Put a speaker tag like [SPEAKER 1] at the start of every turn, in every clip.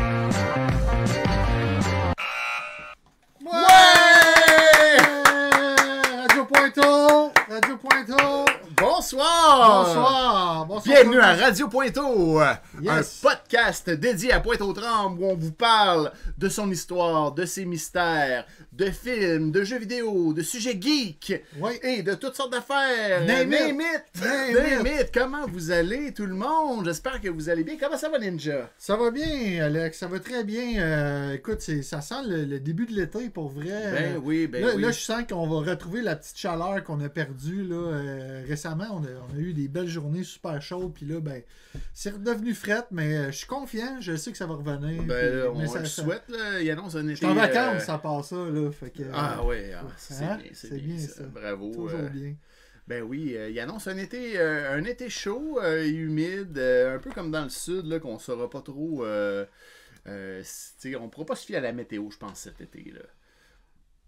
[SPEAKER 1] Eh,
[SPEAKER 2] Bonsoir!
[SPEAKER 1] Bonsoir! bonsoir
[SPEAKER 2] Ah. Bienvenue à Radio Pointeau,
[SPEAKER 1] Yes.
[SPEAKER 2] un podcast dédié à Pointe-aux-Trembles où on vous parle de son histoire, de ses mystères, de films, de jeux vidéo, de sujets geeks
[SPEAKER 1] Oui.
[SPEAKER 2] et de toutes sortes d'affaires.
[SPEAKER 1] Name it.
[SPEAKER 2] it!
[SPEAKER 1] Name
[SPEAKER 2] Name it! Comment vous allez tout le monde? J'espère que vous allez bien. Comment ça va Ninja?
[SPEAKER 1] Ça va bien, Alex, ça va très bien. Euh, écoute, c'est- ça sent le, le début de l'été pour vrai.
[SPEAKER 2] Ben
[SPEAKER 1] Euh,
[SPEAKER 2] oui, ben
[SPEAKER 1] là,
[SPEAKER 2] oui.
[SPEAKER 1] là, je sens qu'on va retrouver la petite chaleur qu'on a perdue là, euh, récemment. On a, on a eu des belles journées super chaudes, puis là, ben, c'est redevenu fret, mais euh, je suis confiant, je sais que ça va revenir.
[SPEAKER 2] Ben,
[SPEAKER 1] puis-
[SPEAKER 2] on
[SPEAKER 1] mais
[SPEAKER 2] le
[SPEAKER 1] ça- ça-
[SPEAKER 2] souhaite, là. il annonce un
[SPEAKER 1] Je
[SPEAKER 2] été.
[SPEAKER 1] suis en vacances,
[SPEAKER 2] euh,
[SPEAKER 1] ça part ça, là. Fait que,
[SPEAKER 2] Ah
[SPEAKER 1] euh,
[SPEAKER 2] ouais, ah, ça, c'est
[SPEAKER 1] Hein?
[SPEAKER 2] bien, c'est
[SPEAKER 1] C'est
[SPEAKER 2] bien,
[SPEAKER 1] bien,
[SPEAKER 2] ça.
[SPEAKER 1] ça.
[SPEAKER 2] Bravo.
[SPEAKER 1] Toujours
[SPEAKER 2] euh,
[SPEAKER 1] bien.
[SPEAKER 2] Ben oui, euh, il annonce un été, euh, un été chaud euh, et humide, euh, un peu comme dans le sud, là, qu'on saura pas trop. euh, euh, si- tu sais, on ne pourra pas se fier à la météo, je pense, cet été. Là.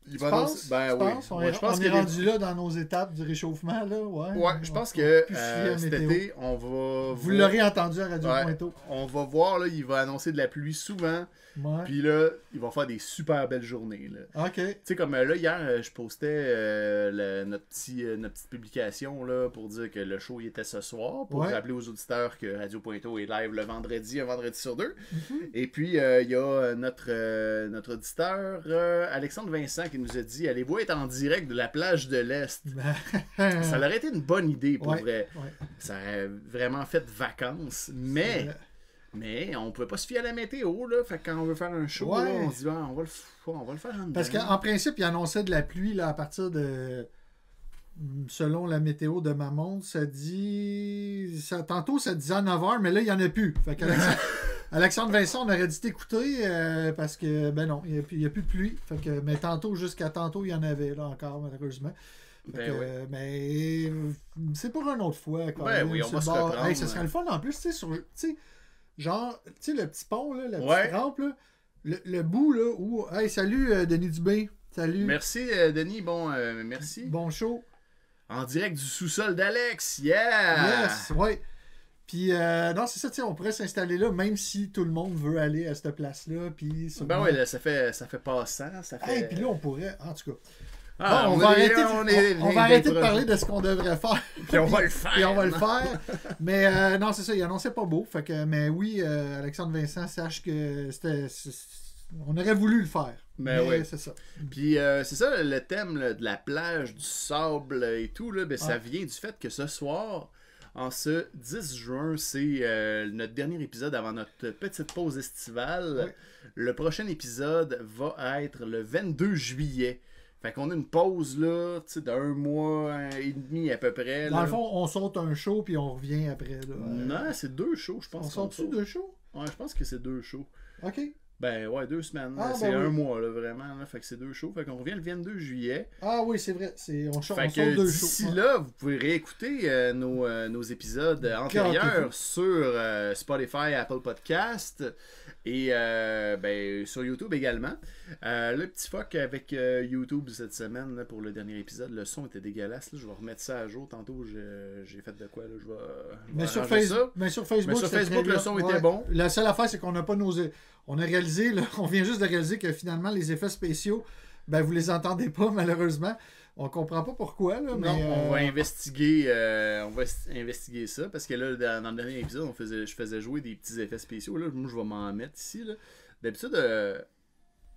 [SPEAKER 2] Il
[SPEAKER 1] Tu penses?
[SPEAKER 2] Ben
[SPEAKER 1] Tu
[SPEAKER 2] oui.
[SPEAKER 1] penses? On,
[SPEAKER 2] Ouais, je pense
[SPEAKER 1] on
[SPEAKER 2] que
[SPEAKER 1] est
[SPEAKER 2] les-
[SPEAKER 1] rendu là dans nos étapes du réchauffement, là. Ouais,
[SPEAKER 2] Ouais,
[SPEAKER 1] On-
[SPEAKER 2] je pense
[SPEAKER 1] on
[SPEAKER 2] que
[SPEAKER 1] peut plus se
[SPEAKER 2] euh,
[SPEAKER 1] fier à la
[SPEAKER 2] cet
[SPEAKER 1] météo.
[SPEAKER 2] été, on va.
[SPEAKER 1] Vous
[SPEAKER 2] voir-
[SPEAKER 1] l'aurez entendu à Radio
[SPEAKER 2] Ouais,
[SPEAKER 1] Pointeau.
[SPEAKER 2] On va voir, là, il va annoncer de la pluie souvent.
[SPEAKER 1] Ouais.
[SPEAKER 2] Puis là, il va faire des super belles journées. Là.
[SPEAKER 1] OK.
[SPEAKER 2] Tu sais, comme euh, là, hier, euh, je postais euh, le- notre, petit, euh, notre petite publication là, pour dire que le show il était ce soir, pour
[SPEAKER 1] Ouais.
[SPEAKER 2] rappeler aux auditeurs que Radio Pointo est live le vendredi, un vendredi sur deux.
[SPEAKER 1] Mm-hmm.
[SPEAKER 2] Et puis, euh, il y a euh, notre, euh, notre auditeur, euh, Alexandre Vincent, qui nous a dit Allez-vous être en direct de la plage de l'Est Ça aurait été une bonne idée pour
[SPEAKER 1] Ah. Ouais,
[SPEAKER 2] vrai.
[SPEAKER 1] Ben, ouais.
[SPEAKER 2] Ça aurait vraiment fait vacances, mais.
[SPEAKER 1] vrai.
[SPEAKER 2] Mais on pouvait pas se fier à la météo, là. Fait que quand on veut faire un show, là,
[SPEAKER 1] Ouais.
[SPEAKER 2] on se dit, Ah, on, va le, f- on va le faire en
[SPEAKER 1] Parce
[SPEAKER 2] dedans.
[SPEAKER 1] qu'en principe, il annonçait de la pluie là, à partir de. Selon la météo de ma montre, ça dit. Ça, tantôt, ça disait à 9h, mais là, il n'y en a plus. Fait qu'Alexandre- Alexandre Vincent, on aurait dû t'écouter euh, parce que, ben non, il n'y a, plus- il y a plus de pluie. Fait que, mais tantôt, jusqu'à tantôt, il y en avait là encore, malheureusement. Fait
[SPEAKER 2] Ben
[SPEAKER 1] que,
[SPEAKER 2] ouais.
[SPEAKER 1] euh, Mais euh, c'est pour une autre fois. Quand
[SPEAKER 2] Ben oui, on va se reprendre. hein.
[SPEAKER 1] ça serait le fun en plus, tu sais, sur- tu sais, genre, tu sais, le petit pont, là, la petite
[SPEAKER 2] Ouais.
[SPEAKER 1] rampe, là, le, le bout là où. Hey, salut euh, Denis Dubé. Salut.
[SPEAKER 2] Merci, euh, Denis. Bon, euh, merci.
[SPEAKER 1] Bon show.
[SPEAKER 2] En direct du sous-sol d'Alex. Yeah!
[SPEAKER 1] Yes, ouais. Puis, euh, non, c'est ça, tu sais, on pourrait s'installer là, même si tout le monde veut aller à cette place-là. Puis,
[SPEAKER 2] Ben
[SPEAKER 1] sûrement-
[SPEAKER 2] ouais, là, ça fait, ça fait passant. Ça fait...
[SPEAKER 1] Hey, puis là, on pourrait. En tout cas,
[SPEAKER 2] Ah,
[SPEAKER 1] Bon, on,
[SPEAKER 2] est
[SPEAKER 1] va
[SPEAKER 2] des-
[SPEAKER 1] arrêter, de,
[SPEAKER 2] on
[SPEAKER 1] on,
[SPEAKER 2] est
[SPEAKER 1] on
[SPEAKER 2] des-
[SPEAKER 1] va arrêter de
[SPEAKER 2] des-
[SPEAKER 1] parler de ce qu'on devrait faire.
[SPEAKER 2] Puis on va le faire.
[SPEAKER 1] Et on va le faire. Mais euh, non, c'est ça, il annonçait pas beau. Fait que, mais oui, euh, Alexandre Vincent, sache que c'était. c'est- c'est- On aurait voulu le faire.
[SPEAKER 2] Mais Ben oui.
[SPEAKER 1] c'est ça.
[SPEAKER 2] Puis euh, c'est ça, le thème là, de la plage, du sable euh, et tout, là, ben, ça
[SPEAKER 1] Ouais.
[SPEAKER 2] vient du fait que ce soir, en ce 10 juin, c'est euh, notre dernier épisode avant notre petite pause estivale. Le prochain épisode va être le 22 juillet. Fait qu'on a une pause là, tu sais, d'un mois et demi à peu près.
[SPEAKER 1] Dans
[SPEAKER 2] là.
[SPEAKER 1] le fond, on saute un show puis on revient après. Là. Euh,
[SPEAKER 2] Non, c'est deux shows, je pense.
[SPEAKER 1] on
[SPEAKER 2] qu'on
[SPEAKER 1] saute-tu
[SPEAKER 2] saute.
[SPEAKER 1] deux shows
[SPEAKER 2] Ouais, je pense que c'est deux shows.
[SPEAKER 1] Ok.
[SPEAKER 2] Ben ouais, deux semaines.
[SPEAKER 1] Ah,
[SPEAKER 2] là. c'est
[SPEAKER 1] ben oui.
[SPEAKER 2] un mois, là, vraiment. Là. Fait que c'est deux shows. Fait qu'on revient le 22 juillet.
[SPEAKER 1] Ah oui, c'est vrai. c'est- On, cha-
[SPEAKER 2] Fait
[SPEAKER 1] on saute
[SPEAKER 2] que
[SPEAKER 1] deux
[SPEAKER 2] d'ici
[SPEAKER 1] shows. Ouais.
[SPEAKER 2] là, vous pouvez réécouter euh, nos, euh, nos épisodes
[SPEAKER 1] Gâtez-vous.
[SPEAKER 2] antérieurs sur euh, Spotify, Apple Podcast et euh, ben, sur YouTube également. Euh, le petit fuck avec euh, YouTube cette semaine là, pour le dernier épisode, le son était dégueulasse. là. Je vais remettre ça à jour. Tantôt, je- j'ai fait de quoi. Là. Je vais, je vais
[SPEAKER 1] Mais sur,
[SPEAKER 2] arranger
[SPEAKER 1] Facebook, mais sur Facebook,
[SPEAKER 2] Mais sur
[SPEAKER 1] c'était
[SPEAKER 2] Facebook,
[SPEAKER 1] très
[SPEAKER 2] le
[SPEAKER 1] bien.
[SPEAKER 2] son était bon.
[SPEAKER 1] La seule affaire, c'est qu'on n'a pas nos. On a réalisé, là, on vient juste de réaliser que finalement, les effets spéciaux, ben, vous les entendez pas, malheureusement. On comprend pas pourquoi, là, mais.
[SPEAKER 2] Non, on
[SPEAKER 1] euh,
[SPEAKER 2] va investiguer, euh, on va s- investiguer ça parce que là, dans, dans le dernier épisode, on faisait, je faisais jouer des petits effets spéciaux. Là, moi, je vais m'en mettre ici. là. D'habitude, euh,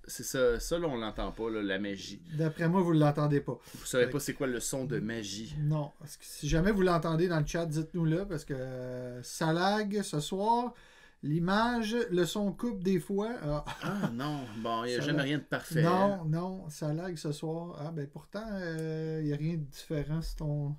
[SPEAKER 2] c'est ça, ça là, on l'entend pas, là, la magie.
[SPEAKER 1] D'après moi, vous ne l'entendez pas.
[SPEAKER 2] Vous savez pas c'est quoi le son de magie.
[SPEAKER 1] Non. Parce que si jamais vous l'entendez dans le chat, dites-nous-le, parce que euh, ça lag ce soir. L'image, le son coupe des fois. Ah,
[SPEAKER 2] Ah non, bon, il n'y a
[SPEAKER 1] Ça
[SPEAKER 2] jamais
[SPEAKER 1] va.
[SPEAKER 2] rien de parfait.
[SPEAKER 1] non, non, ça lag ce soir. Ah, ben pourtant, il n'y a rien de différent sur ton.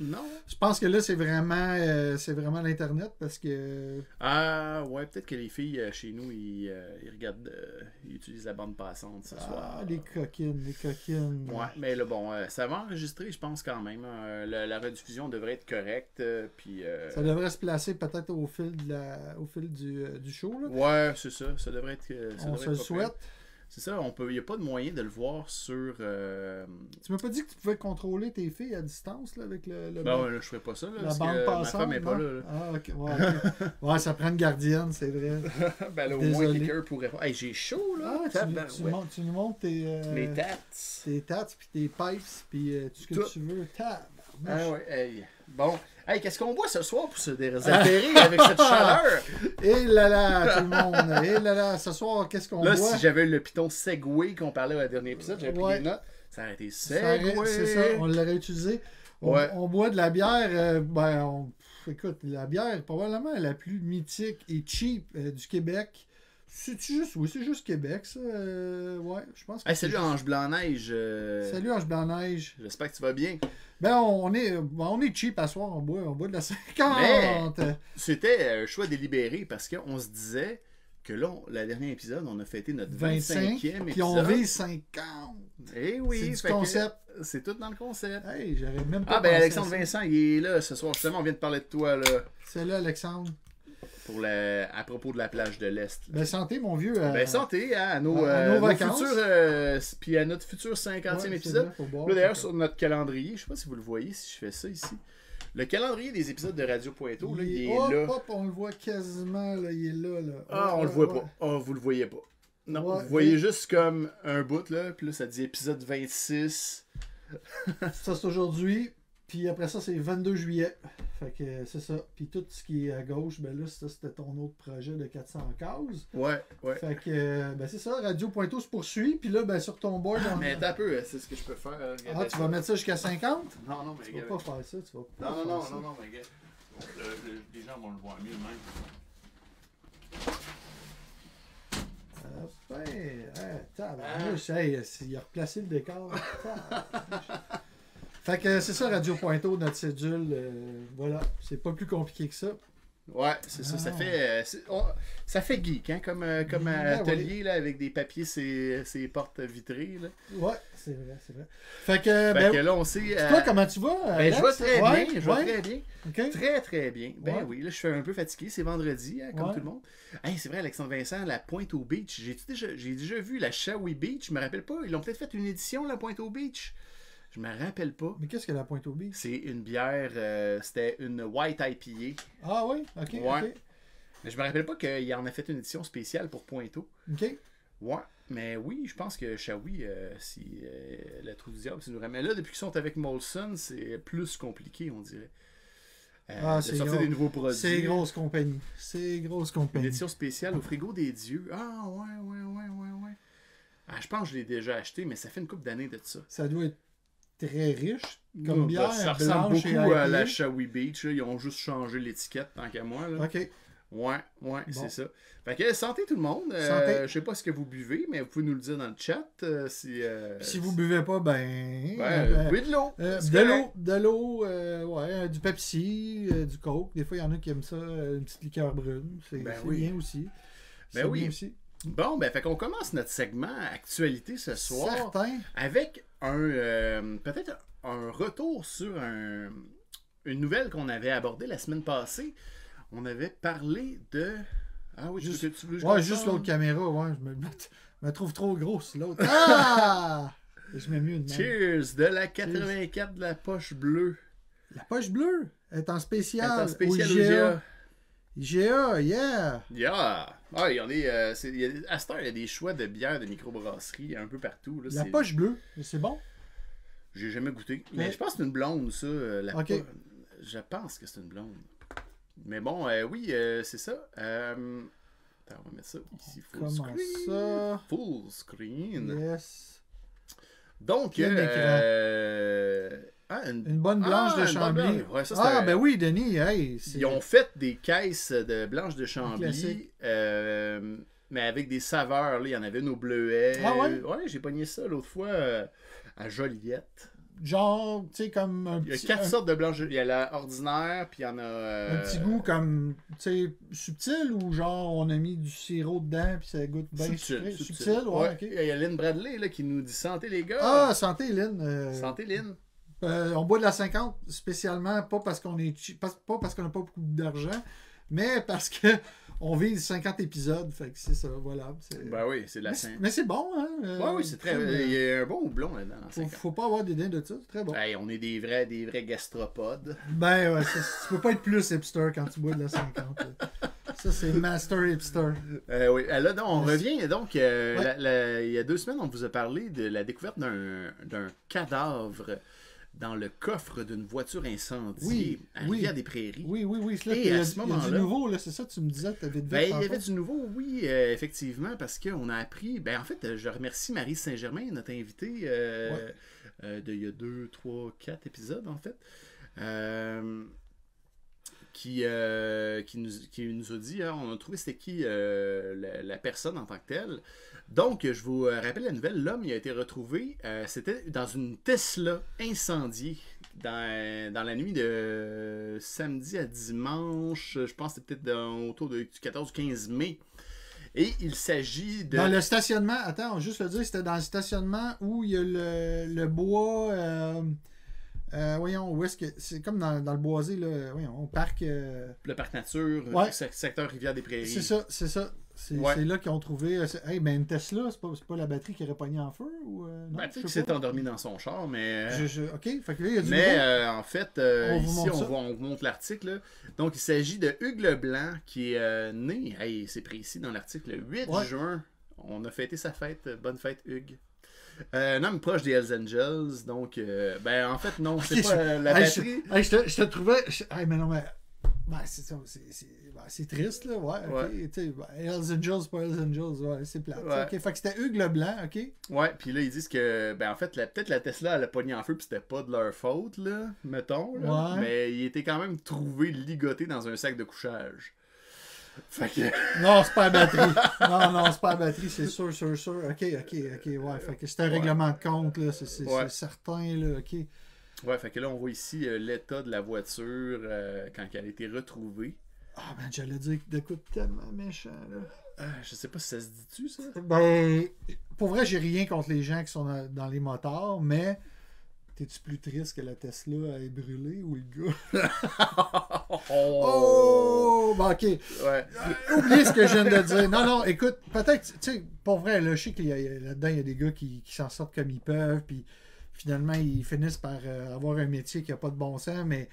[SPEAKER 2] Non?
[SPEAKER 1] Je pense que là, c'est vraiment, euh, c'est vraiment l'Internet parce que. euh,
[SPEAKER 2] Ah ouais, peut-être que les filles euh, chez nous, ils, euh, ils regardent, euh, ils utilisent la bande passante ce
[SPEAKER 1] Ah,
[SPEAKER 2] soir.
[SPEAKER 1] les coquines, les coquines.
[SPEAKER 2] Ouais, mais là, bon, euh, ça va enregistrer, je pense, quand même. Euh, la, la rediffusion devrait être correcte. euh, puis, euh,
[SPEAKER 1] Ça devrait se placer peut-être au fil, de la- au fil du, euh, du show. là.
[SPEAKER 2] Ouais, c'est ça. Ça devrait être. euh, ça
[SPEAKER 1] On
[SPEAKER 2] devrait
[SPEAKER 1] se
[SPEAKER 2] être
[SPEAKER 1] le
[SPEAKER 2] pas
[SPEAKER 1] souhaite.
[SPEAKER 2] pire. C'est ça, il n'y a pas de moyen de le voir sur. euh,
[SPEAKER 1] Tu m'as pas dit que tu pouvais contrôler tes filles à distance là, avec le, le-
[SPEAKER 2] Ben, ouais, là, je ferai pas ça, là,
[SPEAKER 1] la
[SPEAKER 2] parce
[SPEAKER 1] bande
[SPEAKER 2] que
[SPEAKER 1] passante.
[SPEAKER 2] ma femme n'est pas
[SPEAKER 1] non?
[SPEAKER 2] là. là.
[SPEAKER 1] Ah, ok. Ouais, ok. Ouais, ça prend une gardienne, c'est vrai.
[SPEAKER 2] ben, là, au moins,
[SPEAKER 1] Désolé.
[SPEAKER 2] quelqu'un pourrait. Hey, j'ai chaud, là.
[SPEAKER 1] Ah, tu,
[SPEAKER 2] tabarouette.
[SPEAKER 1] tu montes- tu nous montres tes, euh,
[SPEAKER 2] Mes tats.
[SPEAKER 1] tes tats, puis tes pipes, puis euh, tout ce que
[SPEAKER 2] Tout.
[SPEAKER 1] tu veux. Tab.
[SPEAKER 2] Ah oui, hey. Bon. Hey, qu'est-ce qu'on boit ce soir pour se désaltérer avec cette chaleur?
[SPEAKER 1] Et Eh là là, tout le monde. Et là là, ce soir, qu'est-ce qu'on
[SPEAKER 2] Là,
[SPEAKER 1] boit?
[SPEAKER 2] si j'avais eu le piton Segway qu'on parlait au dernier épisode, j'avais pris
[SPEAKER 1] Ouais.
[SPEAKER 2] des notes. Ça aurait été
[SPEAKER 1] Ça aurait-
[SPEAKER 2] Segway.
[SPEAKER 1] C'est ça, on l'aurait utilisé. On,
[SPEAKER 2] Ouais.
[SPEAKER 1] on boit de la bière, euh, ben, on- pff, écoute, la bière probablement la plus mythique et cheap euh, du Québec. C'est juste, oui, c'est juste Québec, ça. euh, ouais, je pense. que
[SPEAKER 2] Hey,
[SPEAKER 1] c'est
[SPEAKER 2] salut
[SPEAKER 1] juste-
[SPEAKER 2] Ange Blanc-Neige. euh,
[SPEAKER 1] Salut Ange Blanc-Neige.
[SPEAKER 2] J'espère que tu vas bien.
[SPEAKER 1] Ben, on, on est, ben, on est cheap à soir, on boit, on boit de la euh, 50.
[SPEAKER 2] C'était un choix délibéré parce qu'on se disait que là, on- la dernière épisode, on a fêté notre 25e
[SPEAKER 1] 25,
[SPEAKER 2] épisode.
[SPEAKER 1] puis on vise 50.
[SPEAKER 2] Eh oui,
[SPEAKER 1] C'est du
[SPEAKER 2] fait que
[SPEAKER 1] concept.
[SPEAKER 2] C'est tout dans le concept.
[SPEAKER 1] Hey, j'aurais même pas
[SPEAKER 2] Ah ben
[SPEAKER 1] pensé à
[SPEAKER 2] Alexandre
[SPEAKER 1] ça.
[SPEAKER 2] Vincent, il est là ce soir. Justement, on vient de parler de toi là,
[SPEAKER 1] Salut Alexandre.
[SPEAKER 2] pour la... à propos de la plage de l'Est. là.
[SPEAKER 1] Ben, santé, mon vieux. euh,
[SPEAKER 2] Ben santé hein, à nos,
[SPEAKER 1] à- à
[SPEAKER 2] euh,
[SPEAKER 1] nos
[SPEAKER 2] nos
[SPEAKER 1] vacances.
[SPEAKER 2] futurs, euh, puis à notre futur 50e
[SPEAKER 1] ouais, c'est
[SPEAKER 2] épisode.
[SPEAKER 1] vrai, faut boire,
[SPEAKER 2] Là, d'ailleurs,
[SPEAKER 1] faut-
[SPEAKER 2] sur notre calendrier, je sais pas si vous le voyez, si je fais ça ici, le calendrier des épisodes de Radio Pointeau, là, il, est
[SPEAKER 1] hop,
[SPEAKER 2] là.
[SPEAKER 1] hop, on le voit quasiment, là, il est là. là.
[SPEAKER 2] Ah,
[SPEAKER 1] Ouais,
[SPEAKER 2] on le
[SPEAKER 1] ouais,
[SPEAKER 2] voit
[SPEAKER 1] ouais.
[SPEAKER 2] pas. Ah, vous le voyez pas. Non,
[SPEAKER 1] Ouais,
[SPEAKER 2] vous voyez
[SPEAKER 1] et-
[SPEAKER 2] juste comme un bout, là, puis là, ça dit épisode 26.
[SPEAKER 1] Ça, c'est aujourd'hui. Puis après ça, c'est 22 juillet. Fait que euh, c'est ça. Puis tout ce qui est à gauche, ben là, ça, c'était ton autre projet de 400 cases.
[SPEAKER 2] Ouais, ouais.
[SPEAKER 1] Fait que, euh, ben c'est ça, Radio Pointeau se poursuit. Puis là, ben sur ton board, on-
[SPEAKER 2] Mais attends un peu, hein, c'est ce que je peux faire. euh,
[SPEAKER 1] ah,
[SPEAKER 2] regardez
[SPEAKER 1] tu
[SPEAKER 2] ça.
[SPEAKER 1] vas mettre ça jusqu'à 50?
[SPEAKER 2] Non, non, mais
[SPEAKER 1] Tu vas
[SPEAKER 2] regarde.
[SPEAKER 1] pas faire ça, tu vas pas
[SPEAKER 2] Non, non,
[SPEAKER 1] faire
[SPEAKER 2] non,
[SPEAKER 1] ça.
[SPEAKER 2] non, non, mais regarde. Le- le- Les gens vont le voir mieux, même.
[SPEAKER 1] Ah, ben, hey, tabarnouche,
[SPEAKER 2] Ah.
[SPEAKER 1] hey, euh, il a replacé le décor. Tabarnouche. fait que euh, c'est ça, Radio Pointeau, notre cédule. euh, voilà, c'est pas plus compliqué que ça.
[SPEAKER 2] Ouais, c'est ça. Ça
[SPEAKER 1] Ah. Ben
[SPEAKER 2] fait, euh, c'est- on- ça fait geek, hein, comme, euh, comme un
[SPEAKER 1] Ouais,
[SPEAKER 2] atelier là, avec des papiers, ses, ses portes vitrées. Là.
[SPEAKER 1] Ouais, c'est vrai, c'est vrai. Fait que, euh,
[SPEAKER 2] fait
[SPEAKER 1] ben,
[SPEAKER 2] que là, on sait. euh,
[SPEAKER 1] toi, comment tu vas?
[SPEAKER 2] ben,
[SPEAKER 1] Alex?
[SPEAKER 2] je vois très
[SPEAKER 1] Ouais,
[SPEAKER 2] bien, je vois
[SPEAKER 1] ouais,
[SPEAKER 2] très bien.
[SPEAKER 1] ok.
[SPEAKER 2] Très, très bien. Ben
[SPEAKER 1] Ouais.
[SPEAKER 2] oui, là, je suis un peu fatigué. C'est vendredi, hein, comme
[SPEAKER 1] Ouais.
[SPEAKER 2] tout le monde. Hey, c'est vrai, Alexandre Vincent, la Pointe au Beach. J'ai déjà, j'ai déjà vu la Shawi Beach. Je me rappelle pas. Ils l'ont peut-être fait une édition, la Pointe au Beach. Je me rappelle pas.
[SPEAKER 1] Mais qu'est-ce que la pointe au biche?
[SPEAKER 2] C'est une bière, euh, c'était une White IPA.
[SPEAKER 1] Ah oui, ok,
[SPEAKER 2] Ouais. Mais je me rappelle pas qu'il en a fait une édition spéciale pour Pointeau.
[SPEAKER 1] ok. Ok.
[SPEAKER 2] Ouais, mais oui, je pense que Shawi, euh, si euh, la trou du diable, si nous ramène là, depuis qu'ils sont avec Molson, c'est plus compliqué, on dirait. Euh,
[SPEAKER 1] Ah,
[SPEAKER 2] de
[SPEAKER 1] c'est
[SPEAKER 2] sortir
[SPEAKER 1] gros.
[SPEAKER 2] des nouveaux produits.
[SPEAKER 1] C'est grosse compagnie. C'est grosse
[SPEAKER 2] Une
[SPEAKER 1] compagnie.
[SPEAKER 2] édition spéciale au frigo des dieux. Ah ouais, ouais, ouais, ouais, ouais. Ah, je pense que je l'ai déjà acheté, mais ça fait une couple d'années de ça.
[SPEAKER 1] Ça doit être très riche
[SPEAKER 2] Oh,
[SPEAKER 1] comme
[SPEAKER 2] bah,
[SPEAKER 1] bière.
[SPEAKER 2] ça ressemble
[SPEAKER 1] blanche et
[SPEAKER 2] beaucoup à la
[SPEAKER 1] IPA.
[SPEAKER 2] Shawi Beach. là. Ils ont juste changé l'étiquette, tant qu'à moi. Là.
[SPEAKER 1] Ok.
[SPEAKER 2] Ouais, ouais,
[SPEAKER 1] Bon.
[SPEAKER 2] c'est ça. Fait que eh, santé tout le monde. Euh,
[SPEAKER 1] Santé.
[SPEAKER 2] Je sais pas ce que vous buvez, mais vous pouvez nous le dire dans le chat. euh, si, euh,
[SPEAKER 1] Si vous buvez pas, ben.
[SPEAKER 2] Ben,
[SPEAKER 1] euh,
[SPEAKER 2] oui, de l'eau.
[SPEAKER 1] euh,
[SPEAKER 2] C'est
[SPEAKER 1] de
[SPEAKER 2] correct.
[SPEAKER 1] l'eau, de l'eau, euh, ouais, euh, du Pepsi, euh, du Coke. Des fois, il y en a qui aiment ça, euh, une petite liqueur brune. C'est
[SPEAKER 2] Ben
[SPEAKER 1] c'est
[SPEAKER 2] oui. Ben
[SPEAKER 1] bien aussi. C'est
[SPEAKER 2] oui.
[SPEAKER 1] bien aussi.
[SPEAKER 2] Bon, ben, fait qu'on commence notre segment actualité ce soir
[SPEAKER 1] Certain.
[SPEAKER 2] avec un. euh, Peut-être un retour sur un- une nouvelle qu'on avait abordée la semaine passée. On avait parlé de. Ah oui,
[SPEAKER 1] Juste-
[SPEAKER 2] tu veux- tu veux que je
[SPEAKER 1] Ouais,
[SPEAKER 2] le
[SPEAKER 1] juste
[SPEAKER 2] parle?
[SPEAKER 1] l'autre caméra, ouais, je me, je me trouve trop grosse, l'autre. Ah! je mets mieux une main.
[SPEAKER 2] Cheers de la 84 de la poche bleue.
[SPEAKER 1] La poche bleue est en
[SPEAKER 2] Elle est
[SPEAKER 1] spécial.
[SPEAKER 2] en spécial
[SPEAKER 1] au
[SPEAKER 2] au
[SPEAKER 1] IGA.
[SPEAKER 2] IGA.
[SPEAKER 1] IGA, yeah!
[SPEAKER 2] Yeah! Ah, il y en a, euh, c'est- il y a- à cette heure, il y a des choix de bières, de microbrasserie un peu partout. Là,
[SPEAKER 1] La
[SPEAKER 2] c'est-
[SPEAKER 1] poche bleue, c'est bon.
[SPEAKER 2] J'ai jamais goûté. Mais
[SPEAKER 1] Ouais.
[SPEAKER 2] je pense que c'est une blonde, ça. euh, La
[SPEAKER 1] Ok.
[SPEAKER 2] po- Je pense que c'est une blonde. Mais bon, euh, oui, euh, c'est ça. Euh, Attends, on va mettre ça ici. Full
[SPEAKER 1] Comment
[SPEAKER 2] screen.
[SPEAKER 1] ça?
[SPEAKER 2] Full screen.
[SPEAKER 1] Yes.
[SPEAKER 2] Donc,
[SPEAKER 1] Plein
[SPEAKER 2] euh... ah, une-
[SPEAKER 1] Une bonne blanche
[SPEAKER 2] Ah,
[SPEAKER 1] de
[SPEAKER 2] une bonne
[SPEAKER 1] Chambly.
[SPEAKER 2] blanche. Ouais, ça, c'est
[SPEAKER 1] ah,
[SPEAKER 2] un-
[SPEAKER 1] ben oui, Denis, hey. c'est-
[SPEAKER 2] Ils ont fait des caisses de blanche de Chambly,
[SPEAKER 1] classique.
[SPEAKER 2] euh, mais avec des saveurs. là. Il y en avait nos bleuets.
[SPEAKER 1] Ah ouais?
[SPEAKER 2] j'ai pogné ça l'autre fois euh, à Joliette.
[SPEAKER 1] Genre, tu sais, comme un
[SPEAKER 2] Il y a
[SPEAKER 1] petit,
[SPEAKER 2] quatre
[SPEAKER 1] un-
[SPEAKER 2] sortes de blanches. Il y a la ordinaire, puis il y en a.
[SPEAKER 1] un
[SPEAKER 2] euh,
[SPEAKER 1] petit goût comme, tu sais, subtil ou genre on a mis du sirop dedans puis ça goûte bien sucré?
[SPEAKER 2] Subtil,
[SPEAKER 1] Ben, Subtil, ouais, ok.
[SPEAKER 2] Il y a Lynn Bradley là, qui nous dit Santé les gars.
[SPEAKER 1] Ah, santé, Lynn. euh,
[SPEAKER 2] Santé Lynn.
[SPEAKER 1] Euh, on boit de la 50 spécialement, pas parce qu'on est chi- pas, pas parce qu'on n'a pas beaucoup d'argent, mais parce que on vise 50 épisodes. Fait que c'est ça, voilà. c'est-
[SPEAKER 2] Ben oui, c'est de la
[SPEAKER 1] mais, c'est-
[SPEAKER 2] Saint.
[SPEAKER 1] mais c'est bon, hein? euh,
[SPEAKER 2] Ouais, oui, c'est très.
[SPEAKER 1] euh,
[SPEAKER 2] Il y a un bon houblon là-dedans. dans la
[SPEAKER 1] faut,
[SPEAKER 2] Saint-Quentin.
[SPEAKER 1] faut pas avoir des dents de ça, c'est très bon.
[SPEAKER 2] Hey, on est des vrais, des vrais gastropodes.
[SPEAKER 1] Ben ouais, ça- tu peux pas être plus hipster quand tu bois de la 50. là. Ça, c'est master hipster.
[SPEAKER 2] Euh, oui, euh, là, donc, on
[SPEAKER 1] Merci.
[SPEAKER 2] revient. Donc, euh,
[SPEAKER 1] Ouais.
[SPEAKER 2] la- la- il y a deux semaines, on vous a parlé de la découverte d'un d'un cadavre dans le coffre d'une voiture incendiée
[SPEAKER 1] Oui,
[SPEAKER 2] à
[SPEAKER 1] oui.
[SPEAKER 2] Rivière des Prairies.
[SPEAKER 1] Oui, oui, oui. c'est Là,
[SPEAKER 2] Et
[SPEAKER 1] qu'il y a-
[SPEAKER 2] à ce
[SPEAKER 1] il y a
[SPEAKER 2] moment-là-
[SPEAKER 1] du nouveau, là, c'est ça, tu me disais, tu avais vite
[SPEAKER 2] Ben,
[SPEAKER 1] vite,
[SPEAKER 2] il y
[SPEAKER 1] tantôt.
[SPEAKER 2] avait du nouveau, oui, euh, effectivement, parce qu'on a appris. Ben, en fait, euh, je remercie Marie Saint-Germain, notre invitée, euh,
[SPEAKER 1] Ouais.
[SPEAKER 2] euh, de il y a deux, trois, quatre épisodes, en fait. euh, qui, euh, qui, nous, qui nous a dit, hein, on a trouvé c'était qui euh, la, la personne en tant que telle. Donc, je vous euh, rappelle la nouvelle, l'homme, il a été retrouvé, euh, c'était dans une Tesla incendiée dans, dans la nuit de euh, samedi à dimanche, je pense que c'est peut-être dans- autour de- du 14-15 mai. Et il s'agit de...
[SPEAKER 1] Dans le stationnement, attends, on va juste le dire, c'était dans le stationnement où il y a le, le bois. euh, euh, voyons, où est-ce que. C'est comme dans, dans le boisé, là. Voyons, au parc. euh,
[SPEAKER 2] le parc nature,
[SPEAKER 1] Ouais.
[SPEAKER 2] sec- secteur rivière des prairies.
[SPEAKER 1] c'est ça, c'est ça. C'est
[SPEAKER 2] Ouais.
[SPEAKER 1] c'est là qu'ils ont trouvé. euh, c'est- hey, ben une Tesla, c'est pas, c'est pas la batterie qui aurait pogné en feu ou. euh, non,
[SPEAKER 2] Ben, tu sais
[SPEAKER 1] je
[SPEAKER 2] qu'il
[SPEAKER 1] sais
[SPEAKER 2] s'est
[SPEAKER 1] pas.
[SPEAKER 2] endormi dans son char, mais... euh,
[SPEAKER 1] Je- je- ok, fait que là, il y a du
[SPEAKER 2] Mais
[SPEAKER 1] nouveau.
[SPEAKER 2] euh, en fait, euh,
[SPEAKER 1] On vous
[SPEAKER 2] ici,
[SPEAKER 1] montre
[SPEAKER 2] on,
[SPEAKER 1] ça.
[SPEAKER 2] voit, on vous montre l'article. là. Donc, il s'agit de Hugues Leblanc qui est euh, né, hey, c'est précis dans l'article, le 8
[SPEAKER 1] Ouais.
[SPEAKER 2] juin. On a fêté sa fête. Bonne fête, Hugues. Euh, un homme proche des Hells Angels. Donc, euh, ben en fait, non, c'est
[SPEAKER 1] Ok,
[SPEAKER 2] pas
[SPEAKER 1] je-
[SPEAKER 2] euh, la
[SPEAKER 1] Hey, je,
[SPEAKER 2] batterie.
[SPEAKER 1] hey, je te, je te trouvais. je- hey, mais non, mais. ben, c'est ça, c'est- c'est ben, c'est triste, là. Ouais, ok.
[SPEAKER 2] Ouais.
[SPEAKER 1] Tu sais, ben, Hells Angels, pas Hells Angels, ouais, c'est plat.
[SPEAKER 2] Ouais.
[SPEAKER 1] Ok, fait que c'était Hugues Leblanc, ok.
[SPEAKER 2] Ouais, puis là, ils disent que, ben en fait, la- peut-être la Tesla, elle a pogné en feu, puis c'était pas de leur faute, là, mettons. là.
[SPEAKER 1] Ouais.
[SPEAKER 2] Mais il était quand même trouvé ligoté dans un sac de couchage. Fait que.
[SPEAKER 1] Non, c'est pas la batterie. Non, non, c'est pas la batterie, c'est sûr, sûr, sûr. Ok, ok, ok, ouais. Fait que c'est un
[SPEAKER 2] Ouais.
[SPEAKER 1] règlement de compte, là, c'est c'est-
[SPEAKER 2] Ouais.
[SPEAKER 1] c'est certain, là, ok.
[SPEAKER 2] Ouais, fait que là, on voit ici euh, l'état de la voiture euh, quand elle a été retrouvée.
[SPEAKER 1] Ah, ben, j'allais dire que t'écoutes tellement méchant, là.
[SPEAKER 2] Ah, je sais pas si ça se dit-tu, ça.
[SPEAKER 1] Ben, pour vrai, j'ai rien contre les gens qui sont dans, dans les motards, mais t'es-tu plus triste que la Tesla ait brûlé ou le gars? Oh! Ben, ok.
[SPEAKER 2] Ouais.
[SPEAKER 1] Oubliez ce que je viens de dire. Non, non, écoute, peut-être, tu sais, pour vrai, là, je sais qu'il y a- il y a- là-dedans, il y a des gars qui, qui s'en sortent comme ils peuvent, puis finalement, ils finissent par euh, avoir un métier qui n'a pas de bon sens, mais.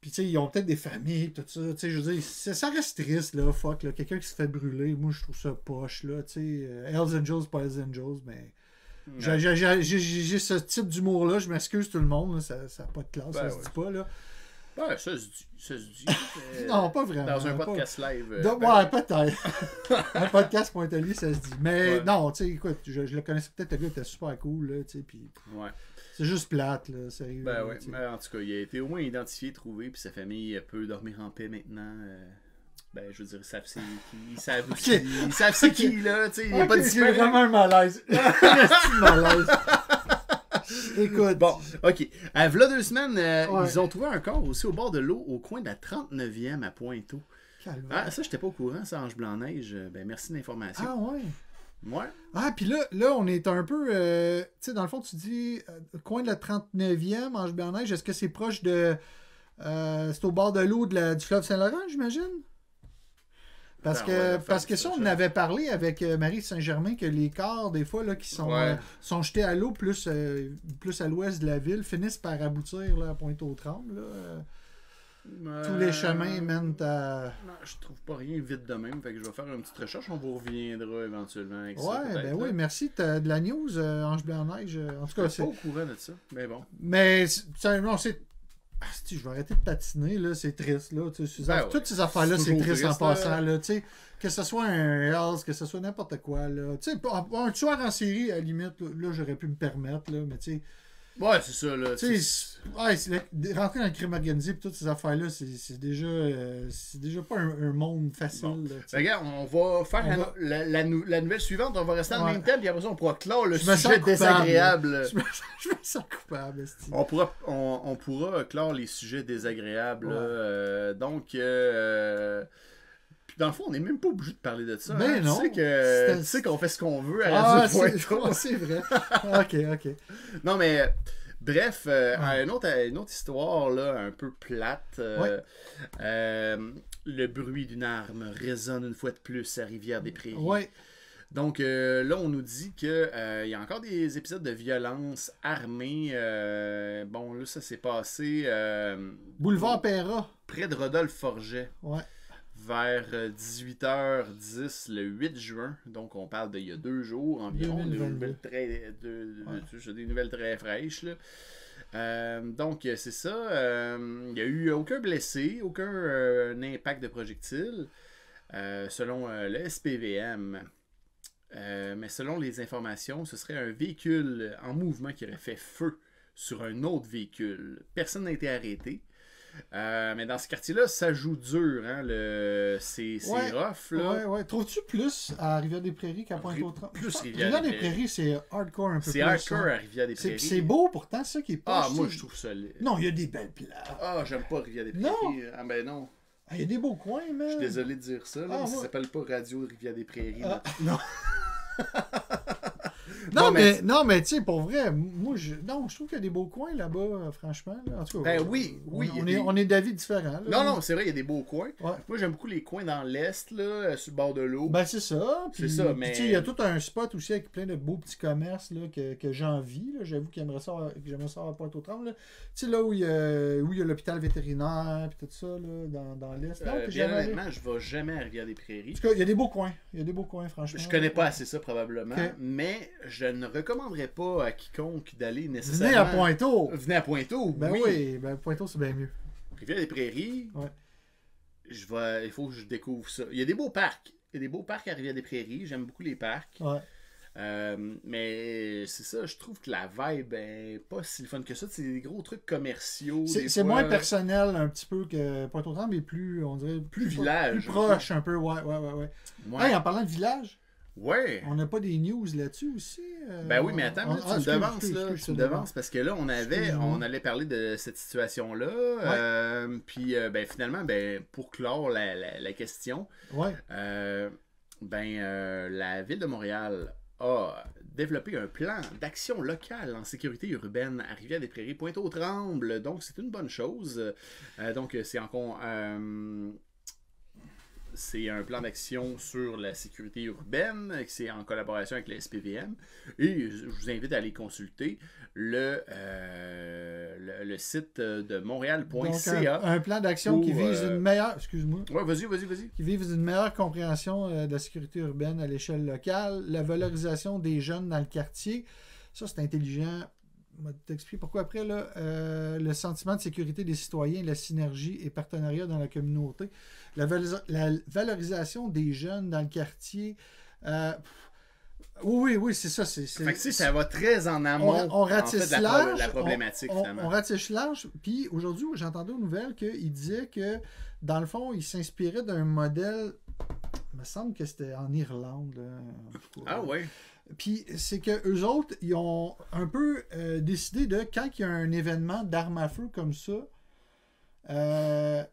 [SPEAKER 1] Puis, tu sais, ils ont peut-être des familles, tout ça. Tu sais, je veux dire, ça, ça reste triste, là, fuck, là. Quelqu'un qui se fait brûler, moi, je trouve ça poche, là, tu sais. euh, Hells Angels, pas Hells Angels, mais. J'ai- j'ai- J'ai j'ai- j'ai ce type d'humour-là, je m'excuse tout le monde, là, ça n'a pas de classe,
[SPEAKER 2] Ben
[SPEAKER 1] ça se
[SPEAKER 2] ouais.
[SPEAKER 1] dit pas, là.
[SPEAKER 2] Ouais, Ah, ça se dit. Ça se dit. mais-
[SPEAKER 1] Non, pas vraiment.
[SPEAKER 2] Euh, Dans un
[SPEAKER 1] pas-
[SPEAKER 2] podcast live. euh,
[SPEAKER 1] Donc,
[SPEAKER 2] ben,
[SPEAKER 1] ouais, peut-être. un podcast point atelier, ça se dit. Mais
[SPEAKER 2] Ouais.
[SPEAKER 1] non, tu sais, écoute, je, je le connaissais peut-être, le gars était super cool, là, tu sais, puis
[SPEAKER 2] ouais.
[SPEAKER 1] c'est juste plate, là, sérieux.
[SPEAKER 2] Ben
[SPEAKER 1] là,
[SPEAKER 2] ouais.
[SPEAKER 1] tu sais.
[SPEAKER 2] Mais en tout cas, il a été au moins identifié, trouvé, puis sa famille elle peut dormir en paix maintenant. euh, Ben, je veux dire, ils savent c'est qui. Ils savent
[SPEAKER 1] Ok.
[SPEAKER 2] c'est qui. Ils savent c'est qui, là. Tu sais, il n'y a
[SPEAKER 1] Ok,
[SPEAKER 2] pas de
[SPEAKER 1] c'est
[SPEAKER 2] différence.
[SPEAKER 1] vraiment un malaise. C'est malaise. Écoute.
[SPEAKER 2] Bon, ok. À v'là deux semaines, euh,
[SPEAKER 1] Ouais.
[SPEAKER 2] ils ont trouvé un corps aussi au bord de l'eau, au coin de la 39e à Pointeau.
[SPEAKER 1] calme.
[SPEAKER 2] Ah, ça, j'étais pas au courant, ça, Ange Blanc-Neige. Euh, Ben, merci de l'information.
[SPEAKER 1] Ah ouais.
[SPEAKER 2] Moi,
[SPEAKER 1] Ah, puis là, là, on est un peu. euh, tu sais, dans le fond, tu dis euh, coin de la 39e, Ange Bernage, est-ce que c'est proche de. euh, c'est au bord de l'eau de la- du fleuve Saint-Laurent, j'imagine? Parce
[SPEAKER 2] Ben,
[SPEAKER 1] que,
[SPEAKER 2] on va le faire,
[SPEAKER 1] parce que
[SPEAKER 2] ça,
[SPEAKER 1] ça, on
[SPEAKER 2] ça.
[SPEAKER 1] avait parlé avec euh, Marie Saint-Germain que les corps, des fois, là, qui sont,
[SPEAKER 2] Ouais.
[SPEAKER 1] euh, sont jetés à l'eau plus, euh, plus à l'ouest de la ville, finissent par aboutir là, à Pointe-aux-Trembles. là. Euh, Tous les chemins mènent à.
[SPEAKER 2] Non, euh, je trouve pas rien vite de même, fait que je vais faire une petite recherche, on vous reviendra éventuellement avec ça.
[SPEAKER 1] Ouais,
[SPEAKER 2] peut-être,
[SPEAKER 1] ben oui,
[SPEAKER 2] là.
[SPEAKER 1] merci t'as de la news, euh, Ange Blanc-Neige. euh, En tout cas,
[SPEAKER 2] Je suis
[SPEAKER 1] c'est.
[SPEAKER 2] pas au courant de ça, mais bon.
[SPEAKER 1] Mais c'est- sérieusement, c'est. Ah, si, je vais arrêter de patiner, là, c'est triste, là. tu sais, ces
[SPEAKER 2] Ben
[SPEAKER 1] aff-
[SPEAKER 2] ouais.
[SPEAKER 1] Toutes ces affaires-là,
[SPEAKER 2] C'est
[SPEAKER 1] c'est
[SPEAKER 2] toujours
[SPEAKER 1] triste, en
[SPEAKER 2] triste, hein.
[SPEAKER 1] passant,
[SPEAKER 2] là.
[SPEAKER 1] là. tu sais. Que ce soit un house, que ce soit n'importe quoi, là. Tu sais, un- un tueur en série, à la limite, là, là, j'aurais pu me permettre, là, mais tu sais.
[SPEAKER 2] Ouais, c'est ça, là.
[SPEAKER 1] Tu sais,
[SPEAKER 2] c'est-
[SPEAKER 1] c'est- ouais, c'est le- rentrer dans le crime organisé pis toutes ces affaires-là, c'est c'est déjà, euh, c'est déjà pas un, un monde facile.
[SPEAKER 2] Bon.
[SPEAKER 1] là, tu sais.
[SPEAKER 2] Ben, regarde, on va faire
[SPEAKER 1] On
[SPEAKER 2] la,
[SPEAKER 1] va-
[SPEAKER 2] la- la nou- la nouvelle suivante, on va rester en
[SPEAKER 1] Ouais.
[SPEAKER 2] même temps, puis après ça, on pourra clore le
[SPEAKER 1] Je me sens
[SPEAKER 2] sujet
[SPEAKER 1] coupable,
[SPEAKER 2] désagréable.
[SPEAKER 1] Je me, je me sens coupable, esti.
[SPEAKER 2] euh, On pourra, on, on pourra clore les sujets désagréables. là.
[SPEAKER 1] Ouais.
[SPEAKER 2] Euh, donc, euh, puis dans le fond, on n'est même pas obligé de parler de ça.
[SPEAKER 1] Ben
[SPEAKER 2] hein.
[SPEAKER 1] non.
[SPEAKER 2] Tu sais que-
[SPEAKER 1] C'était-
[SPEAKER 2] tu sais qu'on fait ce qu'on veut à Radio
[SPEAKER 1] Ah, c'est
[SPEAKER 2] Pointe-Noire.
[SPEAKER 1] c'est vrai. ok, ok.
[SPEAKER 2] Non, mais euh, bref, euh,
[SPEAKER 1] Ouais.
[SPEAKER 2] une, autre, une autre histoire là, un peu plate. euh,
[SPEAKER 1] Ouais.
[SPEAKER 2] euh, le bruit d'une arme résonne une fois de plus à Rivière-des-Prairies.
[SPEAKER 1] Ouais.
[SPEAKER 2] Donc euh, là, on nous dit que euh, il y a encore des épisodes de violence armée. euh, bon, là, ça s'est passé euh,
[SPEAKER 1] Boulevard Perra.
[SPEAKER 2] près de Rodolphe Forget
[SPEAKER 1] Ouais.
[SPEAKER 2] vers euh, 18h10 le 8 juin. Donc, on parle d'il y a deux jours environ. Des
[SPEAKER 1] 2022.
[SPEAKER 2] nouvelles très, euh, de- de-
[SPEAKER 1] Ouais.
[SPEAKER 2] de- des nouvelles très fraîches. là. Euh, donc, c'est ça. Euh, il n'y a eu aucun blessé, aucun euh, impact de projectile, euh, selon euh, le SPVM. Euh, mais selon les informations, ce serait un véhicule en mouvement qui aurait fait feu sur un autre véhicule. Personne n'a été arrêté. Euh, mais dans ce quartier-là, ça joue dur. Hein, le... C'est c'est
[SPEAKER 1] Ouais.
[SPEAKER 2] rough. Là.
[SPEAKER 1] Ouais, ouais. Trouves-tu plus à Rivière-des-Prairies qu'à Pointe-aux-Trembles?
[SPEAKER 2] Plus Rivière-des-Prairies.
[SPEAKER 1] Rivière-des-Prairies, c'est hardcore un peu
[SPEAKER 2] C'est
[SPEAKER 1] plus,
[SPEAKER 2] hardcore
[SPEAKER 1] hein.
[SPEAKER 2] à Rivière-des-Prairies.
[SPEAKER 1] C'est c'est beau pourtant, ça qui est pas.
[SPEAKER 2] Ah, moi, je trouve ça laid.
[SPEAKER 1] Non, il y a des belles plages.
[SPEAKER 2] Ah, j'aime pas Rivière-des-Prairies.
[SPEAKER 1] Non.
[SPEAKER 2] Ah, ben non.
[SPEAKER 1] Ah, Il y a des beaux coins, man.
[SPEAKER 2] Je suis désolé de dire ça, là,
[SPEAKER 1] Ah,
[SPEAKER 2] mais ça
[SPEAKER 1] moi-
[SPEAKER 2] s'appelle pas Radio Rivière-des-Prairies. là.
[SPEAKER 1] Ah, non. non,
[SPEAKER 2] Bon,
[SPEAKER 1] mais,
[SPEAKER 2] mais-
[SPEAKER 1] non, mais tu sais, pour vrai, moi, je, non, je trouve qu'il y a des beaux coins là-bas, euh, franchement. là. En tout cas,
[SPEAKER 2] Ben
[SPEAKER 1] euh,
[SPEAKER 2] oui,
[SPEAKER 1] on-
[SPEAKER 2] oui, il y
[SPEAKER 1] On,
[SPEAKER 2] a
[SPEAKER 1] est,
[SPEAKER 2] des-
[SPEAKER 1] on est d'avis différents. là.
[SPEAKER 2] Non, non, c'est vrai, il y a des beaux coins.
[SPEAKER 1] Ouais.
[SPEAKER 2] Moi, j'aime beaucoup les coins dans l'Est, là, euh, sur le bord de l'eau.
[SPEAKER 1] Ben, c'est ça. puis-
[SPEAKER 2] C'est ça,
[SPEAKER 1] puis,
[SPEAKER 2] mais-
[SPEAKER 1] tu sais, Il y a tout un spot aussi avec plein de beaux petits commerces là, que, que j'envie. là. J'avoue qu'il aimerait ça, avoir- que j'aimerais ça à Pointe-aux-Trembles. là. Tu sais, là où il y a où il y a l'hôpital vétérinaire, puis tout ça, là, dans, dans l'Est. Non,
[SPEAKER 2] Euh, bien
[SPEAKER 1] t'es jamais allé?
[SPEAKER 2] honnêtement, je vais jamais à Rivière-des-Prairies.
[SPEAKER 1] En tout cas, il y a des beaux coins. Il y a des beaux coins, franchement.
[SPEAKER 2] Je connais pas assez ça, probablement.
[SPEAKER 1] Ok.
[SPEAKER 2] Mais je ne recommanderais pas à quiconque d'aller nécessairement...
[SPEAKER 1] Venez à Pointe-aux.
[SPEAKER 2] Venez à Pointeau,
[SPEAKER 1] Ben oui,
[SPEAKER 2] oui.
[SPEAKER 1] ben Pointeau, c'est bien mieux.
[SPEAKER 2] Rivière-des-Prairies,
[SPEAKER 1] Ouais.
[SPEAKER 2] je vais... il faut que je découvre ça. Il y a des beaux parcs. Il y a des beaux parcs à Rivière-des-Prairies. J'aime beaucoup les parcs.
[SPEAKER 1] Ouais.
[SPEAKER 2] Euh, mais c'est ça, je trouve que la vibe est pas si le fun que ça. C'est des gros trucs commerciaux.
[SPEAKER 1] C'est
[SPEAKER 2] des
[SPEAKER 1] c'est
[SPEAKER 2] fois, euh,
[SPEAKER 1] moins personnel un petit peu que Pointe-aux-Trembles, mais plus, on dirait, plus,
[SPEAKER 2] village,
[SPEAKER 1] Plus
[SPEAKER 2] un
[SPEAKER 1] proche un peu, ouais, ouais, ouais. ouais.
[SPEAKER 2] Ouais.
[SPEAKER 1] Hey, en parlant de village,
[SPEAKER 2] Ouais.
[SPEAKER 1] on n'a pas des news là-dessus aussi. euh,
[SPEAKER 2] Ben oui, mais attends, là,
[SPEAKER 1] on-
[SPEAKER 2] tu
[SPEAKER 1] ah,
[SPEAKER 2] me
[SPEAKER 1] excuse,
[SPEAKER 2] devances,
[SPEAKER 1] excuse,
[SPEAKER 2] là.
[SPEAKER 1] excuse,
[SPEAKER 2] Tu me
[SPEAKER 1] je te
[SPEAKER 2] devances, parce que là, on avait,
[SPEAKER 1] Excuse-moi.
[SPEAKER 2] on allait parler de cette situation-là. euh, puis, euh, ben, finalement, ben, pour clore la, la- la question,
[SPEAKER 1] Ouais,
[SPEAKER 2] euh, ben, euh, la ville de Montréal a développé un plan d'action locale en sécurité urbaine à Rivière-des-Prairies, Pointe-aux-Trembles. Donc, c'est une bonne chose. Euh, donc, euh, c'est en con- euh, c'est un plan d'action sur la sécurité urbaine, euh, que c'est en collaboration avec le SPVM. Et euh, je vous invite à aller consulter le, euh, le, le site euh, de
[SPEAKER 1] donc un,
[SPEAKER 2] montréal.ca.
[SPEAKER 1] un plan d'action
[SPEAKER 2] Ou,
[SPEAKER 1] qui vise
[SPEAKER 2] euh,
[SPEAKER 1] une meilleure, excuse-moi,
[SPEAKER 2] Ouais, vas-y, vas-y, vas-y.
[SPEAKER 1] qui vise une meilleure compréhension euh, de la sécurité urbaine à l'échelle locale, la valorisation des jeunes dans le quartier. Ça, c'est intelligent. Je vais t'expliquer pourquoi après. Là, Euh, le sentiment de sécurité des citoyens, la synergie et partenariat dans la communauté. La, valisa- la valorisation des jeunes dans le quartier. euh, pff, oui, oui, oui, c'est ça. C'est, c'est-
[SPEAKER 2] Fait que, tu sais, ça va très en amont
[SPEAKER 1] on, on ratisse
[SPEAKER 2] en fait, de la, pro-
[SPEAKER 1] large.
[SPEAKER 2] la
[SPEAKER 1] on-
[SPEAKER 2] problématique,
[SPEAKER 1] on,
[SPEAKER 2] finalement.
[SPEAKER 1] on ratisse large. Puis aujourd'hui, j'entendais aux nouvelles qu'il disait que, dans le fond, il s'inspirait d'un modèle. Il me semble que c'était en Irlande. là, en tout cas.
[SPEAKER 2] Ah ouais.
[SPEAKER 1] Puis c'est que eux autres, ils ont un peu euh, décidé de quand il y a un événement d'armes à feu comme ça, euh,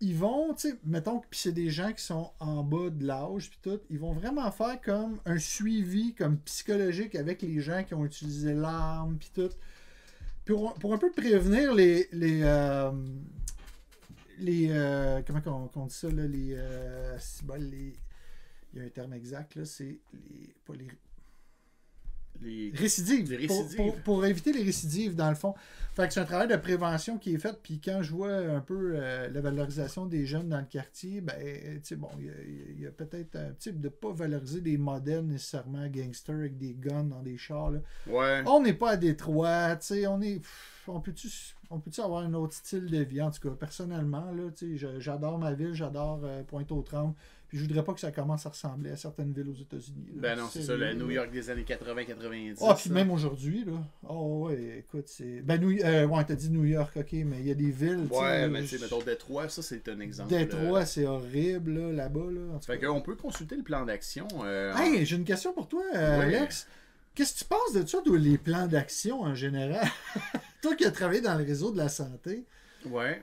[SPEAKER 1] ils vont, tu sais, mettons que puis c'est des gens qui sont en bas de l'âge, puis tout, ils vont vraiment faire comme un suivi comme psychologique avec les gens qui ont utilisé l'arme, puis tout. Pour, pour un peu prévenir les. les euh, les euh, comment qu'on qu'on dit ça là les euh, c'est bon, les il y a un terme exact là c'est les pas les
[SPEAKER 2] Les-
[SPEAKER 1] récidives.
[SPEAKER 2] Des
[SPEAKER 1] pour-
[SPEAKER 2] récidives.
[SPEAKER 1] Pour, pour éviter les récidives, dans le fond. Fait que c'est un travail de prévention qui est fait. Puis quand je vois un peu euh, la valorisation des jeunes dans le quartier, ben, euh, tu sais, bon, il y a- il y a- il y a, peut-être un type de pas valoriser des modèles nécessairement gangsters avec des guns dans des chars. là.
[SPEAKER 2] Ouais.
[SPEAKER 1] On n'est pas à Détroit, tu sais, on est. pff, on peut-tu on peut avoir un autre style de vie? En tout cas, personnellement, là, tu sais, je- j'adore ma ville, j'adore euh, Pointe-aux-Trembles. Puis je voudrais pas que ça commence à ressembler à certaines villes aux États-Unis. là.
[SPEAKER 2] Ben non, c'est ça,
[SPEAKER 1] Sérieux,
[SPEAKER 2] le New
[SPEAKER 1] là.
[SPEAKER 2] York des années 80-90.
[SPEAKER 1] Ah, puis
[SPEAKER 2] là.
[SPEAKER 1] même aujourd'hui, là. Oh, ouais, écoute, c'est. Ben, New... euh, ouais, t'as dit New York, ok, mais il y a des villes.
[SPEAKER 2] Ouais,
[SPEAKER 1] sais, euh,
[SPEAKER 2] mais tu
[SPEAKER 1] je-
[SPEAKER 2] sais, mettons Détroit, ça c'est un exemple. euh,
[SPEAKER 1] Détroit, c'est horrible, là, là-bas, là. En tout
[SPEAKER 2] Fait
[SPEAKER 1] cas.
[SPEAKER 2] qu'on peut consulter le plan d'action. euh,
[SPEAKER 1] Hey, j'ai une question pour toi, euh,
[SPEAKER 2] Ouais.
[SPEAKER 1] Alex. Qu'est-ce que tu penses de ça, de les plans d'action en général? toi qui as travaillé dans le réseau de la santé,
[SPEAKER 2] en- Ouais.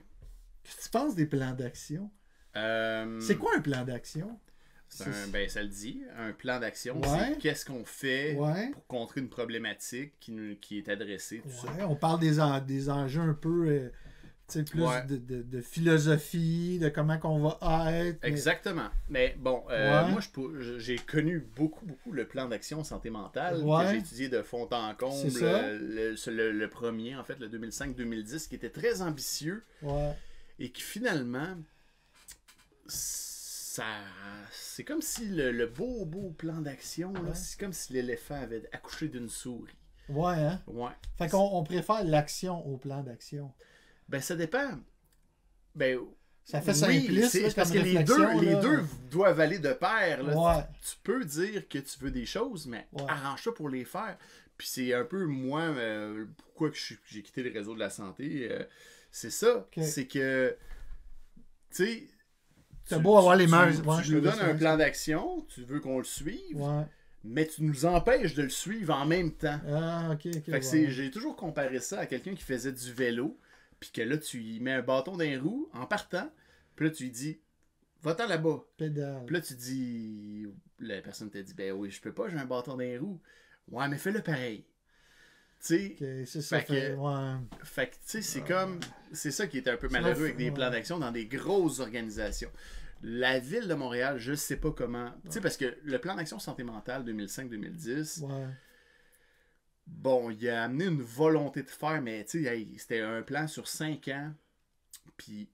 [SPEAKER 1] qu'est-ce que tu penses des plans d'action?
[SPEAKER 2] Euh,
[SPEAKER 1] C'est quoi un plan d'action?
[SPEAKER 2] c'est un- ben, ça le dit. Un plan d'action,
[SPEAKER 1] Ouais.
[SPEAKER 2] c'est qu'est-ce qu'on fait
[SPEAKER 1] Ouais.
[SPEAKER 2] pour contrer une problématique qui, nous- qui est adressée, tout ça.
[SPEAKER 1] Ouais, on parle des, en- des enjeux un peu. euh, tu sais, plus
[SPEAKER 2] Ouais.
[SPEAKER 1] de, de- de philosophie, de comment qu'on va être. mais-
[SPEAKER 2] Exactement. Mais bon, euh,
[SPEAKER 1] Ouais.
[SPEAKER 2] moi, je pour- je- j'ai connu beaucoup, beaucoup le plan d'action santé mentale
[SPEAKER 1] Ouais.
[SPEAKER 2] que j'ai étudié de fond en
[SPEAKER 1] C'est
[SPEAKER 2] comble.
[SPEAKER 1] ça.
[SPEAKER 2] euh, Le, ce- le- le premier, en fait, le 2005-2010, qui était très ambitieux
[SPEAKER 1] Ouais.
[SPEAKER 2] et qui finalement, ça, c'est comme si le, le beau, beau plan d'action, là,
[SPEAKER 1] Ouais.
[SPEAKER 2] c'est comme si l'éléphant avait accouché d'une souris.
[SPEAKER 1] Ouais, hein?
[SPEAKER 2] Ouais.
[SPEAKER 1] Fait qu'on on préfère l'action au plan d'action.
[SPEAKER 2] Ben, ça dépend. Ben,
[SPEAKER 1] Ça fait
[SPEAKER 2] oui,
[SPEAKER 1] simpliste,
[SPEAKER 2] c'est-
[SPEAKER 1] là,
[SPEAKER 2] parce que
[SPEAKER 1] comme
[SPEAKER 2] les deux,
[SPEAKER 1] réflexion,
[SPEAKER 2] les
[SPEAKER 1] là.
[SPEAKER 2] deux doivent aller de pair. Ah, là.
[SPEAKER 1] Ouais.
[SPEAKER 2] Tu peux dire que tu veux des choses, mais
[SPEAKER 1] Ouais.
[SPEAKER 2] arrange-toi pour les faire. Puis c'est un peu moi, euh, pourquoi que je suis- j'ai quitté le réseau de la santé. euh, c'est ça.
[SPEAKER 1] Ok.
[SPEAKER 2] C'est que, tu sais,
[SPEAKER 1] C'est
[SPEAKER 2] tu-
[SPEAKER 1] beau avoir les
[SPEAKER 2] tu-
[SPEAKER 1] mains-
[SPEAKER 2] Tu,
[SPEAKER 1] ouais,
[SPEAKER 2] tu
[SPEAKER 1] je
[SPEAKER 2] nous
[SPEAKER 1] veux
[SPEAKER 2] donnes
[SPEAKER 1] ça,
[SPEAKER 2] un
[SPEAKER 1] ça.
[SPEAKER 2] plan d'action, tu veux qu'on le suive,
[SPEAKER 1] Ouais.
[SPEAKER 2] mais tu nous empêches de le suivre en même temps.
[SPEAKER 1] Ah, ok, ok.
[SPEAKER 2] Fait que
[SPEAKER 1] ouais.
[SPEAKER 2] c'est- j'ai toujours comparé ça à quelqu'un qui faisait du vélo, puis que là, tu y mets un bâton dans les roues en partant, puis là, tu lui dis, va-t'en là-bas.
[SPEAKER 1] Pédale.
[SPEAKER 2] Puis là, tu dis, la personne te dit, ben oui, je peux pas, j'ai un bâton dans les roues. Ouais, mais fais-le pareil. Tu sais,
[SPEAKER 1] Ok, c'est ça.
[SPEAKER 2] Fait que-
[SPEAKER 1] fait- ouais.
[SPEAKER 2] fait que, tu sais, c'est
[SPEAKER 1] Ah.
[SPEAKER 2] comme. C'est ça qui est un peu
[SPEAKER 1] C'est
[SPEAKER 2] malheureux
[SPEAKER 1] la-
[SPEAKER 2] avec des
[SPEAKER 1] ouais.
[SPEAKER 2] plans d'action dans des grosses organisations. La ville de Montréal, je sais pas comment. Tu sais, parce que le plan d'action santé mentale 2005-2010,
[SPEAKER 1] Ouais.
[SPEAKER 2] Bon, il a amené une volonté de faire, mais tu sais, hey, c'était un plan sur 5 ans, puis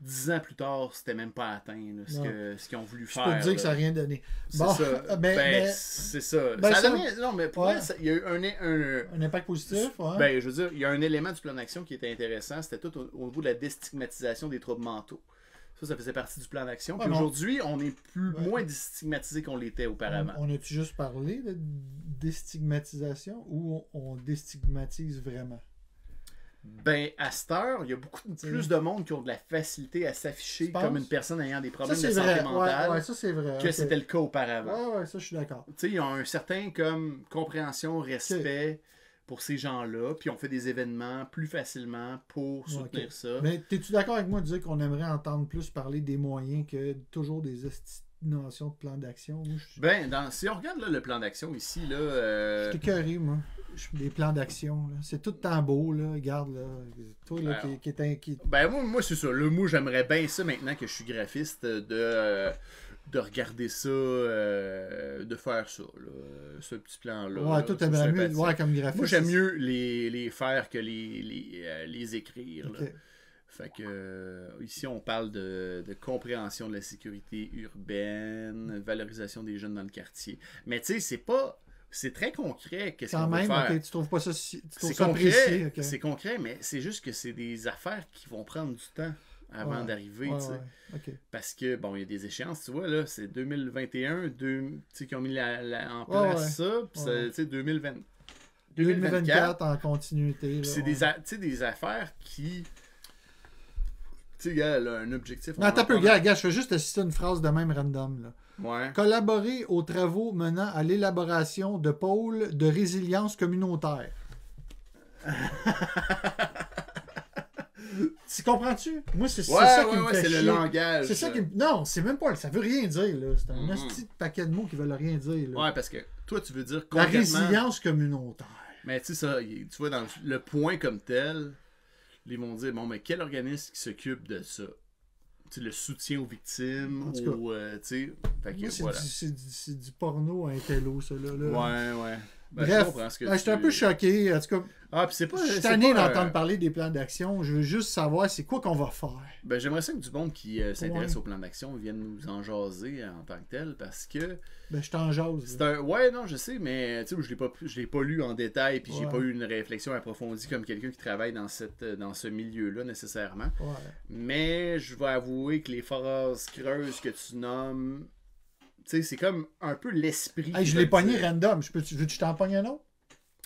[SPEAKER 2] 10 ans plus tard, c'était même pas atteint là, ce
[SPEAKER 1] Non.
[SPEAKER 2] que- ce qu'ils ont voulu
[SPEAKER 1] Je
[SPEAKER 2] faire.
[SPEAKER 1] peux te dire
[SPEAKER 2] là.
[SPEAKER 1] que ça n'a rien donné.
[SPEAKER 2] C'est
[SPEAKER 1] Bon,
[SPEAKER 2] ça.
[SPEAKER 1] mais-
[SPEAKER 2] Ben,
[SPEAKER 1] mais-
[SPEAKER 2] c'est ça.
[SPEAKER 1] Ben,
[SPEAKER 2] ça a
[SPEAKER 1] ça-
[SPEAKER 2] donné- Non, mais pour
[SPEAKER 1] Ouais.
[SPEAKER 2] vrai, ça- il y a eu un, un-
[SPEAKER 1] Un impact positif, ouais.
[SPEAKER 2] ben, je veux dire, il y a un élément du plan d'action qui était intéressant, c'était tout au, au niveau de la déstigmatisation des troubles mentaux. Ça, ça faisait partie du plan d'action.
[SPEAKER 1] Ouais,
[SPEAKER 2] Puis
[SPEAKER 1] mais on-
[SPEAKER 2] aujourd'hui, on est plus
[SPEAKER 1] Ouais.
[SPEAKER 2] moins déstigmatisé qu'on l'était auparavant.
[SPEAKER 1] On, on a-tu juste parlé de déstigmatisation ou on, on déstigmatise vraiment?
[SPEAKER 2] Ben, à cette heure, il y a beaucoup de-
[SPEAKER 1] T'sais.
[SPEAKER 2] plus de monde qui ont de la facilité à
[SPEAKER 1] Tu
[SPEAKER 2] s'afficher
[SPEAKER 1] penses?
[SPEAKER 2] comme une personne ayant des
[SPEAKER 1] Ça,
[SPEAKER 2] problèmes
[SPEAKER 1] c'est
[SPEAKER 2] de santé
[SPEAKER 1] vrai.
[SPEAKER 2] mentale
[SPEAKER 1] Ouais, ouais, ça, c'est vrai.
[SPEAKER 2] que
[SPEAKER 1] ok.
[SPEAKER 2] c'était le cas auparavant.
[SPEAKER 1] Ouais, ouais, ça, je suis d'accord.
[SPEAKER 2] Tu sais, ils ont un certain comme compréhension, respect pour ces gens-là, puis on fait des événements plus facilement pour soutenir
[SPEAKER 1] ok.
[SPEAKER 2] ça.
[SPEAKER 1] Mais t'es-tu d'accord avec moi de dire qu'on aimerait entendre plus parler des moyens que toujours des esti- notions de plan d'action? Moi, je suis
[SPEAKER 2] Ben, dans, si on regarde là, le plan d'action ici, là, euh,
[SPEAKER 1] je suis écoeuré, moi. Des plans d'action, là. C'est tout le temps beau, là. Regarde, là. Toi, là, qui,
[SPEAKER 2] Alors.
[SPEAKER 1] qui est un- qui-
[SPEAKER 2] ben moi, moi c'est ça. Le mot, j'aimerais bien ça maintenant que je suis graphiste de, euh, de regarder ça, euh, de faire ça, là, euh, ce petit plan-là.
[SPEAKER 1] Ouais,
[SPEAKER 2] là,
[SPEAKER 1] toi,
[SPEAKER 2] ça,
[SPEAKER 1] t'aimerais mieux,
[SPEAKER 2] sympathique.
[SPEAKER 1] ouais, comme graphiste.
[SPEAKER 2] Moi, j'aime mieux les, les faire que les, les, euh, les écrire. là.
[SPEAKER 1] Ok.
[SPEAKER 2] Fait que euh, ici, on parle de, de compréhension de la sécurité urbaine, valorisation des jeunes dans le quartier. Mais tu sais, c'est pas. C'est très concret qu'est-ce qu'on
[SPEAKER 1] Quand
[SPEAKER 2] veut
[SPEAKER 1] même,
[SPEAKER 2] faire.
[SPEAKER 1] ok, tu trouves pas ça si. Tu trouves
[SPEAKER 2] C'est
[SPEAKER 1] ça
[SPEAKER 2] concret,
[SPEAKER 1] précis, ok.
[SPEAKER 2] c'est concret, mais c'est juste que c'est des affaires qui vont prendre du temps avant
[SPEAKER 1] Ouais.
[SPEAKER 2] d'arriver.
[SPEAKER 1] Ouais,
[SPEAKER 2] tu sais.
[SPEAKER 1] ouais, ok.
[SPEAKER 2] Parce que, bon, il y a des échéances, tu vois, là, c'est 2021, deux, tu sais, qui ont mis la- la- en
[SPEAKER 1] Ouais,
[SPEAKER 2] place ça, puis ça,
[SPEAKER 1] ouais.
[SPEAKER 2] tu sais, 2020 2024,
[SPEAKER 1] 2024 en continuité. là,
[SPEAKER 2] puis c'est
[SPEAKER 1] ouais.
[SPEAKER 2] des, a- tu sais, des affaires qui. Tu sais, gars, elle a un objectif.
[SPEAKER 1] Non, t'as
[SPEAKER 2] peu,
[SPEAKER 1] peu, gars, gars, je vais juste te citer une phrase de même random, là.
[SPEAKER 2] Ouais.
[SPEAKER 1] Collaborer aux travaux menant à l'élaboration de pôles de résilience communautaire. tu comprends-tu? Moi, c'est c'est
[SPEAKER 2] Ouais,
[SPEAKER 1] ça qui
[SPEAKER 2] ouais,
[SPEAKER 1] me
[SPEAKER 2] ouais,
[SPEAKER 1] fait
[SPEAKER 2] c'est le
[SPEAKER 1] chier.
[SPEAKER 2] langage.
[SPEAKER 1] C'est ça qui me- Non, c'est même pas. Ça veut rien dire, là. C'est un
[SPEAKER 2] Mhm.
[SPEAKER 1] petit paquet de mots qui veulent rien dire, là.
[SPEAKER 2] Ouais, parce que toi, tu veux dire
[SPEAKER 1] La
[SPEAKER 2] concrètement.
[SPEAKER 1] résilience communautaire.
[SPEAKER 2] Mais tu sais, ça, il- tu vois, dans le, le point comme tel, ils vont dire bon, mais quel organisme qui s'occupe de ça Tu sais, le soutien aux victimes,
[SPEAKER 1] En tout cas.
[SPEAKER 2] ou. euh, tu sais, fait que
[SPEAKER 1] Moi, c'est
[SPEAKER 2] voilà.
[SPEAKER 1] du, c'est du- c'est du porno à un télo, ça, là. là.
[SPEAKER 2] Ouais, ouais. Ben, je
[SPEAKER 1] Bref,
[SPEAKER 2] comprends ce que
[SPEAKER 1] ah, j'étais un
[SPEAKER 2] tu-
[SPEAKER 1] peu choqué. En tout cas,
[SPEAKER 2] Ah, puis c'est pas.
[SPEAKER 1] je suis
[SPEAKER 2] c'est
[SPEAKER 1] tanné
[SPEAKER 2] pas, euh,
[SPEAKER 1] d'entendre parler des plans d'action. Je veux juste savoir c'est quoi qu'on va faire.
[SPEAKER 2] Ben, j'aimerais ça que du monde qui euh, s'intéresse
[SPEAKER 1] Ouais.
[SPEAKER 2] au plan d'action vienne nous en jaser euh, en tant que tel parce que
[SPEAKER 1] Ben, je t'en jase.
[SPEAKER 2] c'est
[SPEAKER 1] là.
[SPEAKER 2] un ouais non je sais mais tu sais je l'ai pas je l'ai pas lu en détail puis j'ai
[SPEAKER 1] Ouais.
[SPEAKER 2] pas eu une réflexion approfondie comme quelqu'un qui travaille dans cette dans ce milieu là nécessairement
[SPEAKER 1] Ouais.
[SPEAKER 2] mais je vais avouer que les phrases creuses que tu nommes tu sais c'est comme un peu l'esprit
[SPEAKER 1] Hey,
[SPEAKER 2] qui
[SPEAKER 1] je
[SPEAKER 2] va
[SPEAKER 1] l'ai
[SPEAKER 2] le
[SPEAKER 1] pogné
[SPEAKER 2] dire.
[SPEAKER 1] random. Je peux, veux que je t'en pogne un autre?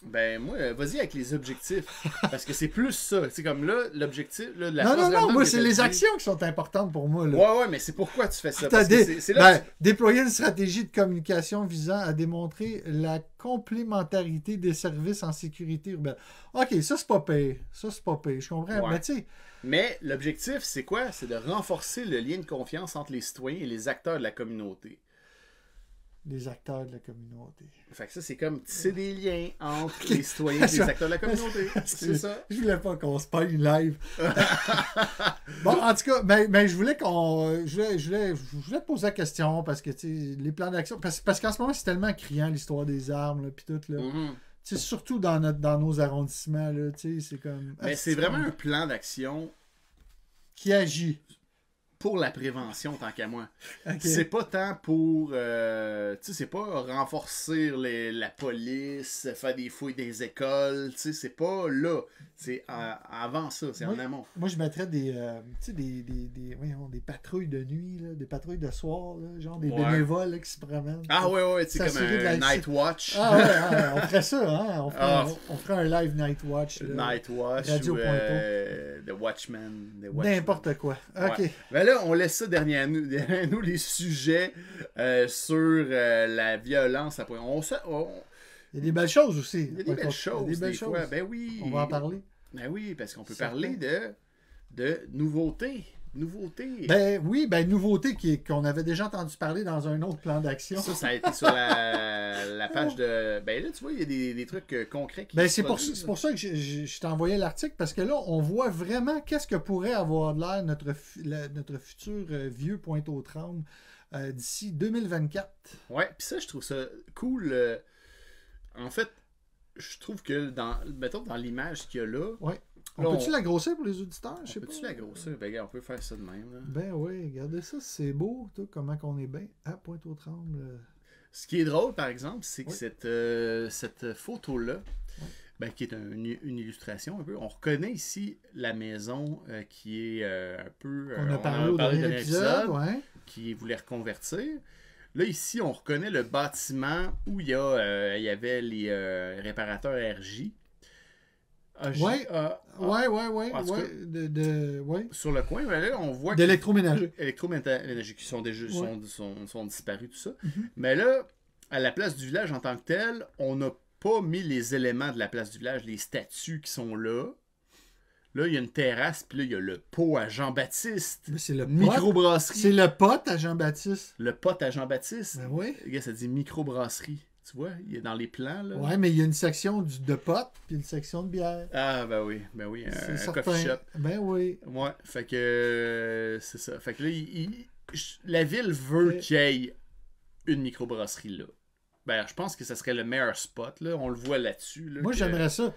[SPEAKER 2] ben moi euh, vas-y avec les objectifs parce que c'est plus ça c'est comme là l'objectif là la
[SPEAKER 1] non,
[SPEAKER 2] phrase
[SPEAKER 1] non, non.
[SPEAKER 2] random
[SPEAKER 1] Moi,
[SPEAKER 2] que
[SPEAKER 1] c'est
[SPEAKER 2] t'as
[SPEAKER 1] les
[SPEAKER 2] dit-
[SPEAKER 1] actions qui sont importantes pour moi, là.
[SPEAKER 2] ouais ouais mais c'est pourquoi tu fais ça
[SPEAKER 1] T'as
[SPEAKER 2] parce que
[SPEAKER 1] dé-
[SPEAKER 2] c'est c'est là
[SPEAKER 1] ben, Déployer une stratégie de communication visant à démontrer la complémentarité des services en sécurité urbaine. OK, ça, c'est pas payé. Ça, c'est pas payé. Je comprends.
[SPEAKER 2] Ouais.
[SPEAKER 1] Mais tu sais,
[SPEAKER 2] Mais l'objectif, c'est quoi? C'est de renforcer le lien de confiance entre les citoyens et les acteurs de la communauté.
[SPEAKER 1] les acteurs de la communauté.
[SPEAKER 2] Fait que ça, c'est comme tisser des liens entre les citoyens et les acteurs de la communauté. C'est ça.
[SPEAKER 1] Je voulais pas qu'on se paye une live. bon, en tout cas, ben, ben, je voulais qu'on. Je voulais, je, voulais, je voulais te poser la question parce que tu sais, les plans d'action. Parce, parce qu'en ce moment, c'est tellement criant l'histoire des armes, là, puis tout, là.
[SPEAKER 2] Mhm.
[SPEAKER 1] Tu sais, surtout dans, notre, dans nos arrondissements, là, tu sais, c'est comme.
[SPEAKER 2] Mais c'est vraiment un plan d'action
[SPEAKER 1] Qui agit.
[SPEAKER 2] pour la prévention, tant qu'à moi.
[SPEAKER 1] Ok.
[SPEAKER 2] C'est pas tant pour. euh, tu sais, c'est pas renforcer les- la police, faire des fouilles des écoles. Tu sais, c'est pas là. C'est en- avant ça, c'est en
[SPEAKER 1] Oui.
[SPEAKER 2] amont.
[SPEAKER 1] Moi, je mettrais des, euh, tu sais, des, des, des, voyons, des patrouilles de nuit, là, des patrouilles de soir, là, genre des
[SPEAKER 2] Ouais.
[SPEAKER 1] bénévoles là, qui se promènent.
[SPEAKER 2] Ah ouais, ouais, tu sais, comme
[SPEAKER 1] S'assurer de
[SPEAKER 2] un
[SPEAKER 1] la-
[SPEAKER 2] night watch.
[SPEAKER 1] Ah ouais, ah ouais, on ferait ça, hein? On ferait,
[SPEAKER 2] Ah.
[SPEAKER 1] on, on ferait un live Night Watch. là.
[SPEAKER 2] Night watch
[SPEAKER 1] Radio
[SPEAKER 2] ou euh, The Watchman. The Watchman.
[SPEAKER 1] N'importe quoi. Ok.
[SPEAKER 2] Ouais. Ben là, on laisse ça derrière nous, derrière nous les sujets euh, sur euh, la violence. Après, on se- on-
[SPEAKER 1] Il y a des belles choses aussi.
[SPEAKER 2] il y a des belles choses,
[SPEAKER 1] des
[SPEAKER 2] des,
[SPEAKER 1] belles choses.
[SPEAKER 2] fois. Ben oui.
[SPEAKER 1] On va en parler.
[SPEAKER 2] Ben oui, parce qu'on peut
[SPEAKER 1] Certain.
[SPEAKER 2] parler de, de nouveautés. Nouveautés.
[SPEAKER 1] Ben oui, ben nouveauté qui est- qu'on avait déjà entendu parler dans un autre plan d'action.
[SPEAKER 2] ça, ça a été sur la, la page de. Ben là, tu vois, il y a des, des trucs euh, concrets qui
[SPEAKER 1] Ben
[SPEAKER 2] se
[SPEAKER 1] c'est pour,
[SPEAKER 2] produisent.
[SPEAKER 1] c'est pour ça que je, je- je t'ai envoyé l'article parce que là, on voit vraiment qu'est-ce que pourrait avoir de l'air notre, fu- la- notre futur euh, vieux point aux trembles euh, d'ici 2024.
[SPEAKER 2] Ouais, puis ça, je trouve ça cool. euh, en fait, je trouve que dans, mettons, dans l'image qu'il y a là,
[SPEAKER 1] Ouais.
[SPEAKER 2] Là,
[SPEAKER 1] On
[SPEAKER 2] on-
[SPEAKER 1] peut-tu la grossir pour les auditeurs? Je sais pas.
[SPEAKER 2] peux-tu la grossir? Ben, regarde, on peut faire ça de même. là.
[SPEAKER 1] Ben oui, regardez ça, c'est beau, tout, comment qu'on est bien à pointe aux trembles.
[SPEAKER 2] Ce qui est drôle, par exemple, c'est que
[SPEAKER 1] Oui.
[SPEAKER 2] cette, euh, cette photo-là, ben, qui est un- une, une illustration un peu, on reconnaît ici la maison euh, qui est euh, un peu... euh,
[SPEAKER 1] On a
[SPEAKER 2] en
[SPEAKER 1] parlé au dernier épisode, ouais.
[SPEAKER 2] qui voulait reconvertir. Là, ici, on reconnaît le bâtiment où il y, a, euh, il y avait les euh, réparateurs RJ. AJ,
[SPEAKER 1] Ouais.
[SPEAKER 2] ah, ah,
[SPEAKER 1] Ouais, ouais, ouais,
[SPEAKER 2] En tout
[SPEAKER 1] ouais,
[SPEAKER 2] cas-
[SPEAKER 1] de, de, ouais.
[SPEAKER 2] Sur le coin, ben là, on voit que
[SPEAKER 1] D'électroménager.
[SPEAKER 2] électroménagers qui sont déjà
[SPEAKER 1] Ah. Ouais.
[SPEAKER 2] sont, sont- sont disparus, tout ça.
[SPEAKER 1] Mhm.
[SPEAKER 2] Mais là, à la place du village en tant que tel, on n'a pas mis les éléments de la place du village, les statues qui sont là. Là, il y a une terrasse, puis là, il y a le pot à Jean-Baptiste.
[SPEAKER 1] Mais C'est le pote.
[SPEAKER 2] Microbrasserie.
[SPEAKER 1] C'est le pote à Jean-Baptiste.
[SPEAKER 2] Le pote à Jean-Baptiste.
[SPEAKER 1] Ben oui.
[SPEAKER 2] Le gars, ça dit microbrasserie. Tu vois, il est dans les plans, là.
[SPEAKER 1] Ouais, mais il y a une section du, de pote puis une section de bière.
[SPEAKER 2] Ah, ben oui, ben oui, un,
[SPEAKER 1] C'est
[SPEAKER 2] un
[SPEAKER 1] certain.
[SPEAKER 2] coffee shop.
[SPEAKER 1] Ben oui.
[SPEAKER 2] Ouais, fait que euh, c'est ça. Fait que là, il- il- j- la ville veut
[SPEAKER 1] Ouais.
[SPEAKER 2] qu'il y ait une microbrasserie là. Ben, je pense que ça serait le meilleur spot, là. On le voit là-dessus. là,
[SPEAKER 1] Moi,
[SPEAKER 2] que-
[SPEAKER 1] j'aimerais ça.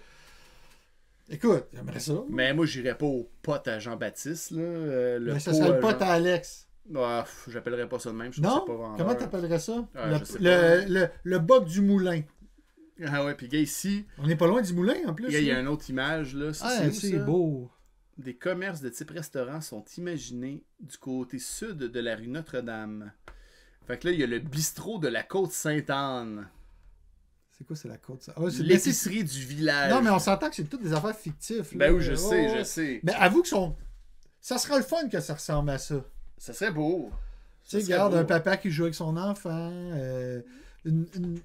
[SPEAKER 1] Écoute, j'aimerais ça.
[SPEAKER 2] Mais moi, j'irais pas au pote à Jean-Baptiste, là. euh, le
[SPEAKER 1] mais Ben, ça
[SPEAKER 2] pot
[SPEAKER 1] serait
[SPEAKER 2] à
[SPEAKER 1] le pote
[SPEAKER 2] Jean-
[SPEAKER 1] à Alex.
[SPEAKER 2] Ah, pff, J'appellerais pas ça de même. Je trouve
[SPEAKER 1] Non?
[SPEAKER 2] que c'est pas vendeur.
[SPEAKER 1] Comment t'appellerais ça?
[SPEAKER 2] Ah,
[SPEAKER 1] le,
[SPEAKER 2] je sais
[SPEAKER 1] le,
[SPEAKER 2] pas.
[SPEAKER 1] le, le boc du moulin.
[SPEAKER 2] Ah ouais, puis gars, ici,
[SPEAKER 1] On n'est pas loin du moulin en plus.
[SPEAKER 2] il y a- il y a
[SPEAKER 1] là.
[SPEAKER 2] une autre image, là. Ça,
[SPEAKER 1] Ah,
[SPEAKER 2] c'est où,
[SPEAKER 1] c'est
[SPEAKER 2] ça?
[SPEAKER 1] beau.
[SPEAKER 2] Des commerces de type restaurant sont imaginés du côté sud de la rue Notre-Dame. Fait que là, il y a le bistrot de la côte Sainte-Anne.
[SPEAKER 1] C'est quoi, c'est la côte ça? Ah, c'est
[SPEAKER 2] L'épicerie du village.
[SPEAKER 1] Non, mais on s'entend que c'est toutes des affaires fictives. là. Oh,
[SPEAKER 2] Ben oui, je
[SPEAKER 1] Ouais,
[SPEAKER 2] sais,
[SPEAKER 1] ouais.
[SPEAKER 2] je sais.
[SPEAKER 1] Mais avoue que son... ça serait le fun que ça ressemble à ça.
[SPEAKER 2] Ça serait beau.
[SPEAKER 1] Tu sais,
[SPEAKER 2] serait
[SPEAKER 1] regarde,
[SPEAKER 2] beau.
[SPEAKER 1] un papa qui joue avec son enfant, euh, une, une-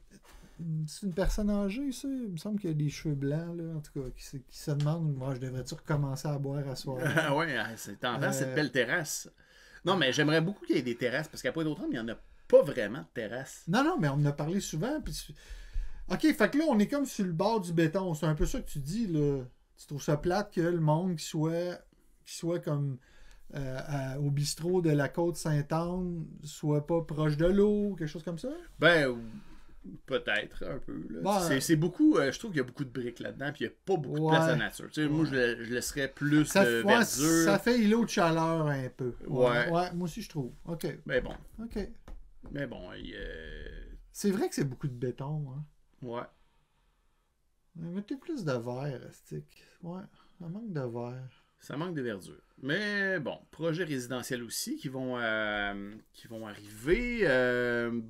[SPEAKER 1] une- c'est une personne âgée, ça. Il me semble qu'il a des cheveux blancs, là, en tout cas, qui, se- qui se demande moi, je devrais-tu recommencer à boire à soir
[SPEAKER 2] Ah ouais, ah, c'est tentant,
[SPEAKER 1] Euh.
[SPEAKER 2] cette belle terrasse. Non, mais j'aimerais beaucoup qu'il y ait des terrasses, parce qu'à pointe d'autres il n'y en a pas vraiment de terrasse.
[SPEAKER 1] Non, non, mais on en a parlé souvent. Puis... tu- Ok, fait que là, on est comme sur le bord du béton. C'est un peu ça que tu dis, là. Tu trouves ça plate que le monde qui soit, qui soit comme euh, à- au bistrot de la côte Sainte-Anne soit pas proche de l'eau, quelque chose comme ça?
[SPEAKER 2] Ben, ou- peut-être, un peu. là.
[SPEAKER 1] Ben,
[SPEAKER 2] C'est- c'est beaucoup, euh, je trouve qu'il y a beaucoup de briques là-dedans, puis il n'y a pas beaucoup de
[SPEAKER 1] Ouais.
[SPEAKER 2] place à nature. Tu sais, moi, je, la- je laisserais plus
[SPEAKER 1] Ça,
[SPEAKER 2] de
[SPEAKER 1] ouais,
[SPEAKER 2] verdure.
[SPEAKER 1] ça fait îlot de chaleur un peu.
[SPEAKER 2] Ouais.
[SPEAKER 1] moi aussi, je trouve. OK,
[SPEAKER 2] Mais bon,
[SPEAKER 1] OK.
[SPEAKER 2] mais bon, il, euh,
[SPEAKER 1] C'est vrai que c'est beaucoup de béton. Hein.
[SPEAKER 2] ouais.
[SPEAKER 1] Mais Mettez plus de verre, Stick. Ouais, ça manque de verre.
[SPEAKER 2] Ça manque de verdure. Mais bon, projets résidentiels aussi qui vont, euh, qui vont arriver. euh,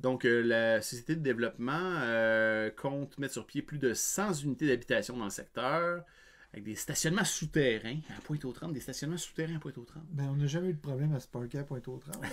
[SPEAKER 2] donc, euh, la société de développement euh, compte mettre sur pied plus de 100 unités d'habitation dans le secteur, avec des stationnements souterrains à Pointe-aux-Trembles, des stationnements souterrains à Pointe-aux-Trembles.
[SPEAKER 1] Ben, on n'a jamais eu de problème à se parker à pointe aux trembles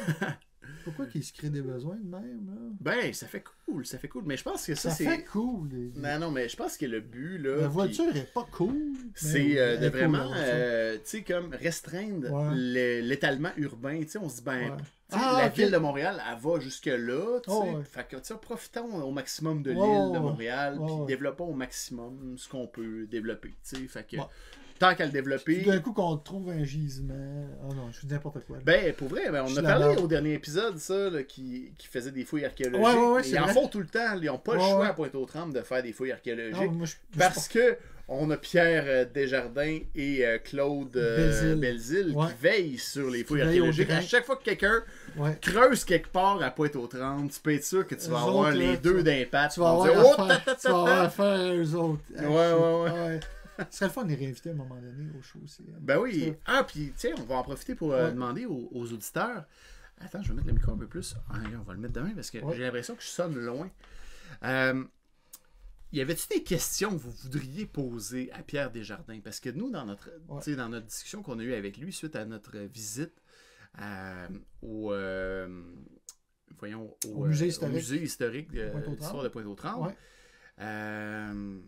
[SPEAKER 1] Pourquoi qu'ils se créent des besoins de même, là?
[SPEAKER 2] Ben, ça fait cool, ça fait cool. Mais je pense que ça,
[SPEAKER 1] Ça, fait
[SPEAKER 2] c'est...
[SPEAKER 1] cool. Ben, les-
[SPEAKER 2] Non, non, mais je pense que le but, là...
[SPEAKER 1] La
[SPEAKER 2] puis-
[SPEAKER 1] voiture est pas cool. mais
[SPEAKER 2] C'est euh,
[SPEAKER 1] Ben
[SPEAKER 2] de
[SPEAKER 1] elle est cool, la
[SPEAKER 2] vraiment,
[SPEAKER 1] voiture.
[SPEAKER 2] euh, tu sais, comme restreindre
[SPEAKER 1] Ouais.
[SPEAKER 2] le- l'étalement urbain. Tu sais, on se dit, ben,
[SPEAKER 1] Ouais.
[SPEAKER 2] tu sais,
[SPEAKER 1] Ah,
[SPEAKER 2] la
[SPEAKER 1] ok.
[SPEAKER 2] ville de Montréal, elle va jusque-là. Tu sais,
[SPEAKER 1] Oh, ouais. Oh,
[SPEAKER 2] fait que, tu sais, profitons au maximum de
[SPEAKER 1] Ouais,
[SPEAKER 2] l'île
[SPEAKER 1] ouais,
[SPEAKER 2] de
[SPEAKER 1] ouais.
[SPEAKER 2] Montréal,
[SPEAKER 1] Ouais,
[SPEAKER 2] puis
[SPEAKER 1] ouais.
[SPEAKER 2] développons au maximum ce qu'on peut développer. Tu sais, fait que
[SPEAKER 1] Ouais.
[SPEAKER 2] tant qu'à le développer.
[SPEAKER 1] Tout d'un coup qu'on trouve un gisement. Oh non, je dis n'importe quoi. là.
[SPEAKER 2] Ben, pour vrai, ben, on
[SPEAKER 1] Je
[SPEAKER 2] a
[SPEAKER 1] la
[SPEAKER 2] parlé
[SPEAKER 1] barre.
[SPEAKER 2] au dernier épisode, ça, là, qui, qui faisait des fouilles archéologiques.
[SPEAKER 1] Ouais, ouais, ouais,
[SPEAKER 2] Et
[SPEAKER 1] c'est
[SPEAKER 2] ils en
[SPEAKER 1] vrai.
[SPEAKER 2] font tout le temps. Ils n'ont pas le
[SPEAKER 1] Ouais,
[SPEAKER 2] choix
[SPEAKER 1] ouais.
[SPEAKER 2] à Pointe-aux-Trembles de faire des fouilles
[SPEAKER 1] Non,
[SPEAKER 2] archéologiques.
[SPEAKER 1] moi, je- je
[SPEAKER 2] parce que on a Pierre euh, Desjardins et euh, Claude euh,
[SPEAKER 1] Belzile.
[SPEAKER 2] Belzile
[SPEAKER 1] Ouais.
[SPEAKER 2] qui veillent sur les fouilles
[SPEAKER 1] veillent au
[SPEAKER 2] archéologiques.
[SPEAKER 1] grain.
[SPEAKER 2] À chaque fois que quelqu'un
[SPEAKER 1] Ouais.
[SPEAKER 2] creuse quelque part à Pointe-aux-Trembles, tu peux être sûr que tu vas
[SPEAKER 1] Eux
[SPEAKER 2] avoir
[SPEAKER 1] autres, là,
[SPEAKER 2] les
[SPEAKER 1] tu-
[SPEAKER 2] deux d'impact.
[SPEAKER 1] Tu vas
[SPEAKER 2] Ils vont
[SPEAKER 1] avoir
[SPEAKER 2] dire, Oh, ta,
[SPEAKER 1] affaire,
[SPEAKER 2] ta,
[SPEAKER 1] tu
[SPEAKER 2] ta,
[SPEAKER 1] vas avoir
[SPEAKER 2] ta.
[SPEAKER 1] affaire à eux autres. Ah,
[SPEAKER 2] Ouais,
[SPEAKER 1] shit.
[SPEAKER 2] ouais,
[SPEAKER 1] Ouais. Ce serait le fun de les réinviter à un moment donné au show aussi. hein.
[SPEAKER 2] Ben oui.
[SPEAKER 1] Ça.
[SPEAKER 2] Ah, puis tiens, on va en profiter pour euh,
[SPEAKER 1] Ouais.
[SPEAKER 2] demander aux, aux auditeurs. Attends, je vais mettre le micro un peu plus. Ah, on va le mettre demain parce que
[SPEAKER 1] Ouais.
[SPEAKER 2] j'ai l'impression que je sonne loin. Euh, y avait-tu des questions que vous voudriez poser à Pierre Desjardins? Parce que nous, dans notre,
[SPEAKER 1] Ouais.
[SPEAKER 2] tu sais, dans notre discussion qu'on a eue avec lui suite à notre visite à- au, euh, voyons, euh,
[SPEAKER 1] Au musée historique.
[SPEAKER 2] musée historique de
[SPEAKER 1] Pointe-aux-Trembles.
[SPEAKER 2] l'histoire de Pointe-aux-Trembles,
[SPEAKER 1] Ouais.
[SPEAKER 2] euh,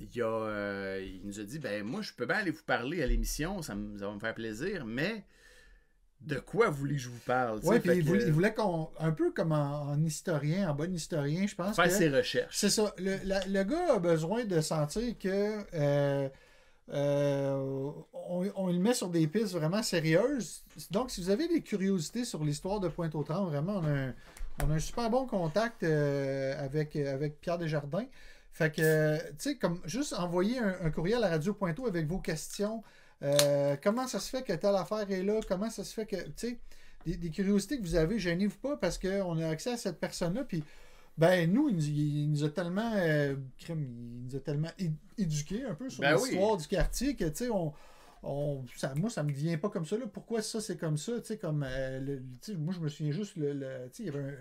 [SPEAKER 2] il, a, euh, il nous a dit ben moi je peux bien aller vous parler à l'émission, ça, me- ça va me faire plaisir, mais de quoi voulez-vous que je vous parle? tu
[SPEAKER 1] Ouais,
[SPEAKER 2] sais,
[SPEAKER 1] puis
[SPEAKER 2] fait
[SPEAKER 1] il
[SPEAKER 2] que,
[SPEAKER 1] voulait, il voulait qu'on. Un peu comme en, en historien, en bon historien, je pense.
[SPEAKER 2] faire
[SPEAKER 1] que-
[SPEAKER 2] ses recherches.
[SPEAKER 1] C'est ça. Le, la- le gars a besoin de sentir que euh, euh, on, on le met sur des pistes vraiment sérieuses. Donc, si vous avez des curiosités sur l'histoire de Pointe-aux-Trembles, vraiment, on a un, on a un super bon contact euh, avec, avec Pierre Desjardins. Fait que, euh, tu sais, comme juste envoyer un, un courriel à Radio Pointeau avec vos questions. Euh, comment ça se fait que telle affaire est là? Comment ça se fait que, tu sais, des, des curiosités que vous avez, gênez-vous pas parce qu'on a accès à cette personne-là. Puis, ben, nous, il, nous- il nous a tellement, euh, crime, il nous a tellement é- éduqués un peu sur
[SPEAKER 2] Ben oui.
[SPEAKER 1] l'histoire du quartier que, tu sais, on. On, ça, moi, ça me vient pas comme ça. Là. Pourquoi ça, c'est comme ça? Tu sais, comme, euh, le- tu sais, moi, je me souviens juste, le, le- tu sais, il y avait un, euh,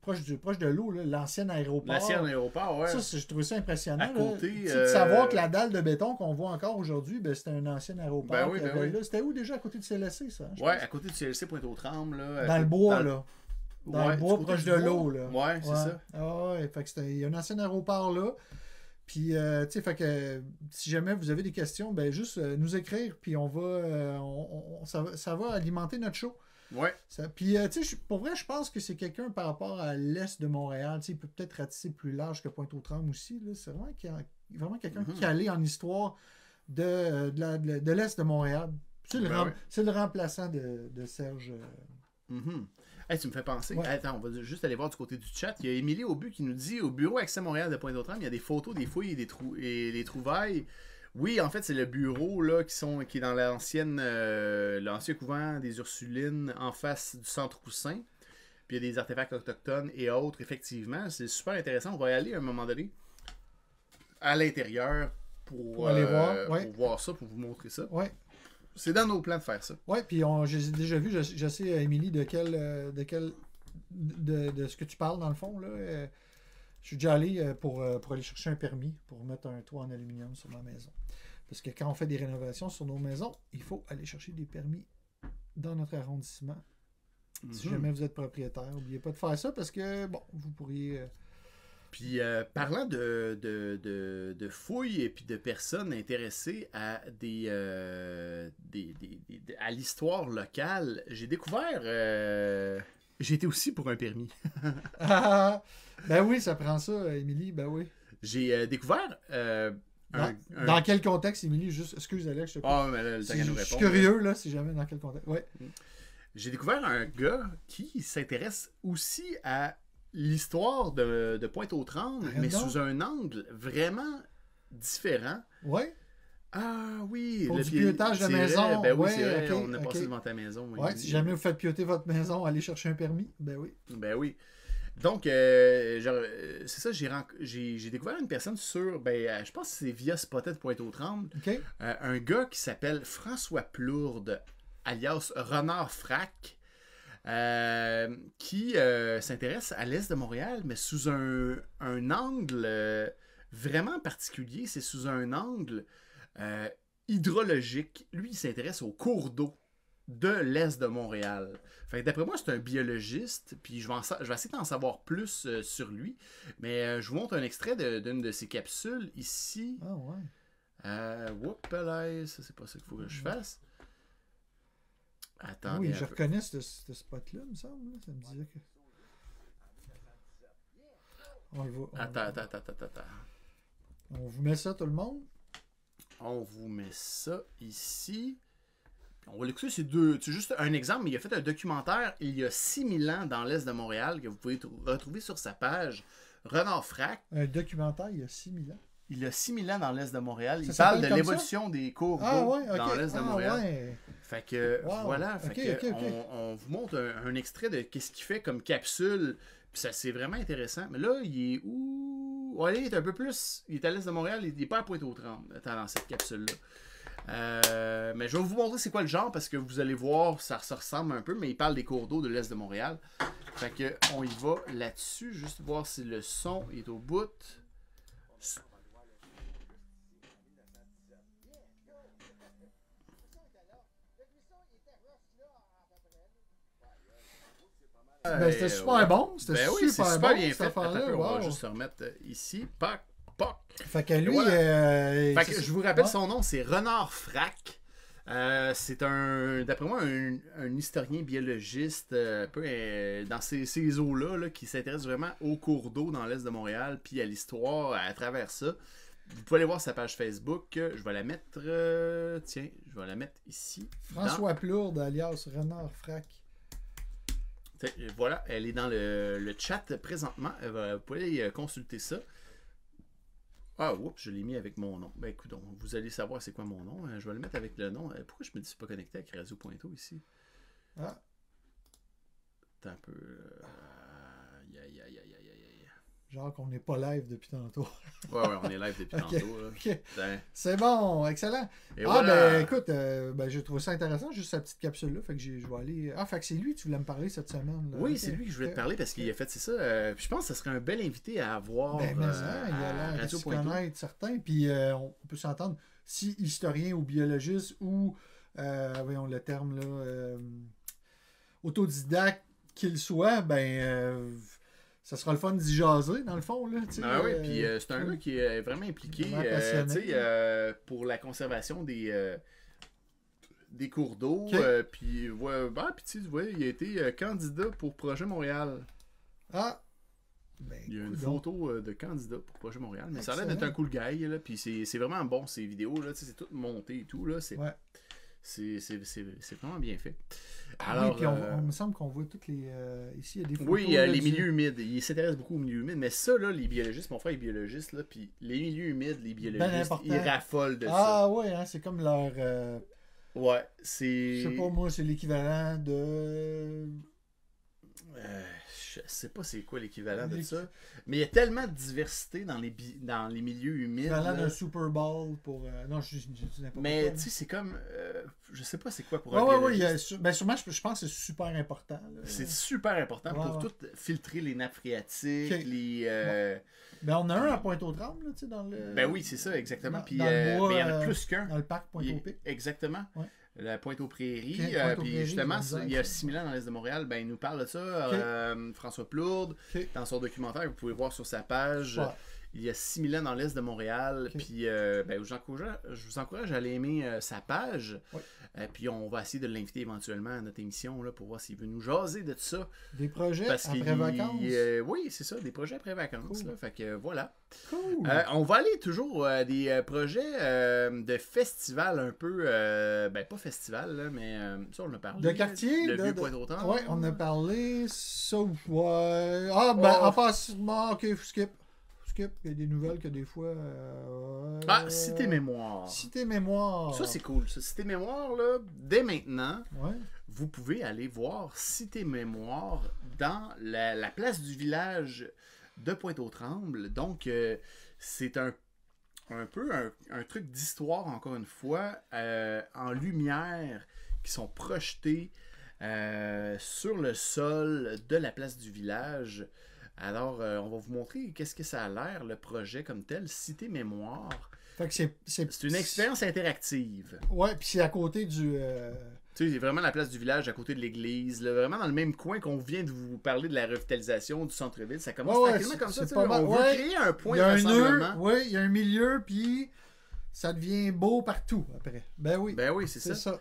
[SPEAKER 1] proche, du, proche de l'eau, là, l'ancien aéroport.
[SPEAKER 2] L'ancien aéroport, ouais.
[SPEAKER 1] Ah. Ça, c'est- je trouvais ça impressionnant.
[SPEAKER 2] À
[SPEAKER 1] là.
[SPEAKER 2] côté,
[SPEAKER 1] Tu sais, De
[SPEAKER 2] euh,
[SPEAKER 1] savoir que la dalle de béton qu'on voit encore aujourd'hui, ben, c'était un ancien aéroport.
[SPEAKER 2] Ben oui,
[SPEAKER 1] qu'il y
[SPEAKER 2] ben
[SPEAKER 1] avait
[SPEAKER 2] oui.
[SPEAKER 1] là. C'était où déjà à côté de CLSC, ça? je
[SPEAKER 2] ouais,
[SPEAKER 1] pense?
[SPEAKER 2] à côté du CLC Pointe-aux-Trembles. là, à
[SPEAKER 1] Dans le
[SPEAKER 2] côté-
[SPEAKER 1] bois,
[SPEAKER 2] dans-
[SPEAKER 1] là. Dans le
[SPEAKER 2] du
[SPEAKER 1] bois,
[SPEAKER 2] côté
[SPEAKER 1] proche
[SPEAKER 2] du
[SPEAKER 1] de
[SPEAKER 2] bois.
[SPEAKER 1] l'eau, là.
[SPEAKER 2] Ouais, c'est
[SPEAKER 1] Ouais.
[SPEAKER 2] ça.
[SPEAKER 1] Ah ouais, fait que c'était- il y a un ancien aéroport là. Puis, euh, tu sais, fait que euh, si jamais vous avez des questions, ben juste euh, nous écrire, puis on va, euh, on- on- ça, va- ça va alimenter notre show.
[SPEAKER 2] Ouais.
[SPEAKER 1] Ça- puis, euh, tu sais, je- pour vrai, je pense que c'est quelqu'un par rapport à l'est de Montréal. Tu sais, il peut peut-être ratisser plus large que Pointe-aux-Trembles aussi. là. C'est vraiment, qu'il y a- vraiment quelqu'un
[SPEAKER 2] Mhm.
[SPEAKER 1] qui allait en histoire de, euh, de la- de la- de l'est de Montréal. C'est le,
[SPEAKER 2] Ben
[SPEAKER 1] rem-
[SPEAKER 2] ouais.
[SPEAKER 1] c'est le remplaçant de, de Serge. euh,
[SPEAKER 2] Mhm. Hey, tu me fais penser.
[SPEAKER 1] Ouais.
[SPEAKER 2] Attends, on va juste aller voir du côté du chat. Il y a Émilie Aubu qui nous dit au bureau Accès Montréal de Pointe-aux-Trembles, il y a des photos des fouilles et des, trou- et des trouvailles. Oui, en fait, c'est le bureau là, qui, sont, qui est dans l'ancienne, euh, l'ancien couvent des Ursulines en face du centre Roussin. Puis il y a des artefacts autochtones et autres, effectivement. C'est super intéressant. On va y aller à un moment donné à l'intérieur pour, euh,
[SPEAKER 1] Pour aller voir, ouais.
[SPEAKER 2] pour voir ça, pour vous montrer ça.
[SPEAKER 1] Ouais.
[SPEAKER 2] C'est dans nos plans de faire ça.
[SPEAKER 1] Ouais, puis on, j'ai déjà vu, je, je sais, euh, Émilie, de quel, euh, de quel, de, de ce que tu parles dans le fond là. euh, je suis déjà allé euh, pour, euh, pour aller chercher un permis pour mettre un toit en aluminium sur ma maison. Parce que quand on fait des rénovations sur nos maisons, il faut aller chercher des permis dans notre arrondissement. Si
[SPEAKER 2] Mhm.
[SPEAKER 1] jamais vous êtes propriétaire, n'oubliez pas de faire ça parce que bon, vous pourriez. euh,
[SPEAKER 2] Puis euh, parlant de, de, de, de fouilles et puis de personnes intéressées à des, euh, des, des- des- des- à l'histoire locale, j'ai découvert euh, j'ai été aussi pour un permis.
[SPEAKER 1] Ah, ben oui, ça prend ça, euh, Émilie. Ben oui.
[SPEAKER 2] J'ai euh, découvert euh, un,
[SPEAKER 1] Dans,
[SPEAKER 2] un-
[SPEAKER 1] dans quel contexte, Émilie Juste, excuse Alex, je te coupe.
[SPEAKER 2] Ah, mais là, le temps
[SPEAKER 1] Si-
[SPEAKER 2] qu'elle
[SPEAKER 1] je
[SPEAKER 2] nous
[SPEAKER 1] suis
[SPEAKER 2] répond,
[SPEAKER 1] curieux là, si jamais dans quel contexte. Ouais.
[SPEAKER 2] J'ai découvert un gars qui s'intéresse aussi à l'histoire de, de Pointe-aux-Trembles,
[SPEAKER 1] Ah
[SPEAKER 2] mais
[SPEAKER 1] non?
[SPEAKER 2] sous un angle vraiment différent.
[SPEAKER 1] Ouais.
[SPEAKER 2] Ah oui,
[SPEAKER 1] Pour
[SPEAKER 2] le
[SPEAKER 1] du
[SPEAKER 2] pied-
[SPEAKER 1] pilotage de
[SPEAKER 2] c'est vrai,
[SPEAKER 1] maison,
[SPEAKER 2] Ben oui,
[SPEAKER 1] ouais,
[SPEAKER 2] c'est vrai,
[SPEAKER 1] ok,
[SPEAKER 2] on a
[SPEAKER 1] ok.
[SPEAKER 2] passé devant ta maison. oui.
[SPEAKER 1] Ouais, si jamais vous faites pioter votre maison, allez chercher un permis. Ben oui.
[SPEAKER 2] Ben oui. Donc, euh, genre, euh, c'est ça, j'ai ren- j'ai j'ai découvert une personne sur, ben, euh, je pense que c'est via Spotted Pointe-aux-Trembles,
[SPEAKER 1] OK?
[SPEAKER 2] euh, un gars qui s'appelle François Plourde, alias Renard Frac, euh, qui euh, s'intéresse à l'est de Montréal, mais sous un, un angle euh, vraiment particulier. C'est sous un angle euh, hydrologique. Lui, il s'intéresse aux cours d'eau de l'est de Montréal. Fait que d'après moi, c'est un biologiste, puis je vais, en sa- je vais essayer d'en savoir plus euh, sur lui. Mais euh, je vous montre un extrait de- d'une de, ses capsules ici.
[SPEAKER 1] Ah ouais.
[SPEAKER 2] Euh, whoop-a-lay, ça c'est pas ça qu'il faut que je fasse. Attendez.
[SPEAKER 1] Mm-hmm. oui,
[SPEAKER 2] un
[SPEAKER 1] je
[SPEAKER 2] peu.
[SPEAKER 1] reconnais ce, ce spot-là, il me semble. là. Ça me disait que. On le voit. On,
[SPEAKER 2] Attends, attends, attends, attends, attends.
[SPEAKER 1] on vous met ça, tout le monde.
[SPEAKER 2] On vous met ça ici. On va l'écouter, c'est deux. C'est juste un exemple, mais il a fait un documentaire il y a 6000 ans dans l'Est de Montréal que vous pouvez trou- retrouver sur sa page Renard Frac.
[SPEAKER 1] Un documentaire il y a 6000 ans.
[SPEAKER 2] Il y a 6000 ans dans l'Est de Montréal. Il
[SPEAKER 1] Ça
[SPEAKER 2] parle
[SPEAKER 1] s'appelle
[SPEAKER 2] de
[SPEAKER 1] comme
[SPEAKER 2] l'évolution des cours
[SPEAKER 1] Ah
[SPEAKER 2] d'eau
[SPEAKER 1] ouais, ok.
[SPEAKER 2] dans l'Est de
[SPEAKER 1] Ah
[SPEAKER 2] Montréal.
[SPEAKER 1] ouais.
[SPEAKER 2] Fait que
[SPEAKER 1] Wow.
[SPEAKER 2] voilà, fait
[SPEAKER 1] Ok,
[SPEAKER 2] que
[SPEAKER 1] ok, ok.
[SPEAKER 2] On, on vous montre un, un extrait de qu'est-ce qu'il fait comme capsule. Puis ça c'est vraiment intéressant. Mais là, il est où Ouais, il est un peu plus. Il est à l'est de Montréal, il n'est pas à Pointe-aux-Trembles. Attends, dans cette capsule-là. Euh, mais je vais vous montrer c'est quoi le genre parce que vous allez voir, ça se ressemble un peu, mais il parle des cours d'eau de l'Est de Montréal. Fait que on y va là-dessus, juste voir si le son est au bout.
[SPEAKER 1] Ben, c'était
[SPEAKER 2] Euh,
[SPEAKER 1] super
[SPEAKER 2] ouais.
[SPEAKER 1] bon, c'était
[SPEAKER 2] Ben oui,
[SPEAKER 1] super,
[SPEAKER 2] c'est
[SPEAKER 1] bon,
[SPEAKER 2] super bien
[SPEAKER 1] cette
[SPEAKER 2] fait. Attends,
[SPEAKER 1] affaire-là,
[SPEAKER 2] on va
[SPEAKER 1] wow.
[SPEAKER 2] juste se remettre euh, ici. Pac, pac.
[SPEAKER 1] Fait que lui,
[SPEAKER 2] Voilà.
[SPEAKER 1] euh,
[SPEAKER 2] Fait
[SPEAKER 1] c'est-
[SPEAKER 2] que je vous rappelle
[SPEAKER 1] ouais.
[SPEAKER 2] son nom, c'est Renard Frac. Euh, c'est un, d'après moi, un, un historien biologiste euh, un peu euh, dans ces, ces eaux-là là, qui s'intéresse vraiment aux cours d'eau dans l'est de Montréal, puis à l'histoire à travers ça. Vous pouvez aller voir sa page Facebook. euh, Je vais la mettre. euh, tiens, je vais la mettre ici. dans-
[SPEAKER 1] François Plourde, alias Renard Frac.
[SPEAKER 2] Fait- euh, Voilà, elle est dans le, le chat présentement. Elle va- vous pouvez aller, euh, consulter ça. Ah, oups, je l'ai mis avec mon nom. Ben écoute, vous allez savoir c'est quoi mon nom. Euh, Je vais le mettre avec le nom. Euh, Pourquoi je me dis pas connecté avec Radio Pointo ici
[SPEAKER 1] Ah.
[SPEAKER 2] Attends un peu. euh, Aïe, aïe, aïe, aïe, aïe, aïe.
[SPEAKER 1] Genre qu'on n'est pas live depuis tantôt.
[SPEAKER 2] Ouais, ouais, on est live depuis
[SPEAKER 1] Ok.
[SPEAKER 2] tantôt. Là.
[SPEAKER 1] Ok.
[SPEAKER 2] Putain.
[SPEAKER 1] C'est bon, excellent.
[SPEAKER 2] Et
[SPEAKER 1] ah
[SPEAKER 2] voilà.
[SPEAKER 1] ben écoute, euh, ben, j'ai trouvé ça intéressant, juste sa petite capsule-là. Fait que j'ai- je vais aller. Ah, fait que c'est lui, tu voulais me parler cette semaine. là.
[SPEAKER 2] Oui,
[SPEAKER 1] Ok.
[SPEAKER 2] c'est lui que je voulais te
[SPEAKER 1] Ok.
[SPEAKER 2] parler parce qu'il a fait c'est ça. euh, puis je pense que ce serait un bel invité à avoir
[SPEAKER 1] Ben, mais
[SPEAKER 2] euh,
[SPEAKER 1] hein, il
[SPEAKER 2] à
[SPEAKER 1] a l'air de
[SPEAKER 2] Radio
[SPEAKER 1] se
[SPEAKER 2] Pointeau.
[SPEAKER 1] connaître certains, puis euh, on on peut s'entendre si historien ou biologiste ou, euh, voyons le terme, là, euh, autodidacte qu'il soit, ben, euh, ça sera le fun d'y jaser, dans le fond, là, tu sais,
[SPEAKER 2] Ah oui,
[SPEAKER 1] euh,
[SPEAKER 2] puis euh, c'est un
[SPEAKER 1] oui.
[SPEAKER 2] gars qui est vraiment impliqué
[SPEAKER 1] Vraiment
[SPEAKER 2] euh,
[SPEAKER 1] passionné.
[SPEAKER 2] tu sais, euh, pour la conservation des, euh, des cours d'eau.
[SPEAKER 1] Ok.
[SPEAKER 2] euh, puis, ouais, bah, puis tu sais, ouais, il a été euh, candidat pour Projet Montréal.
[SPEAKER 1] Ah! Ben,
[SPEAKER 2] Il y a une
[SPEAKER 1] coudonc.
[SPEAKER 2] photo euh, de candidat pour Projet Montréal. Mais ça a l'air
[SPEAKER 1] Excellent.
[SPEAKER 2] d'être un cool guy. Là, puis c'est c'est vraiment bon, ces vidéos. là tu sais, C'est tout monté et tout. là C'est
[SPEAKER 1] Ouais.
[SPEAKER 2] c'est- c'est- c'est- c'est vraiment bien fait.
[SPEAKER 1] Ah oui,
[SPEAKER 2] Alors,
[SPEAKER 1] puis on,
[SPEAKER 2] euh,
[SPEAKER 1] on me semble qu'on voit toutes les... euh, ici, il y a des photos.
[SPEAKER 2] Oui, euh,
[SPEAKER 1] là,
[SPEAKER 2] les
[SPEAKER 1] du-
[SPEAKER 2] milieux humides. Ils s'intéressent beaucoup aux milieux humides. Mais ça, là, les biologistes, mon frère est biologiste, là, puis les milieux humides, les biologistes,
[SPEAKER 1] Ben, important.
[SPEAKER 2] ils raffolent de ça.
[SPEAKER 1] Ah ouais, hein, c'est comme leur... euh,
[SPEAKER 2] Ouais, c'est.
[SPEAKER 1] je sais pas, moi, c'est l'équivalent de...
[SPEAKER 2] Euh, je sais pas c'est quoi l'équivalent de
[SPEAKER 1] Les-
[SPEAKER 2] ça. Mais il y a tellement de diversité dans les, bi- dans les milieux humides.
[SPEAKER 1] L'équivalent
[SPEAKER 2] là.
[SPEAKER 1] d'un Super Bowl pour... euh, non, je, je, je dis n'importe quoi.
[SPEAKER 2] Mais
[SPEAKER 1] là.
[SPEAKER 2] tu sais, c'est comme. euh, je sais pas c'est quoi pour
[SPEAKER 1] Oui,
[SPEAKER 2] un
[SPEAKER 1] oui, oui.
[SPEAKER 2] biologiste.
[SPEAKER 1] ben sûrement, je, je pense que c'est super important. là.
[SPEAKER 2] C'est super important
[SPEAKER 1] Ouais,
[SPEAKER 2] pour
[SPEAKER 1] ouais.
[SPEAKER 2] tout filtrer les nappes phréatiques,
[SPEAKER 1] Ok.
[SPEAKER 2] les. euh,
[SPEAKER 1] Ben, on a un à Pointe-aux-Trembles, là, tu sais, dans le.
[SPEAKER 2] Ben oui, c'est ça, exactement.
[SPEAKER 1] Dans-
[SPEAKER 2] Puis,
[SPEAKER 1] dans le
[SPEAKER 2] euh,
[SPEAKER 1] bois,
[SPEAKER 2] mais il y en a
[SPEAKER 1] euh,
[SPEAKER 2] plus qu'un.
[SPEAKER 1] Dans le parc
[SPEAKER 2] Il-
[SPEAKER 1] Pointe-aux-Pics.
[SPEAKER 2] Exactement.
[SPEAKER 1] Ouais.
[SPEAKER 2] La pointe aux prairies.
[SPEAKER 1] Ok,
[SPEAKER 2] euh,
[SPEAKER 1] Pointe aux
[SPEAKER 2] puis
[SPEAKER 1] Prairies,
[SPEAKER 2] justement,
[SPEAKER 1] bonne
[SPEAKER 2] ça,
[SPEAKER 1] zone,
[SPEAKER 2] il y a
[SPEAKER 1] ça.
[SPEAKER 2] 6000 ans dans l'Est de Montréal, ben, il nous parle de ça. euh, François Plourde,
[SPEAKER 1] Ok.
[SPEAKER 2] dans son documentaire, vous pouvez voir sur sa page.
[SPEAKER 1] Ouais.
[SPEAKER 2] Il y a 6000 ans dans l'Est de Montréal.
[SPEAKER 1] Ok.
[SPEAKER 2] Puis euh, ben, je, vous encourage, je vous encourage à aller aimer euh, sa page.
[SPEAKER 1] Ouais.
[SPEAKER 2] Euh, puis on va essayer de l'inviter éventuellement à notre émission là, pour voir s'il veut nous jaser de ça.
[SPEAKER 1] Des projets
[SPEAKER 2] Parce qu'il.
[SPEAKER 1] après vacances.
[SPEAKER 2] euh, oui, c'est ça, des projets après vacances.
[SPEAKER 1] Cool.
[SPEAKER 2] là. fait que euh, voilà.
[SPEAKER 1] Cool.
[SPEAKER 2] Euh, on va aller toujours à des euh, projets euh, de festival un peu. euh, ben, pas festival, là, mais euh, ça, on a parlé.
[SPEAKER 1] de quartier.
[SPEAKER 2] Le
[SPEAKER 1] de,
[SPEAKER 2] vieux
[SPEAKER 1] de-
[SPEAKER 2] Pointe-aux-Trembles.
[SPEAKER 1] Ah Ouais, on a parlé. Ça, ouais. Ah, ben,
[SPEAKER 2] Oh.
[SPEAKER 1] en passe. Bon, ok, skip. Skip. Il y a des nouvelles que des fois. euh,
[SPEAKER 2] Ah,
[SPEAKER 1] euh,
[SPEAKER 2] Cité Mémoire.
[SPEAKER 1] Cité mémoire.
[SPEAKER 2] Ah. Ça, c'est cool. Ça. Cité Mémoire, là, dès maintenant,
[SPEAKER 1] Ouais.
[SPEAKER 2] vous pouvez aller voir Cité Mémoire dans la, la place du village de Pointe-aux-Trembles. Donc, euh, c'est un, un peu un, un truc d'histoire, encore une fois, euh, en lumière qui sont projetés euh, sur le sol de la place du village. Alors, euh, on va vous montrer qu'est-ce que ça a l'air, le projet comme tel, Cité Mémoire.
[SPEAKER 1] Fait que c'est.
[SPEAKER 2] C'est une expérience interactive.
[SPEAKER 1] Ouais, puis c'est à côté du. euh,
[SPEAKER 2] Tu sais, c'est vraiment la place du village à côté de l'église, là, vraiment dans le même coin qu'on vient de vous parler de la revitalisation du centre-ville. Ça commence
[SPEAKER 1] Ouais, ouais,
[SPEAKER 2] tranquillement
[SPEAKER 1] c'est-
[SPEAKER 2] comme ça.
[SPEAKER 1] c'est
[SPEAKER 2] tu sais,
[SPEAKER 1] pas mal.
[SPEAKER 2] on veut
[SPEAKER 1] Ouais.
[SPEAKER 2] créer un point
[SPEAKER 1] Il y
[SPEAKER 2] de
[SPEAKER 1] a un nœud,
[SPEAKER 2] rassemblement.
[SPEAKER 1] oui, il y a un milieu, puis ça devient beau partout après. Ben oui,
[SPEAKER 2] Ben oui, c'est ça.
[SPEAKER 1] c'est ça.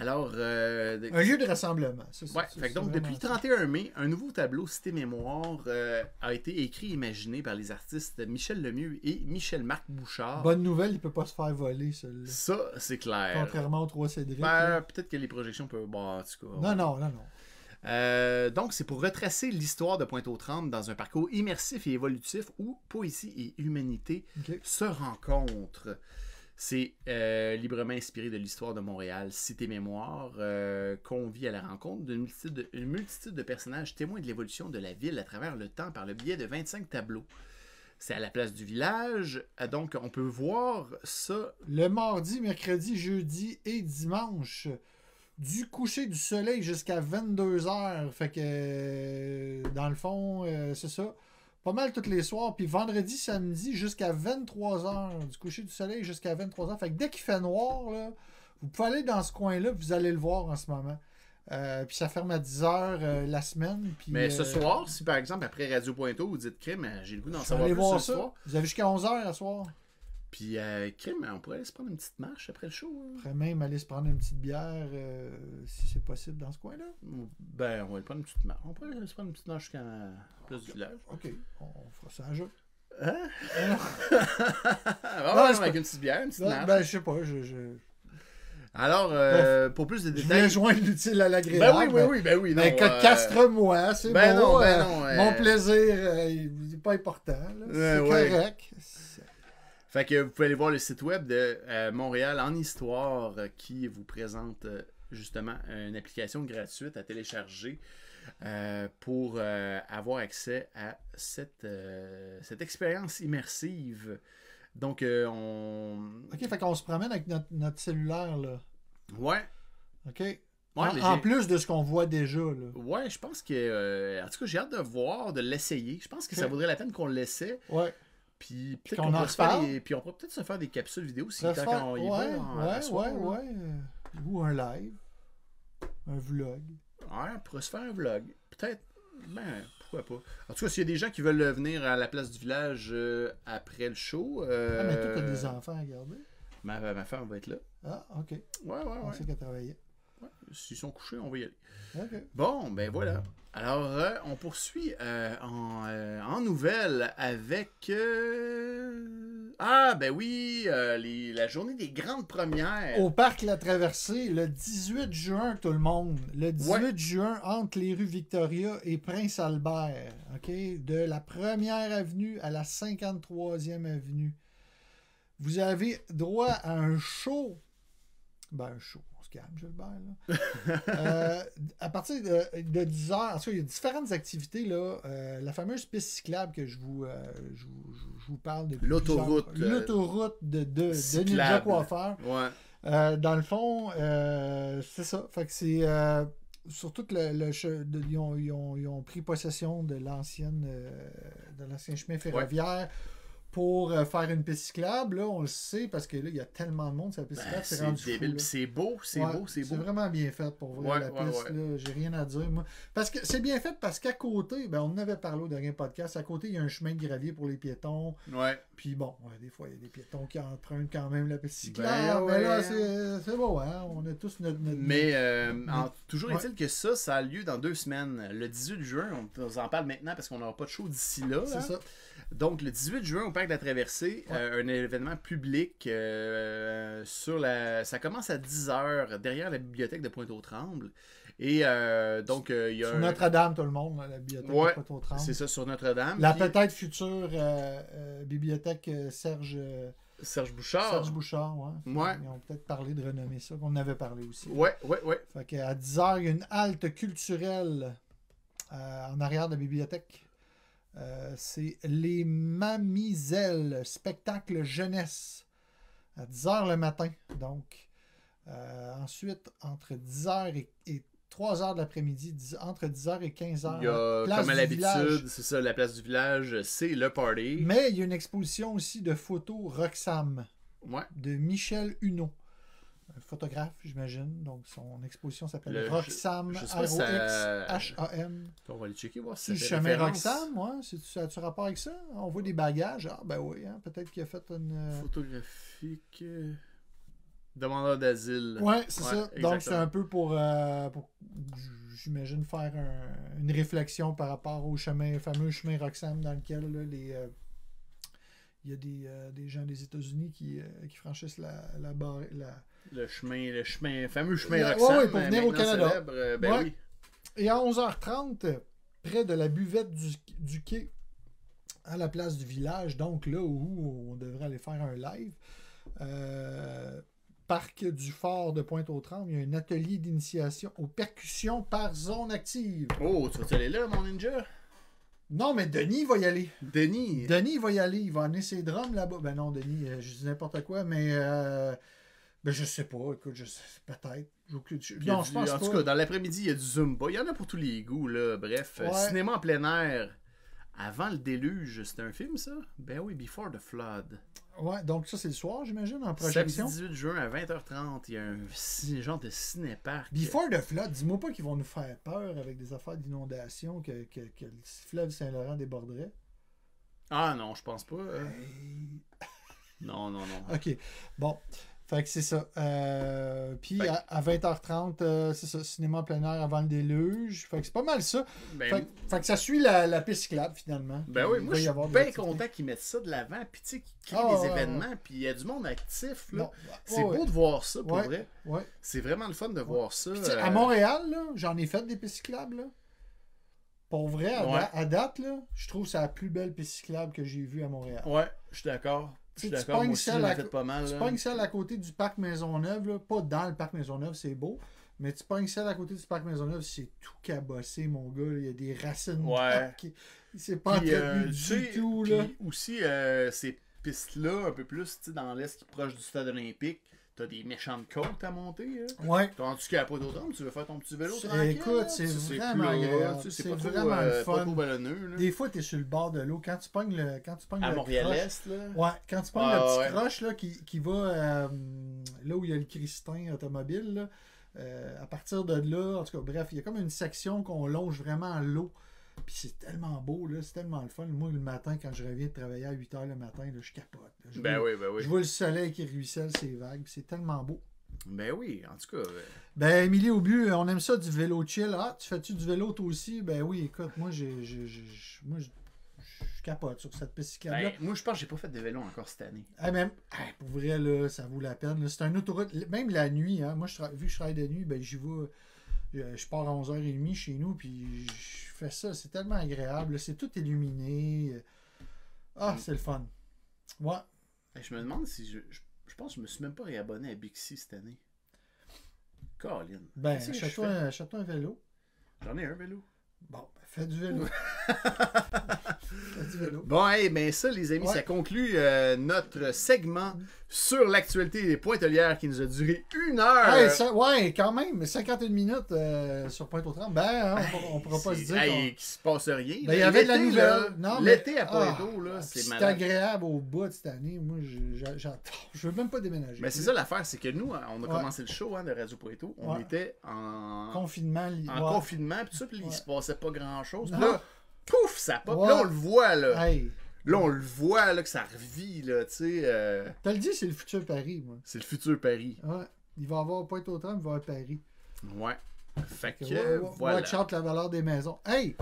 [SPEAKER 2] Alors, euh, de-
[SPEAKER 1] Un lieu de rassemblement. ça, c'est-
[SPEAKER 2] Ouais,
[SPEAKER 1] c'est-
[SPEAKER 2] fait que
[SPEAKER 1] c'est
[SPEAKER 2] donc
[SPEAKER 1] vraiment
[SPEAKER 2] depuis le
[SPEAKER 1] ça.
[SPEAKER 2] 31 mai, un nouveau tableau Cité Mémoire euh, a été écrit et imaginé par les artistes Michel Lemieux et Michel-Marc Bouchard.
[SPEAKER 1] Bonne nouvelle, il peut pas se faire voler, celui-là.
[SPEAKER 2] Ça, c'est clair.
[SPEAKER 1] Contrairement aux trois Cédric. là.
[SPEAKER 2] Ben, peut-être que les projections peuvent. Bon, en tout cas.
[SPEAKER 1] non, non, non, non.
[SPEAKER 2] Euh, donc, c'est pour retracer l'histoire de Pointe-aux-Trembles dans un parcours immersif et évolutif où poésie et humanité
[SPEAKER 1] Ok.
[SPEAKER 2] se rencontrent. C'est euh, librement inspiré de l'histoire de Montréal, Cité Mémoire, euh, qu'on vit à la rencontre d'une multitude, de- une multitude de personnages témoins de l'évolution de la ville à travers le temps par le biais de 25 tableaux. C'est à la place du village, euh, donc on peut voir ça.
[SPEAKER 1] Le mardi, mercredi, jeudi et dimanche, du coucher du soleil jusqu'à 22h. Fait que, euh, dans le fond, euh, c'est ça. Pas mal tous les soirs. Puis vendredi, samedi, jusqu'à 23h. Du coucher du soleil jusqu'à 23h. Fait que dès qu'il fait noir, là, vous pouvez aller dans ce coin-là, vous allez le voir en ce moment. Euh, puis ça ferme à 10h la semaine. Puis,
[SPEAKER 2] Mais ce
[SPEAKER 1] euh,
[SPEAKER 2] soir, si par exemple après Radio Pointeau, vous dites crime, euh, j'ai le goût d'en savoir
[SPEAKER 1] allez
[SPEAKER 2] plus
[SPEAKER 1] voir
[SPEAKER 2] ce
[SPEAKER 1] ça.
[SPEAKER 2] soir.
[SPEAKER 1] Vous avez jusqu'à 11h à soir.
[SPEAKER 2] Puis, euh, crime, on pourrait aller se prendre une petite marche après le show. hein.
[SPEAKER 1] Après même aller se prendre une petite bière euh, si c'est possible dans ce coin-là.
[SPEAKER 2] Ben, on va aller prendre une petite marche. On pourrait aller se prendre une petite marche jusqu'à la place du village.
[SPEAKER 1] OK, on fera ça un jour.
[SPEAKER 2] Hein?
[SPEAKER 1] non.
[SPEAKER 2] Ah,
[SPEAKER 1] Non,
[SPEAKER 2] ouais,
[SPEAKER 1] c'est
[SPEAKER 2] avec
[SPEAKER 1] pas-
[SPEAKER 2] une petite bière, une petite
[SPEAKER 1] Ben,
[SPEAKER 2] marche.
[SPEAKER 1] ben, je sais pas, je, je...
[SPEAKER 2] Alors, euh, pour plus de
[SPEAKER 1] je voulais
[SPEAKER 2] détails.
[SPEAKER 1] joindre l'utile à
[SPEAKER 2] Ben
[SPEAKER 1] l'agréable.
[SPEAKER 2] oui, oui, oui, ben oui.
[SPEAKER 1] Mais
[SPEAKER 2] non,
[SPEAKER 1] que
[SPEAKER 2] euh,
[SPEAKER 1] castre-moi, c'est
[SPEAKER 2] ben
[SPEAKER 1] beau,
[SPEAKER 2] non, ben
[SPEAKER 1] euh,
[SPEAKER 2] non, euh,
[SPEAKER 1] Mon plaisir, euh, il il est pas important. là,
[SPEAKER 2] Ouais,
[SPEAKER 1] c'est
[SPEAKER 2] ouais.
[SPEAKER 1] correct. C'est-
[SPEAKER 2] Fait que vous pouvez aller voir le site web de euh, Montréal en histoire euh, qui vous présente euh, justement une application gratuite à télécharger euh, pour euh, avoir accès à cette, euh, cette expérience immersive. Donc, euh, on.
[SPEAKER 1] OK, fait qu'on se promène avec notre, notre cellulaire, là.
[SPEAKER 2] Ouais.
[SPEAKER 1] OK?
[SPEAKER 2] Ouais, mais
[SPEAKER 1] en, en
[SPEAKER 2] j'ai-
[SPEAKER 1] plus de ce qu'on voit déjà, là.
[SPEAKER 2] ouais, je pense que. euh, en tout cas, j'ai hâte de voir, de l'essayer. Je pense que ça
[SPEAKER 1] Ok.
[SPEAKER 2] vaudrait la peine qu'on l'essaie.
[SPEAKER 1] Ouais.
[SPEAKER 2] Puis peut-être
[SPEAKER 1] qu'on
[SPEAKER 2] qu'on
[SPEAKER 1] en
[SPEAKER 2] pourra se faire
[SPEAKER 1] reparle.
[SPEAKER 2] des- Puis on pourra peut-être se faire des capsules vidéo si
[SPEAKER 1] Ça
[SPEAKER 2] tant
[SPEAKER 1] se fait-
[SPEAKER 2] qu'on
[SPEAKER 1] ouais,
[SPEAKER 2] y va. en- à
[SPEAKER 1] ouais,
[SPEAKER 2] soir,
[SPEAKER 1] ouais,
[SPEAKER 2] là.
[SPEAKER 1] ouais, euh, Ou un live. Un vlog.
[SPEAKER 2] Ouais, on pourrait se faire un vlog. Peut-être. Ben, pourquoi pas. En tout cas, s'il y a des gens qui veulent venir à la place du village euh, après le show. euh,
[SPEAKER 1] Ah, mais toi, t'as des enfants à garder.
[SPEAKER 2] Ma, ma femme va être là.
[SPEAKER 1] Ah, OK.
[SPEAKER 2] Ouais, ouais,
[SPEAKER 1] On
[SPEAKER 2] Ah, ouais.
[SPEAKER 1] sait qu'elle travaillait.
[SPEAKER 2] Ouais. S'ils sont couchés, on va y aller.
[SPEAKER 1] OK.
[SPEAKER 2] Bon, ben voilà. Alors, euh, on poursuit euh, en, euh, en nouvelles avec. euh, Ah, ben oui, euh, les- la journée des grandes premières.
[SPEAKER 1] Au parc La Traversée, le 18 juin, tout le monde. Le 18
[SPEAKER 2] Ouais.
[SPEAKER 1] juin, entre les rues Victoria et Prince Albert. OK? De la première avenue à la 53e avenue. Vous avez droit à un show. Ben, un show. On se calme, Gilbert. Là. Euh, à partir de, 10h, en tout cas, il y a différentes activités. Là, Euh, la fameuse piste cyclable que je vous, euh, je vous, je vous- je vous parle depuis
[SPEAKER 2] L'autoroute,
[SPEAKER 1] plusieurs-
[SPEAKER 2] euh,
[SPEAKER 1] L'autoroute de, de, de Ninja
[SPEAKER 2] cyclable.
[SPEAKER 1] Coiffeur.
[SPEAKER 2] Ouais.
[SPEAKER 1] Euh, dans le fond, euh, c'est ça. Fait que c'est. euh, sur tout le. le che- de- ils, ont, ils ont- ils ont pris possession de l'ancienne euh, de l'ancien chemin ferroviaire pour euh, faire une piste cyclable. Là, on le sait parce que là, il y a tellement de monde sur la piste
[SPEAKER 2] Ben,
[SPEAKER 1] cyclable, c'est
[SPEAKER 2] c'est
[SPEAKER 1] rendu fou,
[SPEAKER 2] débile.
[SPEAKER 1] là.
[SPEAKER 2] C'est beau, c'est
[SPEAKER 1] Ouais,
[SPEAKER 2] beau, c'est
[SPEAKER 1] C'est
[SPEAKER 2] beau.
[SPEAKER 1] vraiment bien fait pour vrai,
[SPEAKER 2] Ouais,
[SPEAKER 1] la
[SPEAKER 2] ouais,
[SPEAKER 1] piste,
[SPEAKER 2] ouais.
[SPEAKER 1] là, j'ai rien à dire, moi. Parce que c'est bien fait parce qu'à côté, ben, on en avait parlé au dernier podcast, à côté, il y a un chemin de gravier pour les piétons.
[SPEAKER 2] Ouais.
[SPEAKER 1] Puis bon, ouais, des fois, il y a des piétons qui empruntent quand même la piste
[SPEAKER 2] Ben
[SPEAKER 1] cyclable. Mais là,
[SPEAKER 2] ouais.
[SPEAKER 1] c'est c'est beau, hein? On a tous notre. notre-
[SPEAKER 2] Mais euh, en- toujours
[SPEAKER 1] Ouais.
[SPEAKER 2] est-il que ça, ça a lieu dans deux semaines. Le 18 juin, on vous en parle maintenant parce qu'on n'aura pas de show d'ici là.
[SPEAKER 1] C'est
[SPEAKER 2] hein.
[SPEAKER 1] ça.
[SPEAKER 2] Donc, le 18 juin, au Parc de la Traversée,
[SPEAKER 1] Ouais.
[SPEAKER 2] euh, un événement public euh, sur la... Ça commence à 10h derrière la bibliothèque de Pointe-aux-Trembles. Et euh, donc, euh, il y a
[SPEAKER 1] Sur
[SPEAKER 2] un-
[SPEAKER 1] Notre-Dame, tout le monde, là, la bibliothèque
[SPEAKER 2] Ouais,
[SPEAKER 1] de Pointe-aux-Trembles.
[SPEAKER 2] C'est ça, sur Notre-Dame.
[SPEAKER 1] La
[SPEAKER 2] Puis
[SPEAKER 1] peut-être future euh, euh, bibliothèque euh, Serge, euh,
[SPEAKER 2] Serge Bouchard.
[SPEAKER 1] Serge Bouchard, ouais.
[SPEAKER 2] Ah. Ouais.
[SPEAKER 1] Ils ont peut-être parlé de renommer ça, qu'on en avait parlé aussi.
[SPEAKER 2] Ouais, ouais, ouais.
[SPEAKER 1] Fait qu'à 10h, il y a une halte culturelle euh, en arrière de la bibliothèque. Euh, c'est Les Mamiselles, spectacle jeunesse, à 10h le matin. Donc, Euh, ensuite, entre 10h et, 3h de l'après-midi, dix- entre 10h et 15h.
[SPEAKER 2] Il y a,
[SPEAKER 1] place
[SPEAKER 2] comme à
[SPEAKER 1] du
[SPEAKER 2] l'habitude,
[SPEAKER 1] village.
[SPEAKER 2] c'est ça, la place du village, c'est le party.
[SPEAKER 1] Mais il y a une exposition aussi de photos Roxham
[SPEAKER 2] Ouais.
[SPEAKER 1] de Michel Huneau. Un photographe, j'imagine. Donc, son exposition s'appelle
[SPEAKER 2] Le-
[SPEAKER 1] Roxham,
[SPEAKER 2] je- je sais pas si ça-
[SPEAKER 1] R-O-X-H-A-M.
[SPEAKER 2] On va aller checker, voir
[SPEAKER 1] C'est
[SPEAKER 2] si
[SPEAKER 1] le
[SPEAKER 2] ça fait
[SPEAKER 1] chemin
[SPEAKER 2] référence.
[SPEAKER 1] Roxham, ouais. C'est- Ça a-tu rapport avec ça? On voit des bagages. Ah, ben oui, hein, peut-être qu'il a fait une. euh,
[SPEAKER 2] Photographique. euh, Demandeur d'asile.
[SPEAKER 1] Ouais, c'est
[SPEAKER 2] Ouais,
[SPEAKER 1] ça.
[SPEAKER 2] exactement.
[SPEAKER 1] Donc, c'est un peu pour, euh, pour j'imagine, faire un- une réflexion par rapport au chemin, fameux chemin Roxham dans lequel là, les, euh, il y a des, euh, des gens des États-Unis qui, euh, qui franchissent la, la barre. La...
[SPEAKER 2] Le chemin, le chemin, fameux chemin
[SPEAKER 1] Ouais,
[SPEAKER 2] Roxham.
[SPEAKER 1] ouais, pour
[SPEAKER 2] euh,
[SPEAKER 1] venir au
[SPEAKER 2] maintenant
[SPEAKER 1] Canada.
[SPEAKER 2] célèbre, euh, ben
[SPEAKER 1] Ouais.
[SPEAKER 2] oui.
[SPEAKER 1] Et à 11h30, près de la buvette du, du quai, à la place du village, donc là où on devrait aller faire un live, euh, parc du fort de Pointe-aux-Trembles, il y a un atelier d'initiation aux percussions par zone active.
[SPEAKER 2] Oh, tu vas aller là, mon ninja?
[SPEAKER 1] Non, mais Denis va y aller.
[SPEAKER 2] Denis.
[SPEAKER 1] Denis va y aller. Il va amener ses drums là-bas. Ben non, Denis, euh, je dis n'importe quoi, mais euh, ben je sais pas. Écoute, je sais- peut-être. J'ai aucune- je-
[SPEAKER 2] Puis il y a
[SPEAKER 1] Non, je
[SPEAKER 2] du-
[SPEAKER 1] pense
[SPEAKER 2] en
[SPEAKER 1] pas.
[SPEAKER 2] tout cas, dans l'après-midi, il y a du Zumba. Il y en a pour tous les goûts, là. Bref, euh,
[SPEAKER 1] Ouais.
[SPEAKER 2] cinéma en plein air. Avant le déluge, c'était un film, ça? Ben oui, Before the Flood.
[SPEAKER 1] Ouais, donc ça, c'est le soir, j'imagine, en
[SPEAKER 2] Samedi
[SPEAKER 1] projection.
[SPEAKER 2] 18 juin à 20h30, il y a un ci- genre de ciné-parc.
[SPEAKER 1] Before the flood, dis-moi pas qu'ils vont nous faire peur avec des affaires d'inondation que, que, que le fleuve Saint-Laurent déborderait.
[SPEAKER 2] Ah non, je pense pas. euh.
[SPEAKER 1] Hey.
[SPEAKER 2] Non, non, non.
[SPEAKER 1] OK. Bon. Fait que c'est ça. Euh, puis
[SPEAKER 2] Fait que-
[SPEAKER 1] à, à 20h30, euh, c'est ça, cinéma en plein air avant le déluge. Fait que c'est pas mal ça.
[SPEAKER 2] Ben,
[SPEAKER 1] Fait, que- fait que ça suit la, la piste cyclable finalement.
[SPEAKER 2] ben oui,
[SPEAKER 1] Il
[SPEAKER 2] moi
[SPEAKER 1] va
[SPEAKER 2] je
[SPEAKER 1] y
[SPEAKER 2] suis
[SPEAKER 1] avoir des
[SPEAKER 2] bien
[SPEAKER 1] activités.
[SPEAKER 2] content qu'ils mettent ça de l'avant, puis tu sais, qu'ils créent
[SPEAKER 1] Ah,
[SPEAKER 2] des
[SPEAKER 1] ouais, ouais,
[SPEAKER 2] événements, puis il y a du monde actif, là.
[SPEAKER 1] Non,
[SPEAKER 2] C'est
[SPEAKER 1] ouais,
[SPEAKER 2] beau de voir ça, pour
[SPEAKER 1] Ouais.
[SPEAKER 2] vrai.
[SPEAKER 1] ouais, ouais.
[SPEAKER 2] C'est vraiment le fun de voir ça.
[SPEAKER 1] Puis tu sais,
[SPEAKER 2] euh,
[SPEAKER 1] À Montréal, là, j'en ai fait des pistes cyclables. là. Pour vrai, à,
[SPEAKER 2] Ouais.
[SPEAKER 1] da- à date, là, je trouve que c'est la plus belle piste cyclable que j'ai vue à Montréal.
[SPEAKER 2] Ouais, je suis d'accord. Je
[SPEAKER 1] Tu sais,
[SPEAKER 2] suis
[SPEAKER 1] tu
[SPEAKER 2] d'accord, moi
[SPEAKER 1] pognes
[SPEAKER 2] aussi,
[SPEAKER 1] celle
[SPEAKER 2] j'en ai
[SPEAKER 1] à
[SPEAKER 2] fait
[SPEAKER 1] co-
[SPEAKER 2] pas mal.
[SPEAKER 1] Tu
[SPEAKER 2] là.
[SPEAKER 1] pognes celle à côté du parc Maisonneuve, là, pas dans le parc Maisonneuve, c'est beau, mais tu pognes celle à côté du parc Maisonneuve, c'est tout cabossé, mon gars. là. Il y a des racines. de
[SPEAKER 2] Ouais.
[SPEAKER 1] parc qui- C'est pas
[SPEAKER 2] Puis, euh,
[SPEAKER 1] entretenu
[SPEAKER 2] tu
[SPEAKER 1] du
[SPEAKER 2] sais,
[SPEAKER 1] tout.
[SPEAKER 2] puis
[SPEAKER 1] Là.
[SPEAKER 2] aussi, euh, ces pistes-là, un peu plus, tu sais, dans l'est qui est proche du stade olympique, t'as des méchantes côtes à monter. Hein.
[SPEAKER 1] Ouais.
[SPEAKER 2] Tandis qu'à Pointe-aux-Trembles, tu veux faire ton petit vélo
[SPEAKER 1] C'est-
[SPEAKER 2] tranquille.
[SPEAKER 1] écoute,
[SPEAKER 2] là,
[SPEAKER 1] c'est
[SPEAKER 2] tu sais,
[SPEAKER 1] vraiment
[SPEAKER 2] plus, là,
[SPEAKER 1] agréable.
[SPEAKER 2] tu sais,
[SPEAKER 1] C'est
[SPEAKER 2] C'est pas, trop,
[SPEAKER 1] vraiment le
[SPEAKER 2] euh, pas
[SPEAKER 1] fun.
[SPEAKER 2] trop ballonneux. là.
[SPEAKER 1] Des fois, t'es sur le bord de l'eau. Quand tu pognes le. Quand tu pognes
[SPEAKER 2] À
[SPEAKER 1] le
[SPEAKER 2] Montréal-Est, là.
[SPEAKER 1] croche- Ouais, quand tu pognes
[SPEAKER 2] Ah,
[SPEAKER 1] le petit
[SPEAKER 2] ouais.
[SPEAKER 1] croche là, qui, qui va euh, là où il y a le Christin automobile, là, euh, à partir de là, en tout cas, bref, il y a comme une section qu'on longe vraiment l'eau. Puis c'est tellement beau, là, c'est tellement le fun. Moi, le matin, quand je reviens de travailler à 8h le matin, là, je capote. là. Je
[SPEAKER 2] Ben
[SPEAKER 1] vois-
[SPEAKER 2] oui, ben oui.
[SPEAKER 1] Je vois le soleil qui ruisselle, c'est vague, c'est tellement beau.
[SPEAKER 2] Ben oui, en tout cas. euh,
[SPEAKER 1] Ben, Émilie, au but, on aime ça du vélo chill. Ah, tu fais-tu du vélo toi aussi? Ben oui, écoute, moi, j'ai, j'ai- j'ai- j'ai- moi, je- je capote sur cette piste cyclable-là.
[SPEAKER 2] ben, moi, je pense que j'ai pas fait de vélo encore cette année.
[SPEAKER 1] Ah, même, ah, pour vrai, là, ça vaut la peine. là. C'est un autoroute, même la nuit. hein. Moi, je tra- vu que je travaille de nuit, ben, j'y vais. euh, Je pars à 11h30 chez nous, puis je fais ça. C'est tellement agréable. là. C'est tout illuminé.
[SPEAKER 2] Mm.
[SPEAKER 1] Ah, c'est le fun. Ouais.
[SPEAKER 2] Ben, je me demande si je, je. je pense que je me suis même pas réabonné à Bixi cette année. Colin.
[SPEAKER 1] Ben,
[SPEAKER 2] Qu'est-ce que je
[SPEAKER 1] achète-toi
[SPEAKER 2] fais?
[SPEAKER 1] un, achète-toi un vélo.
[SPEAKER 2] J'en ai un vélo.
[SPEAKER 1] Bon, ben, fais du vélo. fais du vélo.
[SPEAKER 2] Bon, hey, ben ça, les amis,
[SPEAKER 1] Ouais.
[SPEAKER 2] ça conclut euh, notre segment sur l'actualité des pointelières qui nous a duré une heure.
[SPEAKER 1] Hey, ça- ouais, quand même, 51 minutes euh, sur pointe aux trembles ben, hein, on, ne pourra pas se
[SPEAKER 2] C'est-
[SPEAKER 1] dire.
[SPEAKER 2] hey,
[SPEAKER 1] qu'on-
[SPEAKER 2] qu'il se passe rien.
[SPEAKER 1] Ben, il y
[SPEAKER 2] Là,
[SPEAKER 1] avait de la
[SPEAKER 2] l'été,
[SPEAKER 1] nouvelle.
[SPEAKER 2] là,
[SPEAKER 1] Non, mais-
[SPEAKER 2] L'été à Pointe-aux,
[SPEAKER 1] Ah,
[SPEAKER 2] là, c'est
[SPEAKER 1] C'est
[SPEAKER 2] malade.
[SPEAKER 1] agréable au bout de cette année. Moi, je- j'a- j'adore. Je veux même pas déménager.
[SPEAKER 2] Mais c'est ça l'affaire, c'est que nous, euh, on a
[SPEAKER 1] Ouais.
[SPEAKER 2] commencé le show hein, de Radio Pointo, on
[SPEAKER 1] Ouais.
[SPEAKER 2] était en,
[SPEAKER 1] Confinement. li-
[SPEAKER 2] en
[SPEAKER 1] ouais.
[SPEAKER 2] confinement, puis ça, puis il se passait pas grand-chose. Puis
[SPEAKER 1] Non.
[SPEAKER 2] là, euh, pouf, ça pop.
[SPEAKER 1] Ouais.
[SPEAKER 2] Là, on le voit, là.
[SPEAKER 1] Hey,
[SPEAKER 2] Là, on le voit, là, que ça revit, là, tu sais. euh,
[SPEAKER 1] t'as le dit, c'est le futur Paris, moi.
[SPEAKER 2] c'est le futur Paris.
[SPEAKER 1] Ouais. Il va y avoir pointe au trembles il va y avoir Paris.
[SPEAKER 2] Ouais. Fait que, euh,
[SPEAKER 1] Fait que wa- wa-
[SPEAKER 2] voilà.
[SPEAKER 1] Watch out la valeur des maisons. Hey,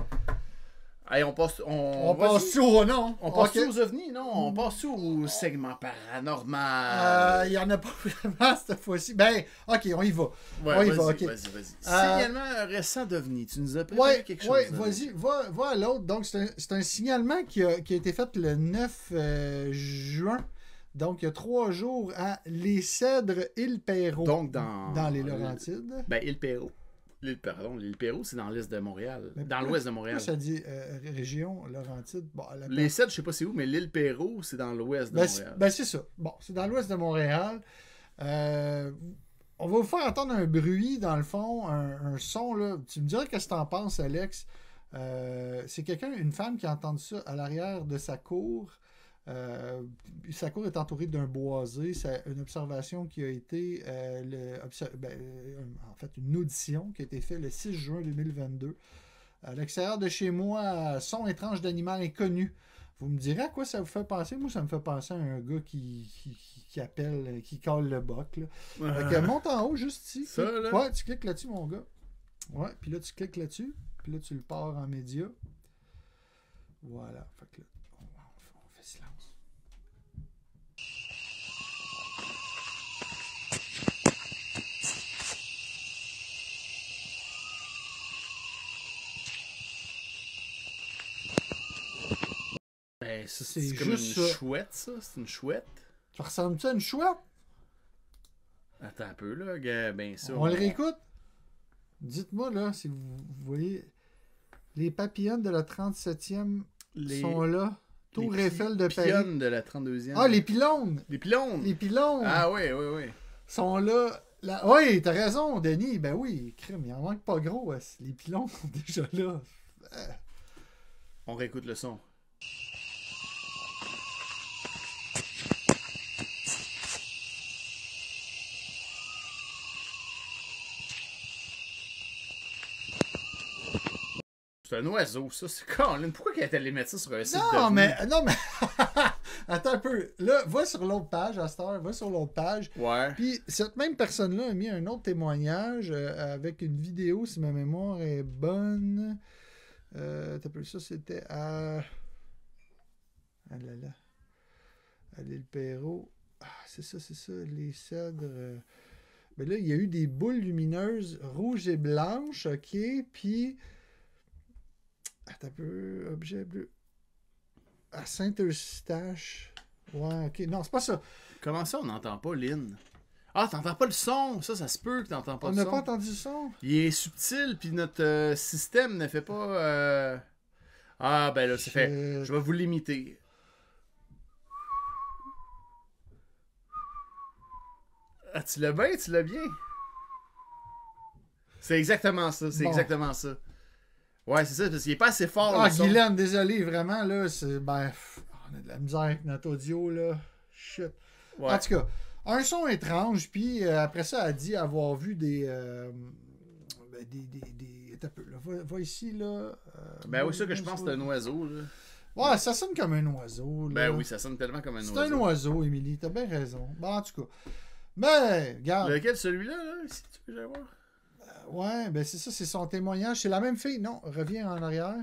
[SPEAKER 2] Hey, on passe. On,
[SPEAKER 1] on
[SPEAKER 2] vas-y.
[SPEAKER 1] passe tout au nom.
[SPEAKER 2] On passe
[SPEAKER 1] Ok.
[SPEAKER 2] aux ovnis, non? On passe au segment
[SPEAKER 1] Euh,
[SPEAKER 2] paranormal?
[SPEAKER 1] Il y en a pas vraiment cette fois-ci. Ben, ok, on y va.
[SPEAKER 2] ouais,
[SPEAKER 1] on y
[SPEAKER 2] vas-y,
[SPEAKER 1] va, ok.
[SPEAKER 2] vas-y, vas-y.
[SPEAKER 1] Euh,
[SPEAKER 2] Signalement récent d'ovnis. Tu nous as préparé
[SPEAKER 1] Ouais,
[SPEAKER 2] quelque chose.
[SPEAKER 1] ouais,
[SPEAKER 2] là.
[SPEAKER 1] vas-y, va, va à l'autre. Donc, c'est un, c'est un signalement qui a, qui a été fait le 9 euh, juin. Donc, il y a trois jours à Les Cèdres, île Perrault.
[SPEAKER 2] Donc, dans-
[SPEAKER 1] Dans les Laurentides.
[SPEAKER 2] Ben, île Perrault. L'île, pardon, l'île Perrault, c'est dans l'est de Montréal.
[SPEAKER 1] Mais
[SPEAKER 2] dans
[SPEAKER 1] pourquoi-
[SPEAKER 2] l'ouest de Montréal.
[SPEAKER 1] Pourquoi ça dit euh, région Laurentides? Bon, la-
[SPEAKER 2] Les 7, je sais pas c'est où, mais l'île Perrault, c'est dans l'ouest de
[SPEAKER 1] Ben, c'est
[SPEAKER 2] Montréal.
[SPEAKER 1] ben, c'est ça. Bon, c'est dans l'ouest de Montréal. Euh, on va vous faire entendre un bruit, dans le fond, un, un son. Là. Tu me diras qu'est-ce que t'en penses, Alex. Euh, c'est quelqu'un, une femme qui a entendu ça à l'arrière de sa cour. Euh, sa cour est entourée d'un boisé. C'est une observation qui a été, euh, le- obser- ben, euh, en fait, une audition qui a été faite le 6 juin 2022. À l'extérieur de chez moi, son étrange d'animal inconnu Vous me direz à quoi ça vous fait penser? Moi, ça me fait penser à un gars qui, qui, qui- qui appelle, euh, qui colle le boc. Là. Fait que monte en haut, juste ici.
[SPEAKER 2] Ah. Ça,
[SPEAKER 1] Clique-
[SPEAKER 2] là?
[SPEAKER 1] Ouais, tu cliques là-dessus, mon gars. Ouais, puis là, tu cliques là-dessus. Puis là, tu le pars en média. Voilà. Fait que là, on, on fait- on fait silence.
[SPEAKER 2] Ben, ça, c'est
[SPEAKER 1] C'est
[SPEAKER 2] comme une
[SPEAKER 1] juste ça.
[SPEAKER 2] chouette, ça. C'est une chouette.
[SPEAKER 1] Tu ressembles-tu à une chouette?
[SPEAKER 2] Attends un peu, là. gars, Ben, ça,
[SPEAKER 1] on le réécoute? Dites-moi, là, si vous vous voyez. Les papillons de la 37e
[SPEAKER 2] Les-
[SPEAKER 1] sont là.
[SPEAKER 2] les
[SPEAKER 1] Tour
[SPEAKER 2] pi-
[SPEAKER 1] Eiffel de Paris.
[SPEAKER 2] pionnes de la 32e.
[SPEAKER 1] Ah, les pylônes!
[SPEAKER 2] Les pylônes.
[SPEAKER 1] Les pylônes
[SPEAKER 2] Ah, oui, oui, oui.
[SPEAKER 1] sont là. là... Oui, t'as raison, Denis. Ben oui, crime, il en manque pas gros. hein. Les pylônes sont déjà là.
[SPEAKER 2] On réécoute le son. C'est un oiseau, ça. C'est Colin. Pourquoi qu'elle est allée mettre ça sur un site
[SPEAKER 1] Non,
[SPEAKER 2] devenu?
[SPEAKER 1] mais. Non, mais. Attends un peu. Là, va sur l'autre page, Astor. Va sur l'autre page.
[SPEAKER 2] Ouais.
[SPEAKER 1] Puis, cette même personne-là a mis un autre témoignage euh, avec une vidéo, si ma mémoire est bonne. Euh, t'as plus ça, c'était à. Ah là là. À l'île Perrault. Ah, c'est ça, c'est ça, les cèdres. euh. Mais là, il y a eu des boules lumineuses rouges et blanches, ok? Puis. Attends un peu, objet bleu. À Saint-Eustache. Ouais, ok. Non, c'est pas ça.
[SPEAKER 2] Comment ça, on n'entend pas Lynn? Ah, t'entends pas le son. Ça, ça se peut que t'entends pas
[SPEAKER 1] On
[SPEAKER 2] le
[SPEAKER 1] n'a
[SPEAKER 2] son.
[SPEAKER 1] pas entendu le son.
[SPEAKER 2] Il est subtil, puis notre euh, système ne fait pas... euh, Ah, ben là, c'est fait.
[SPEAKER 1] Euh,
[SPEAKER 2] Je vais vous l'imiter. Ah, tu l'as bien, tu l'as bien. C'est exactement ça, c'est
[SPEAKER 1] Bon.
[SPEAKER 2] exactement ça. Ouais, c'est ça, parce qu'il est pas assez fort.
[SPEAKER 1] Ah,
[SPEAKER 2] le son.
[SPEAKER 1] Guylaine, désolé, vraiment, là, c'est. Ben, pff, on a de la misère avec notre audio, là. Shit.
[SPEAKER 2] Ouais.
[SPEAKER 1] En tout cas, un son étrange, puis euh, après ça, elle dit avoir vu des. euh, ben, des, des, des- attends un peu, là. Va, va ici, là. euh,
[SPEAKER 2] Ben oui, ça que je pense, c'est un
[SPEAKER 1] oiseau.
[SPEAKER 2] oiseau. là.
[SPEAKER 1] Ouais, ça sonne comme un oiseau, là.
[SPEAKER 2] Ben oui, ça sonne tellement comme un
[SPEAKER 1] C'est
[SPEAKER 2] oiseau.
[SPEAKER 1] un oiseau, Émilie, t'as bien raison. Bon, en tout cas. Mais, regarde.
[SPEAKER 2] Lequel, celui-là, là, si tu veux, j'aille voir.
[SPEAKER 1] Ouais, ben c'est ça, c'est son témoignage. C'est la même fille. Non, reviens en arrière.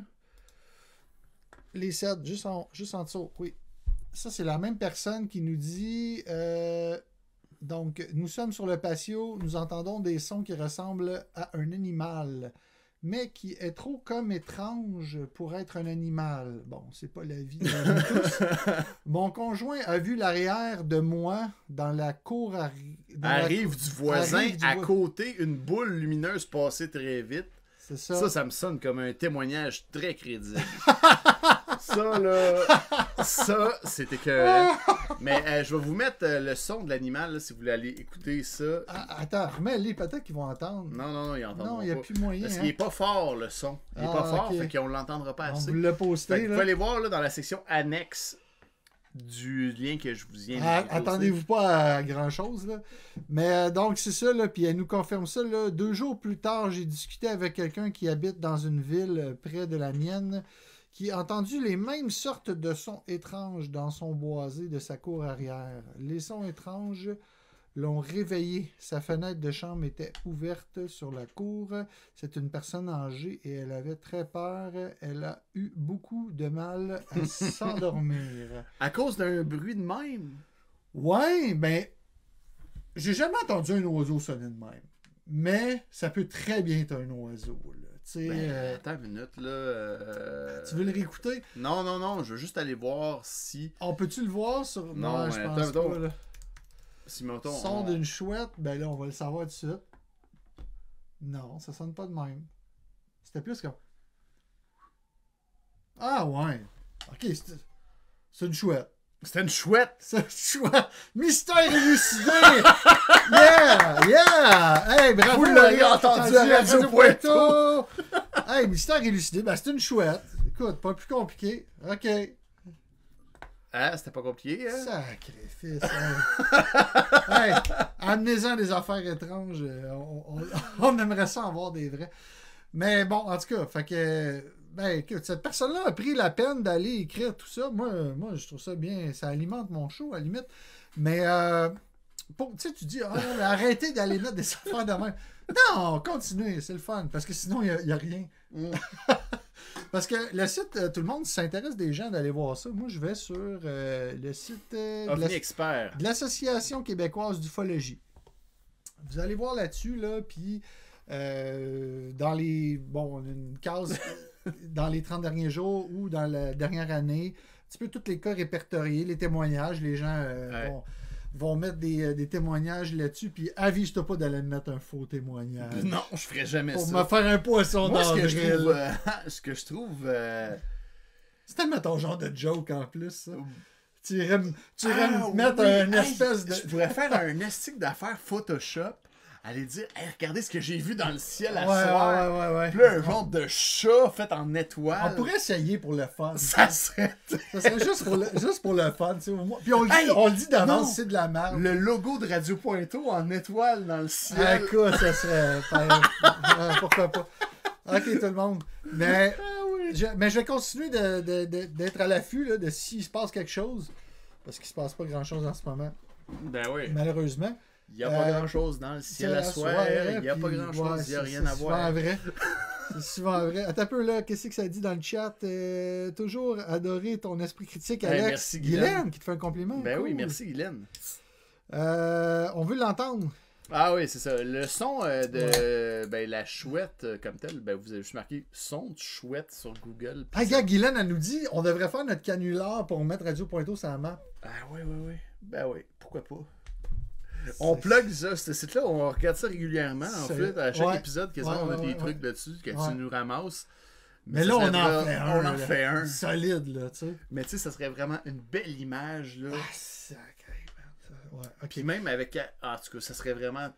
[SPEAKER 1] Les cèdres, juste en, juste en dessous. Oui. Ça, c'est la même personne qui nous dit euh, Donc, nous sommes sur le patio, nous entendons des sons qui ressemblent à un animal, mais qui est trop comme étrange pour être un animal. Bon, c'est pas la vie de nous tous. Mon conjoint a vu l'arrière de moi dans la cour arri- dans la-
[SPEAKER 2] Arrive du voisin
[SPEAKER 1] Ben, Arrive du
[SPEAKER 2] à
[SPEAKER 1] voi-
[SPEAKER 2] côté, une boule lumineuse passée très vite.
[SPEAKER 1] C'est
[SPEAKER 2] Ça, ça me sonne comme un témoignage très crédible. ça, là. Ça, c'est écœurant. Mais euh, je vais vous mettre euh, le son de l'animal là, si vous voulez aller écouter ça.
[SPEAKER 1] Ah, attends, remets-les, peut-être qu'ils vont entendre.
[SPEAKER 2] Non, non, non, il entend
[SPEAKER 1] non, il n'y a
[SPEAKER 2] pas.
[SPEAKER 1] plus moyen.
[SPEAKER 2] Parce
[SPEAKER 1] hein.
[SPEAKER 2] qu'il est pas fort, le son. Il est
[SPEAKER 1] Ah,
[SPEAKER 2] pas fort,
[SPEAKER 1] ok.
[SPEAKER 2] fait qu'on l'entendra pas
[SPEAKER 1] On
[SPEAKER 2] assez.
[SPEAKER 1] vous l'a
[SPEAKER 2] Fait que
[SPEAKER 1] posté.
[SPEAKER 2] vous
[SPEAKER 1] là.
[SPEAKER 2] pouvez aller voir là, dans la section annexe du lien que je vous viens de
[SPEAKER 1] Ah,
[SPEAKER 2] vous poster.
[SPEAKER 1] Attendez-vous pas à grand-chose. là. Mais euh, donc, c'est ça, là, puis elle nous confirme ça. Là. Deux jours plus tard, j'ai discuté avec quelqu'un qui habite dans une ville euh, près de la mienne qui a entendu les mêmes sortes de sons étranges dans son boisé de sa cour arrière. Les sons étranges l'ont réveillé. Sa fenêtre de chambre était ouverte sur la cour. C'est une personne âgée et elle avait très peur. Elle a eu beaucoup de mal à s'endormir.
[SPEAKER 2] À cause d'un bruit de même.
[SPEAKER 1] Ouais, ben. J'ai jamais entendu un oiseau sonner de même. Mais ça peut très bien être un oiseau. Là. Tu sais,
[SPEAKER 2] Ben,
[SPEAKER 1] euh,
[SPEAKER 2] Attends une minute, là. euh,
[SPEAKER 1] tu veux le réécouter
[SPEAKER 2] Non, non, non, je veux juste aller voir si.
[SPEAKER 1] On peut-tu le voir sur.
[SPEAKER 2] Non,
[SPEAKER 1] je
[SPEAKER 2] mais
[SPEAKER 1] pense
[SPEAKER 2] attends,
[SPEAKER 1] pas.
[SPEAKER 2] attends.
[SPEAKER 1] là.
[SPEAKER 2] Si, mettons,
[SPEAKER 1] Son
[SPEAKER 2] on-
[SPEAKER 1] d'une chouette, ben là, on va le savoir tout de suite. Non, ça sonne pas de même. C'était plus comme. Ah ouais. Ok, c'est- c'est une chouette.
[SPEAKER 2] C'était une chouette.
[SPEAKER 1] C'est une chouette. Mystère élucidé! yeah! Yeah! Hey, bravo!
[SPEAKER 2] Vous l'aurez
[SPEAKER 1] Maria,
[SPEAKER 2] entendu à Radio
[SPEAKER 1] Puerto. hey, mystère élucidé. Ben, c'est une chouette. Écoute, pas plus compliqué. OK.
[SPEAKER 2] Ah, c'était pas compliqué, hein?
[SPEAKER 1] Sacrifice. hey. hey, amenez-en des affaires étranges. euh, On, on- on aimerait ça en voir des vrais. Mais bon, en tout cas, fait que. ben, écoute, cette personne-là a pris la peine d'aller écrire tout ça. Moi, euh, moi, je trouve ça bien. Ça alimente mon show, à la limite. Mais, euh, pour- tu sais, tu dis, ah non, mais arrêtez d'aller mettre des affaires de même. Non, continuez, c'est le fun. Parce que sinon, il n'y a, rien.
[SPEAKER 2] Mm.
[SPEAKER 1] Parce que le site, euh, tout le monde s'intéresse des gens d'aller voir ça. Moi, je vais sur euh, le site euh, de la-
[SPEAKER 2] OVNI expert.
[SPEAKER 1] de l'Association québécoise d'ufologie. Vous allez voir là-dessus, là, puis euh, dans les. Bon, une case dans les 30 derniers jours ou dans la dernière année, un petit peu tous les cas répertoriés, les témoignages, les gens euh,
[SPEAKER 2] Ouais.
[SPEAKER 1] vont, vont mettre des, euh, des témoignages là-dessus, puis avise-toi pas d'aller mettre un faux témoignage.
[SPEAKER 2] Non, je ferais jamais
[SPEAKER 1] Pour me
[SPEAKER 2] Mm. ça.
[SPEAKER 1] faire un poisson
[SPEAKER 2] Moi,
[SPEAKER 1] dans
[SPEAKER 2] ce que
[SPEAKER 1] le
[SPEAKER 2] je trouve, euh, ce que je trouve, euh,
[SPEAKER 1] C'est tellement ton genre de joke en plus, ça.
[SPEAKER 2] Ouh.
[SPEAKER 1] Tu irais, m- tu irais
[SPEAKER 2] Mm. Ah,
[SPEAKER 1] me mettre
[SPEAKER 2] oui,
[SPEAKER 1] un
[SPEAKER 2] hey,
[SPEAKER 1] espèce de.
[SPEAKER 2] Je pourrais faire un estique d'affaires Photoshop, aller dire Hey, regardez ce que j'ai vu dans le ciel à
[SPEAKER 1] Ouais,
[SPEAKER 2] soir.
[SPEAKER 1] ouais, ouais, ouais, ouais.
[SPEAKER 2] Puis là, un genre de chat fait en étoile.
[SPEAKER 1] On pourrait essayer pour le fun.
[SPEAKER 2] Ça serait.
[SPEAKER 1] Ça serait juste pour le, juste pour le fun, tu sais, au moins. Puis on le dit,
[SPEAKER 2] Hey!
[SPEAKER 1] on le dit
[SPEAKER 2] Non!
[SPEAKER 1] d'avance, c'est de la merde.
[SPEAKER 2] Le logo de Radio Pointo en étoile dans le
[SPEAKER 1] Ah,
[SPEAKER 2] ciel.
[SPEAKER 1] quoi, ça serait. ben, euh, pourquoi pas. Ok, tout le monde. Mais
[SPEAKER 2] Ah oui.
[SPEAKER 1] je, mais je vais continuer de- de- de- d'être à l'affût là, de s'il se passe quelque chose. Parce qu'il se passe pas grand chose en ce moment,
[SPEAKER 2] Ben oui.
[SPEAKER 1] malheureusement.
[SPEAKER 2] Il n'y a pas
[SPEAKER 1] Euh,
[SPEAKER 2] grand chose dans le ciel à
[SPEAKER 1] la
[SPEAKER 2] soir. Il n'y a pas grand chose. Il n'y a rien à voir.
[SPEAKER 1] C'est souvent vrai. C'est souvent vrai. Attends un peu, là, qu'est-ce que ça dit dans le chat? Euh, toujours adorer ton esprit critique,
[SPEAKER 2] Ben,
[SPEAKER 1] Alex.
[SPEAKER 2] merci, Guylaine.
[SPEAKER 1] qui te fait un compliment.
[SPEAKER 2] Ben oui,
[SPEAKER 1] Cool.
[SPEAKER 2] merci, Hélène.
[SPEAKER 1] Euh, on veut l'entendre.
[SPEAKER 2] Ah oui, c'est ça. Le son euh, de ben, la chouette euh, comme telle, ben, vous avez juste marqué son de chouette sur Google.
[SPEAKER 1] Ah, gars, Guylaine, elle nous dit on devrait faire notre canular pour mettre Radio Pointo sur la map.
[SPEAKER 2] Ah oui, oui, oui. Ben oui, pourquoi pas. On plug ça, ce site-là, on regarde ça régulièrement. En
[SPEAKER 1] C'est-
[SPEAKER 2] fait, à chaque
[SPEAKER 1] ouais.
[SPEAKER 2] épisode, quasiment,
[SPEAKER 1] Ouais,
[SPEAKER 2] on a
[SPEAKER 1] ouais,
[SPEAKER 2] des
[SPEAKER 1] ouais,
[SPEAKER 2] trucs dessus que
[SPEAKER 1] Ouais.
[SPEAKER 2] tu nous ramasses.
[SPEAKER 1] Mais
[SPEAKER 2] ça
[SPEAKER 1] là, on
[SPEAKER 2] serait
[SPEAKER 1] en
[SPEAKER 2] vra-
[SPEAKER 1] fait un.
[SPEAKER 2] On en
[SPEAKER 1] là.
[SPEAKER 2] fait un.
[SPEAKER 1] Solide, là, tu sais.
[SPEAKER 2] Mais tu sais, ça serait vraiment une belle image. Là.
[SPEAKER 1] Ah, sacré, man, ça. Ouais, ok.
[SPEAKER 2] Puis même avec. ah, En tout cas, ça serait vraiment.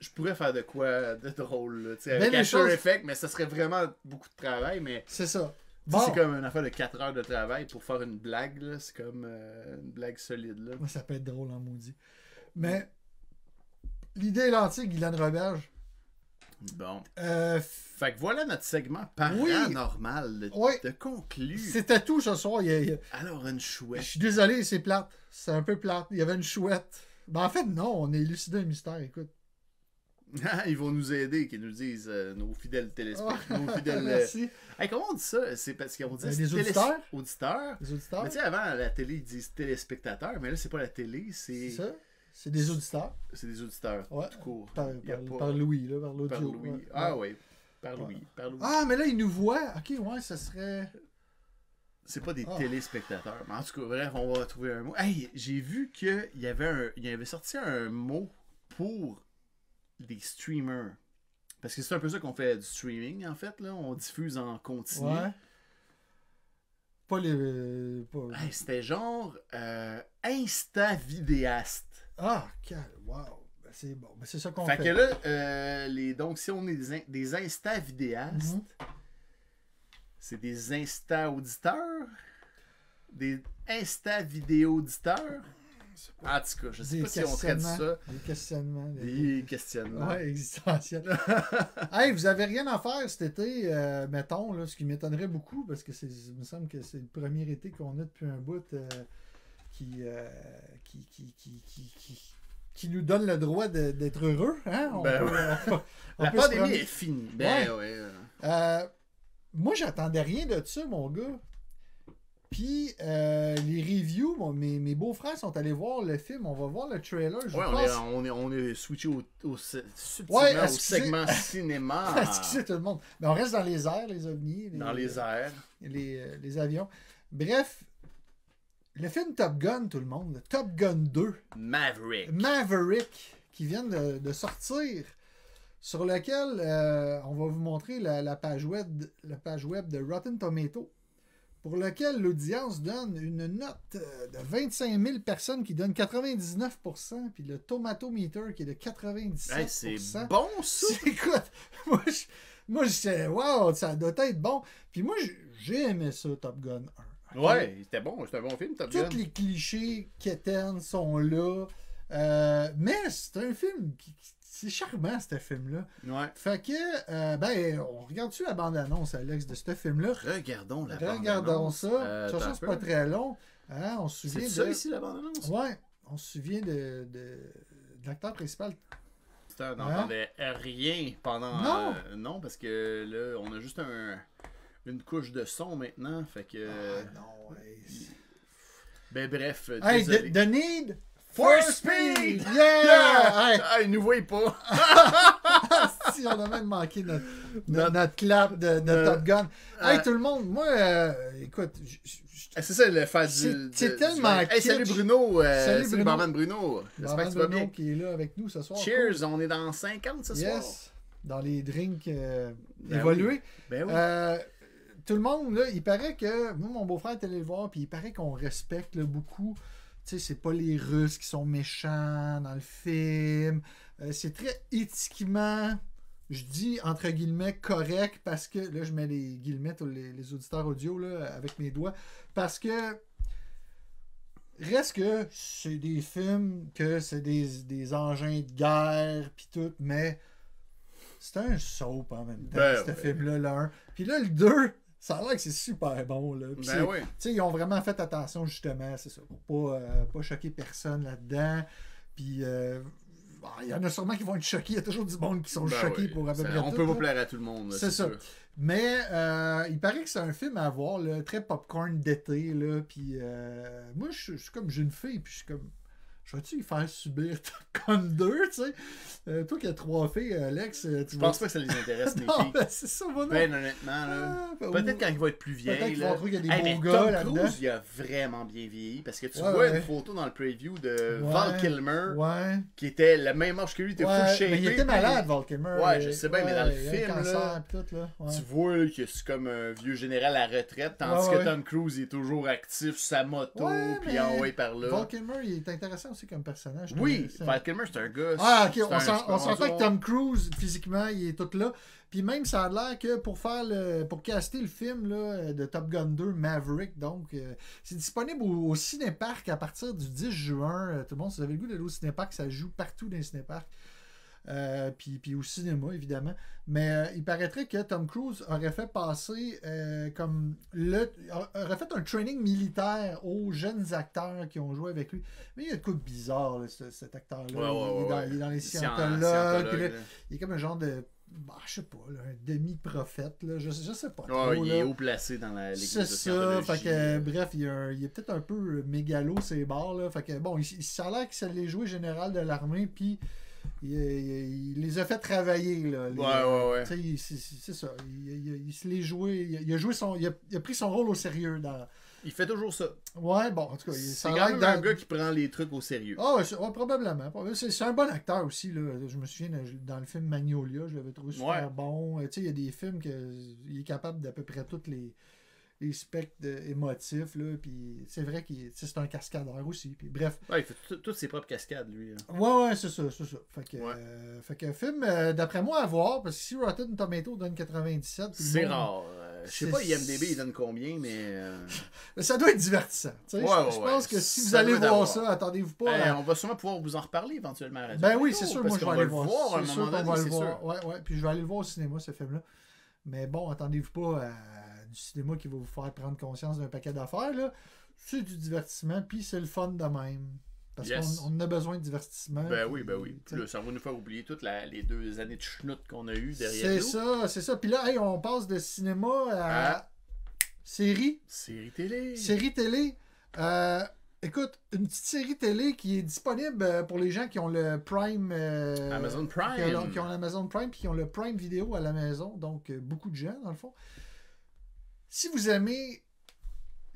[SPEAKER 2] Je pourrais faire de quoi de drôle. Là, tu sais,
[SPEAKER 1] Mais
[SPEAKER 2] avec
[SPEAKER 1] Ben, les
[SPEAKER 2] After
[SPEAKER 1] choses-
[SPEAKER 2] Effects, mais ça serait vraiment beaucoup de travail. Mais
[SPEAKER 1] C'est ça.
[SPEAKER 2] tu sais,
[SPEAKER 1] Bon.
[SPEAKER 2] c'est comme une affaire de 4 heures de travail pour faire une blague. là. C'est comme euh, une blague solide. Là.
[SPEAKER 1] Ouais, Ça peut être drôle en maudit. Mais l'idée est lentille, Guylaine Roberge.
[SPEAKER 2] Bon.
[SPEAKER 1] Euh, f-
[SPEAKER 2] Fait que voilà notre segment paranormal de,
[SPEAKER 1] Oui.
[SPEAKER 2] de conclu.
[SPEAKER 1] C'était tout ce soir. Il y a- il y a-
[SPEAKER 2] Alors, une
[SPEAKER 1] Je
[SPEAKER 2] chouette.
[SPEAKER 1] suis désolé, c'est plate. C'est un peu plate. Il y avait une chouette. Ben, en fait, non, on a élucidé un mystère, écoute.
[SPEAKER 2] Ah, Ils vont nous aider, qu'ils nous disent, euh, nos fidèles téléspectateurs. nos fidèles. euh,
[SPEAKER 1] Oh, Merci,
[SPEAKER 2] hey, comment on dit ça C'est parce qu'on dit.
[SPEAKER 1] Euh, les
[SPEAKER 2] télés-
[SPEAKER 1] auditeurs?
[SPEAKER 2] auditeurs.
[SPEAKER 1] les auditeurs.
[SPEAKER 2] Mais tu sais, avant, à la télé, ils disent téléspectateurs, mais là, c'est pas la télé,
[SPEAKER 1] C'est
[SPEAKER 2] c'est
[SPEAKER 1] ça? C'est des auditeurs.
[SPEAKER 2] c'est des auditeurs.
[SPEAKER 1] Ouais.
[SPEAKER 2] Tout court.
[SPEAKER 1] Par,
[SPEAKER 2] Il y a
[SPEAKER 1] par-
[SPEAKER 2] pas-
[SPEAKER 1] par Louis, là, par l'audio.
[SPEAKER 2] par Louis.
[SPEAKER 1] ouais.
[SPEAKER 2] Ah
[SPEAKER 1] Ouais.
[SPEAKER 2] oui, par
[SPEAKER 1] Ouais.
[SPEAKER 2] Louis. Par Louis.
[SPEAKER 1] Ah, mais là, il nous voit. Ok, ouais, ça serait.
[SPEAKER 2] C'est pas des
[SPEAKER 1] Ah.
[SPEAKER 2] téléspectateurs. Mais en tout cas, bref, on va trouver un mot. Hey, j'ai vu qu'il y avait un. Il y avait sorti un mot pour les streamers. Parce que c'est un peu ça qu'on fait du streaming, en fait, là. On diffuse en continu.
[SPEAKER 1] Ouais. Pas les. euh, pas-
[SPEAKER 2] Hey, c'était genre euh, Insta vidéaste.
[SPEAKER 1] Ah, cal. Wow. Ben, C'est bon. Ben, c'est ça qu'on
[SPEAKER 2] Fait
[SPEAKER 1] fait.
[SPEAKER 2] que là, euh, les, donc si on est des, in- des Insta vidéastes,
[SPEAKER 1] Mhm.
[SPEAKER 2] c'est des Insta auditeurs, des Insta vidéo auditeurs. En tout cas, je sais
[SPEAKER 1] Des
[SPEAKER 2] pas si on traite ça.
[SPEAKER 1] questionnements, Des questionnements. Des...
[SPEAKER 2] Des questionnements.
[SPEAKER 1] Ouais, existentiels. hey, vous avez rien à faire cet été, euh, mettons, là, ce qui m'étonnerait beaucoup, parce que c'est, il me semble que c'est le premier été qu'on a depuis un bout euh, qui, euh, qui, qui, qui, qui, qui- qui nous donne le droit de- d'être heureux. Hein?
[SPEAKER 2] Ben
[SPEAKER 1] peut-
[SPEAKER 2] ouais.
[SPEAKER 1] peut- on
[SPEAKER 2] La
[SPEAKER 1] peut se
[SPEAKER 2] pandémie
[SPEAKER 1] promener.
[SPEAKER 2] est finie. Ben ouais. euh,
[SPEAKER 1] Euh, moi, j'attendais rien de ça, mon gars. Puis, euh, les reviews, mon- mes, mes beaux-frères sont allés voir le film. On va voir le trailer. Je
[SPEAKER 2] ouais,
[SPEAKER 1] vous
[SPEAKER 2] on, est,
[SPEAKER 1] passe-
[SPEAKER 2] on, est, on est switché au, au, se- subtilement
[SPEAKER 1] Ouais,
[SPEAKER 2] au
[SPEAKER 1] excusez.
[SPEAKER 2] segment cinéma.
[SPEAKER 1] Parce que c'est tout le monde. Mais on reste dans les airs, les ovnis.
[SPEAKER 2] Ah. dans les airs.
[SPEAKER 1] les, euh, les avions. Bref, le film Top Gun, tout le monde, le Top Gun 2,
[SPEAKER 2] Maverick.
[SPEAKER 1] Maverick, qui vient de, de sortir, sur lequel euh, on va vous montrer la, la page web, la page web de Rotten Tomato, pour lequel l'audience donne une note euh, de 25 000 personnes qui donne 99%, puis le Tomatometer qui est de 97%.
[SPEAKER 2] Hey, c'est bon ça!
[SPEAKER 1] Écoute, moi, je, moi, j'étais, wow, ça doit être bon. Puis moi, j'- j'ai aimé ça, Top Gun 1. ok?
[SPEAKER 2] Ouais, c'était bon, c'était un bon film, Top Gun.
[SPEAKER 1] Tous les clichés quétaines sont là. Euh, mais c'est un film qui. qui- C'est charmant, ce film-là.
[SPEAKER 2] Ouais.
[SPEAKER 1] Fait que, euh, ben, on regarde-tu la bande-annonce, Alex, de ce film-là?
[SPEAKER 2] Regardons la
[SPEAKER 1] Regardons
[SPEAKER 2] bande-annonce.
[SPEAKER 1] ça.
[SPEAKER 2] Euh,
[SPEAKER 1] de toute façon,
[SPEAKER 2] attends
[SPEAKER 1] c'est
[SPEAKER 2] un
[SPEAKER 1] pas
[SPEAKER 2] peu.
[SPEAKER 1] très long. Hein, on se souvient
[SPEAKER 2] C'est
[SPEAKER 1] de.
[SPEAKER 2] ça ici la bande-annonce?
[SPEAKER 1] Ouais, on se souvient de, de, de l'acteur principal.
[SPEAKER 2] Putain, on n'entendait rien pendant.
[SPEAKER 1] Hein? Non.
[SPEAKER 2] euh, non, parce que là, on a juste un, une couche de son maintenant. Fait que.
[SPEAKER 1] Ah non, hey, c'est-
[SPEAKER 2] Ben bref,
[SPEAKER 1] Hey,
[SPEAKER 2] désolé.
[SPEAKER 1] the, the Need
[SPEAKER 2] For Speed!
[SPEAKER 1] Yeah!
[SPEAKER 2] Yeah!
[SPEAKER 1] Hey,
[SPEAKER 2] Hey, nous voyez pas!
[SPEAKER 1] si, on a même manqué notre,
[SPEAKER 2] Notre-
[SPEAKER 1] notre, notre clap de, de
[SPEAKER 2] Euh,
[SPEAKER 1] Top Gun. Hey,
[SPEAKER 2] euh,
[SPEAKER 1] tout le monde, moi, euh, écoute, j- j- j-
[SPEAKER 2] Ah, C'est ça le faire du.
[SPEAKER 1] C'est-
[SPEAKER 2] de-
[SPEAKER 1] c'est
[SPEAKER 2] du-
[SPEAKER 1] tellement
[SPEAKER 2] Hey, salut
[SPEAKER 1] kitsch.
[SPEAKER 2] Bruno! euh,
[SPEAKER 1] Salut
[SPEAKER 2] c'est le
[SPEAKER 1] Bruno.
[SPEAKER 2] barman Bruno! J'espère
[SPEAKER 1] Laurent
[SPEAKER 2] que tu vas
[SPEAKER 1] Bruno
[SPEAKER 2] bien.
[SPEAKER 1] qui est là avec nous ce soir.
[SPEAKER 2] Cheers! On est dans 50 ce
[SPEAKER 1] Cool.
[SPEAKER 2] soir!
[SPEAKER 1] Yes! Dans les drinks euh,
[SPEAKER 2] Ben
[SPEAKER 1] évolués.
[SPEAKER 2] Ben oui!
[SPEAKER 1] Euh, tout le monde, là, il paraît que. Moi, mon beau-frère est allé le voir, puis il paraît qu'on respecte là, beaucoup. Tu sais, c'est pas les Russes qui sont méchants dans le film. Euh, c'est très éthiquement, je dis entre guillemets, correct, parce que. Là, je mets les guillemets, tous les, les auditeurs audio, là, avec mes doigts. Parce que. Reste que c'est des films, que c'est des, des engins de guerre, puis tout, mais c'est un soap en même temps,
[SPEAKER 2] Ben
[SPEAKER 1] ce
[SPEAKER 2] ouais.
[SPEAKER 1] film-là, le 1. Puis là, le 2, ça a l'air que c'est super bon, là. Puis c'est-
[SPEAKER 2] ben oui!
[SPEAKER 1] tu sais, ils ont vraiment fait attention justement, c'est ça, pour pas, euh, pas choquer personne là-dedans. Puis euh, bon, il y en a sûrement qui vont être choqués. Il y a toujours du monde qui sont
[SPEAKER 2] Ben
[SPEAKER 1] choqués
[SPEAKER 2] oui.
[SPEAKER 1] pour à peu
[SPEAKER 2] Ça-
[SPEAKER 1] près
[SPEAKER 2] On
[SPEAKER 1] tout,
[SPEAKER 2] peut pas
[SPEAKER 1] là.
[SPEAKER 2] plaire à tout le monde.
[SPEAKER 1] C'est ça.
[SPEAKER 2] sûr.
[SPEAKER 1] Mais euh, il paraît que c'est un film à voir, là, très popcorn d'été. Là, puis euh, moi, je suis- je suis comme j'ai une fille, puis je suis comme. Je vais-tu y faire subir Top Gun 2, tu sais? Euh, toi qui as trois filles, Alex, euh, tu
[SPEAKER 2] Je
[SPEAKER 1] vas-
[SPEAKER 2] pense pas que ça les intéresse, les
[SPEAKER 1] Non,
[SPEAKER 2] filles.
[SPEAKER 1] ben, c'est ça, moi, non.
[SPEAKER 2] Ben honnêtement, là.
[SPEAKER 1] Ah, ben,
[SPEAKER 2] Peut-être quand il va être plus vieil.
[SPEAKER 1] Peut-être qu'ils
[SPEAKER 2] là.
[SPEAKER 1] vont trouver qu'il y a des
[SPEAKER 2] Hey,
[SPEAKER 1] beaux
[SPEAKER 2] mais
[SPEAKER 1] gars
[SPEAKER 2] Tom
[SPEAKER 1] là-dedans.
[SPEAKER 2] Cruise, il a vraiment bien vieilli. Parce que tu
[SPEAKER 1] Ouais,
[SPEAKER 2] vois
[SPEAKER 1] ouais.
[SPEAKER 2] une photo dans le preview de
[SPEAKER 1] Ouais,
[SPEAKER 2] Val Kilmer,
[SPEAKER 1] Ouais.
[SPEAKER 2] qui était la même âge que lui, il était
[SPEAKER 1] Ouais,
[SPEAKER 2] full shapé.
[SPEAKER 1] mais il était
[SPEAKER 2] puis
[SPEAKER 1] malade, Val Kilmer.
[SPEAKER 2] Ouais, je
[SPEAKER 1] Il-
[SPEAKER 2] sais bien, mais dans le
[SPEAKER 1] il a eu
[SPEAKER 2] film,
[SPEAKER 1] cancer,
[SPEAKER 2] là,
[SPEAKER 1] pis tout, là. Ouais.
[SPEAKER 2] Tu vois là, que c'est comme un vieux général à retraite, tandis
[SPEAKER 1] Ouais,
[SPEAKER 2] que
[SPEAKER 1] ouais.
[SPEAKER 2] Tom Cruise il est toujours actif sur sa moto,
[SPEAKER 1] Ouais,
[SPEAKER 2] puis
[SPEAKER 1] mais
[SPEAKER 2] en haut et par là.
[SPEAKER 1] Val Kilmer, il est intéressant aussi comme personnage. je
[SPEAKER 2] Oui,
[SPEAKER 1] trouve, ça.
[SPEAKER 2] Val Kilmer c'est un gars.
[SPEAKER 1] Ah,
[SPEAKER 2] c'est
[SPEAKER 1] ok, on
[SPEAKER 2] un-
[SPEAKER 1] s'en-
[SPEAKER 2] c'est un
[SPEAKER 1] on s'entend
[SPEAKER 2] bonsoir.
[SPEAKER 1] que Tom Cruise, physiquement, il est tout là. Puis même, ça a l'air que pour faire le, pour caster le film là, de Top Gun 2, Maverick, donc, euh, c'est disponible au, au Cinéparc à partir du 10 juin. Euh, Tout le monde, si vous avez le goût d'aller au Cinéparc, ça joue partout dans les Cinéparcs. Euh, puis, puis au cinéma, évidemment. Mais euh, il paraîtrait que Tom Cruise aurait fait passer euh, comme le. aurait fait un training militaire aux jeunes acteurs qui ont joué avec lui. Mais il y a de quoi de bizarre, là, ce- cet acteur-là.
[SPEAKER 2] Ouais, ouais,
[SPEAKER 1] il, est
[SPEAKER 2] ouais,
[SPEAKER 1] dans,
[SPEAKER 2] ouais.
[SPEAKER 1] il est dans les
[SPEAKER 2] Scien-
[SPEAKER 1] scientologues.
[SPEAKER 2] scientologue,
[SPEAKER 1] puis là,
[SPEAKER 2] là.
[SPEAKER 1] il est comme un genre de. bah, je sais pas, là, un demi-prophète. là, Je, je sais pas.
[SPEAKER 2] Ouais,
[SPEAKER 1] trop,
[SPEAKER 2] il
[SPEAKER 1] là.
[SPEAKER 2] est haut placé dans la l'église de
[SPEAKER 1] C'est ça, fait
[SPEAKER 2] Scientologie,
[SPEAKER 1] que
[SPEAKER 2] là.
[SPEAKER 1] euh, bref, il, y a un- il est peut-être un peu mégalo ces bars là, fait que bon, il, il- ça a l'air que c'est les jouets général de l'armée puis il, il- il les a fait travailler là. les-
[SPEAKER 2] Ouais, ouais, ouais.
[SPEAKER 1] tu sais, il- c'est- C'est c'est ça, il, il- il se les jouait, il, il a joué son il a, il a pris son rôle au sérieux dans
[SPEAKER 2] Il fait toujours ça.
[SPEAKER 1] Ouais, bon, en tout cas, il-
[SPEAKER 2] C'est
[SPEAKER 1] ça
[SPEAKER 2] quand
[SPEAKER 1] a
[SPEAKER 2] même
[SPEAKER 1] l'air
[SPEAKER 2] un
[SPEAKER 1] dans-
[SPEAKER 2] gars qui prend les trucs au sérieux.
[SPEAKER 1] Ah, ouais, c'est- ouais, probablement. Probablement. C'est c'est un bon acteur aussi. Là. Je me souviens, je- dans le film Magnolia, je l'avais trouvé super
[SPEAKER 2] Ouais.
[SPEAKER 1] bon. Euh, Tu sais, il y a des films que il est capable d'à peu près tous les, les spectres euh, émotifs. Là. Puis c'est vrai qu'il tu sais, c'est un cascadeur aussi. Puis bref.
[SPEAKER 2] Ouais, il fait tout- toutes ses propres cascades, lui. hein.
[SPEAKER 1] Ouais, ouais, c'est ça, c'est ça. Fait que,
[SPEAKER 2] Ouais.
[SPEAKER 1] euh, fait que film, euh, d'après moi, à voir, parce que si Rotten Tomato donne 97, tout le
[SPEAKER 2] C'est
[SPEAKER 1] monde-
[SPEAKER 2] rare. euh, je sais
[SPEAKER 1] C'est-
[SPEAKER 2] pas, IMDB, il donne combien, mais. euh,
[SPEAKER 1] Mais ça doit être divertissant. tu
[SPEAKER 2] Ouais,
[SPEAKER 1] sais. je, je
[SPEAKER 2] ouais, ouais.
[SPEAKER 1] pense que si vous
[SPEAKER 2] Ça
[SPEAKER 1] allez
[SPEAKER 2] doit Ben,
[SPEAKER 1] voir
[SPEAKER 2] d'avoir.
[SPEAKER 1] ça, attendez-vous pas
[SPEAKER 2] hey,
[SPEAKER 1] à-
[SPEAKER 2] on va sûrement pouvoir vous en reparler éventuellement à Radio
[SPEAKER 1] Ben oui,
[SPEAKER 2] Plateau,
[SPEAKER 1] c'est sûr,
[SPEAKER 2] Ah, parce
[SPEAKER 1] moi je
[SPEAKER 2] qu'on
[SPEAKER 1] vais
[SPEAKER 2] va
[SPEAKER 1] aller
[SPEAKER 2] le
[SPEAKER 1] voir.
[SPEAKER 2] voir à un
[SPEAKER 1] C'est sûr
[SPEAKER 2] moment
[SPEAKER 1] qu'on va
[SPEAKER 2] donné, c'est
[SPEAKER 1] le
[SPEAKER 2] sûr.
[SPEAKER 1] voir. Ouais, ouais. Puis je vais aller le voir au cinéma, ce film-là. Mais bon, attendez-vous pas à du cinéma qui va vous faire prendre conscience d'un paquet d'affaires. là. C'est du divertissement, puis c'est le fun de même. Parce
[SPEAKER 2] Yes.
[SPEAKER 1] qu'on on a besoin de divertissement.
[SPEAKER 2] Ben
[SPEAKER 1] puis,
[SPEAKER 2] oui, ben oui.
[SPEAKER 1] tu sais.
[SPEAKER 2] Là, ça va nous faire oublier toutes la- les deux années de schnout qu'on a eues derrière
[SPEAKER 1] C'est
[SPEAKER 2] nous.
[SPEAKER 1] ça, c'est ça. Puis là, hey, on passe de cinéma à
[SPEAKER 2] Ah.
[SPEAKER 1] série.
[SPEAKER 2] Série télé.
[SPEAKER 1] Série télé. euh, écoute, une petite série télé qui est disponible euh, pour les gens qui ont le Prime. euh,
[SPEAKER 2] Amazon Prime.
[SPEAKER 1] Qui ont, qui ont l'Amazon Prime puis qui ont le Prime vidéo à la maison. Donc, euh, beaucoup de gens, dans le fond. Si vous aimez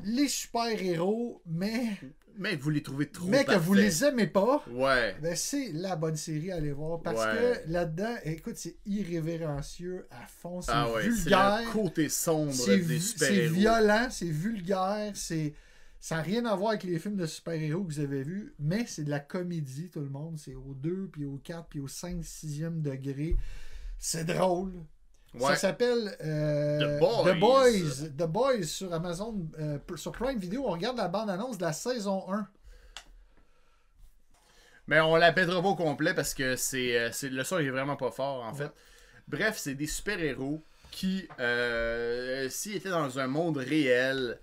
[SPEAKER 1] les super-héros, mais,
[SPEAKER 2] Mais vous les trouvez trop
[SPEAKER 1] mais que vous
[SPEAKER 2] parfaits.
[SPEAKER 1] les aimez pas,
[SPEAKER 2] Ouais.
[SPEAKER 1] ben, c'est la bonne série à aller voir. Parce
[SPEAKER 2] Ouais.
[SPEAKER 1] que là-dedans, écoute, c'est irrévérencieux à fond. C'est
[SPEAKER 2] Ah ouais, c'est
[SPEAKER 1] vulgaire.
[SPEAKER 2] le côté sombre
[SPEAKER 1] C'est
[SPEAKER 2] des
[SPEAKER 1] vi- c'est
[SPEAKER 2] super-héros.
[SPEAKER 1] violent, c'est vulgaire, c'est. Ça n'a rien à voir avec les films de super-héros que vous avez vus, mais c'est de la comédie, tout le monde. C'est au 2, puis au 4, puis au 5, 6e degré. C'est drôle. Ça
[SPEAKER 2] Ouais.
[SPEAKER 1] s'appelle euh,
[SPEAKER 2] The Boys.
[SPEAKER 1] The Boys. The Boys sur Amazon, euh, sur Prime Video. On regarde la bande-annonce de la saison 1.
[SPEAKER 2] Mais on la pètera pas au complet parce que c'est, euh, c'est- le son est vraiment pas fort, en fait. Bref, c'est des super-héros qui, euh, s'ils étaient dans un monde réel,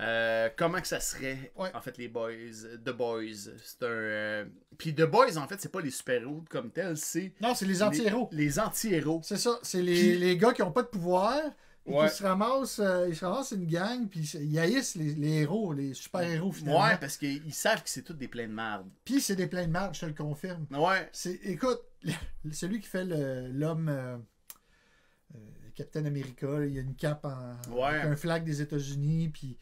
[SPEAKER 2] euh, comment que ça serait,
[SPEAKER 1] Ouais.
[SPEAKER 2] en fait, les Boys, The Boys. C'est un... euh, Puis The Boys, en fait, c'est pas les super-héros comme tels, c'est...
[SPEAKER 1] Non, c'est les anti-héros.
[SPEAKER 2] Les, les anti-héros.
[SPEAKER 1] C'est ça. C'est les,
[SPEAKER 2] Puis-
[SPEAKER 1] les gars qui n'ont pas de pouvoir. et
[SPEAKER 2] Ouais.
[SPEAKER 1] Qui se ramassent, euh, ils se ramassent une gang, puis ils ils haïssent les, les héros, les super-héros finalement.
[SPEAKER 2] Ouais, parce qu'ils savent que c'est tous des pleins de marde.
[SPEAKER 1] Puis c'est des pleins de marge, je te le confirme.
[SPEAKER 2] Ouais.
[SPEAKER 1] C'est, écoute, le- celui qui fait le- l'homme euh, euh, Captain America, là, il a une cape en,
[SPEAKER 2] Ouais.
[SPEAKER 1] avec un flag des États-Unis, puis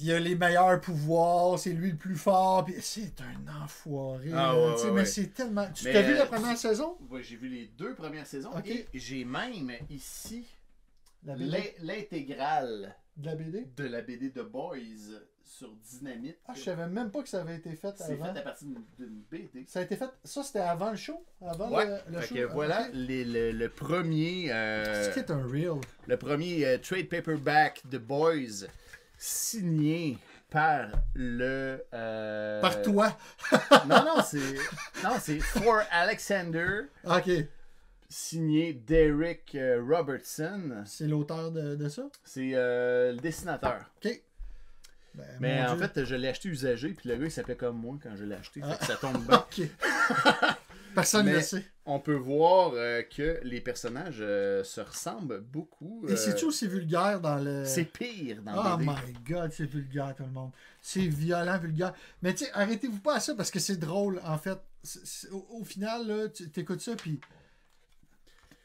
[SPEAKER 1] il a les meilleurs pouvoirs, c'est lui le plus fort, puis c'est un enfoiré.
[SPEAKER 2] Ah,
[SPEAKER 1] là,
[SPEAKER 2] ouais,
[SPEAKER 1] tu sais,
[SPEAKER 2] ouais,
[SPEAKER 1] mais
[SPEAKER 2] ouais.
[SPEAKER 1] c'est tellement. Tu
[SPEAKER 2] Mais,
[SPEAKER 1] t'as vu
[SPEAKER 2] euh,
[SPEAKER 1] la première saison
[SPEAKER 2] Ouais, j'ai vu les deux premières saisons
[SPEAKER 1] Ok.
[SPEAKER 2] et j'ai même ici
[SPEAKER 1] la BD,
[SPEAKER 2] l'in- l'intégrale
[SPEAKER 1] De la BD
[SPEAKER 2] de la BD de Boys sur Dynamite.
[SPEAKER 1] Ah, je savais même pas que ça avait été fait
[SPEAKER 2] c'est
[SPEAKER 1] avant.
[SPEAKER 2] fait à partir d'une- d'une BD.
[SPEAKER 1] Ça a été fait. Ça, c'était avant le show Avant
[SPEAKER 2] Ouais.
[SPEAKER 1] le, le
[SPEAKER 2] Fait
[SPEAKER 1] show
[SPEAKER 2] que
[SPEAKER 1] Ah,
[SPEAKER 2] voilà
[SPEAKER 1] ok.
[SPEAKER 2] les- le, le premier, euh,
[SPEAKER 1] C'est un reel.
[SPEAKER 2] le premier euh, trade paperback de Boys signé par le. euh,
[SPEAKER 1] Par toi.
[SPEAKER 2] Non, non, c'est. Non, c'est For Alexander,
[SPEAKER 1] Ok.
[SPEAKER 2] signé Derek euh, Robertson.
[SPEAKER 1] C'est l'auteur de, de ça.
[SPEAKER 2] C'est euh, le dessinateur.
[SPEAKER 1] OK. Ben,
[SPEAKER 2] Mais
[SPEAKER 1] Ah, mon
[SPEAKER 2] en
[SPEAKER 1] Dieu.
[SPEAKER 2] fait, je l'ai acheté usagé, puis le gars, il s'appelait comme moi quand je l'ai acheté. Fait que ça tombe bien.
[SPEAKER 1] OK. Personne ne
[SPEAKER 2] Mais-
[SPEAKER 1] le sait.
[SPEAKER 2] On peut voir euh, que les personnages euh, se ressemblent beaucoup.
[SPEAKER 1] Et
[SPEAKER 2] euh,
[SPEAKER 1] c'est-tu aussi vulgaire dans le.
[SPEAKER 2] C'est pire dans
[SPEAKER 1] Oh
[SPEAKER 2] BD.
[SPEAKER 1] my god, c'est vulgaire tout le monde. C'est violent, vulgaire. Mais tu sais, arrêtez-vous pas à ça parce que c'est drôle en fait. C'est- c'est- au, au final, là, tu écoutes ça puis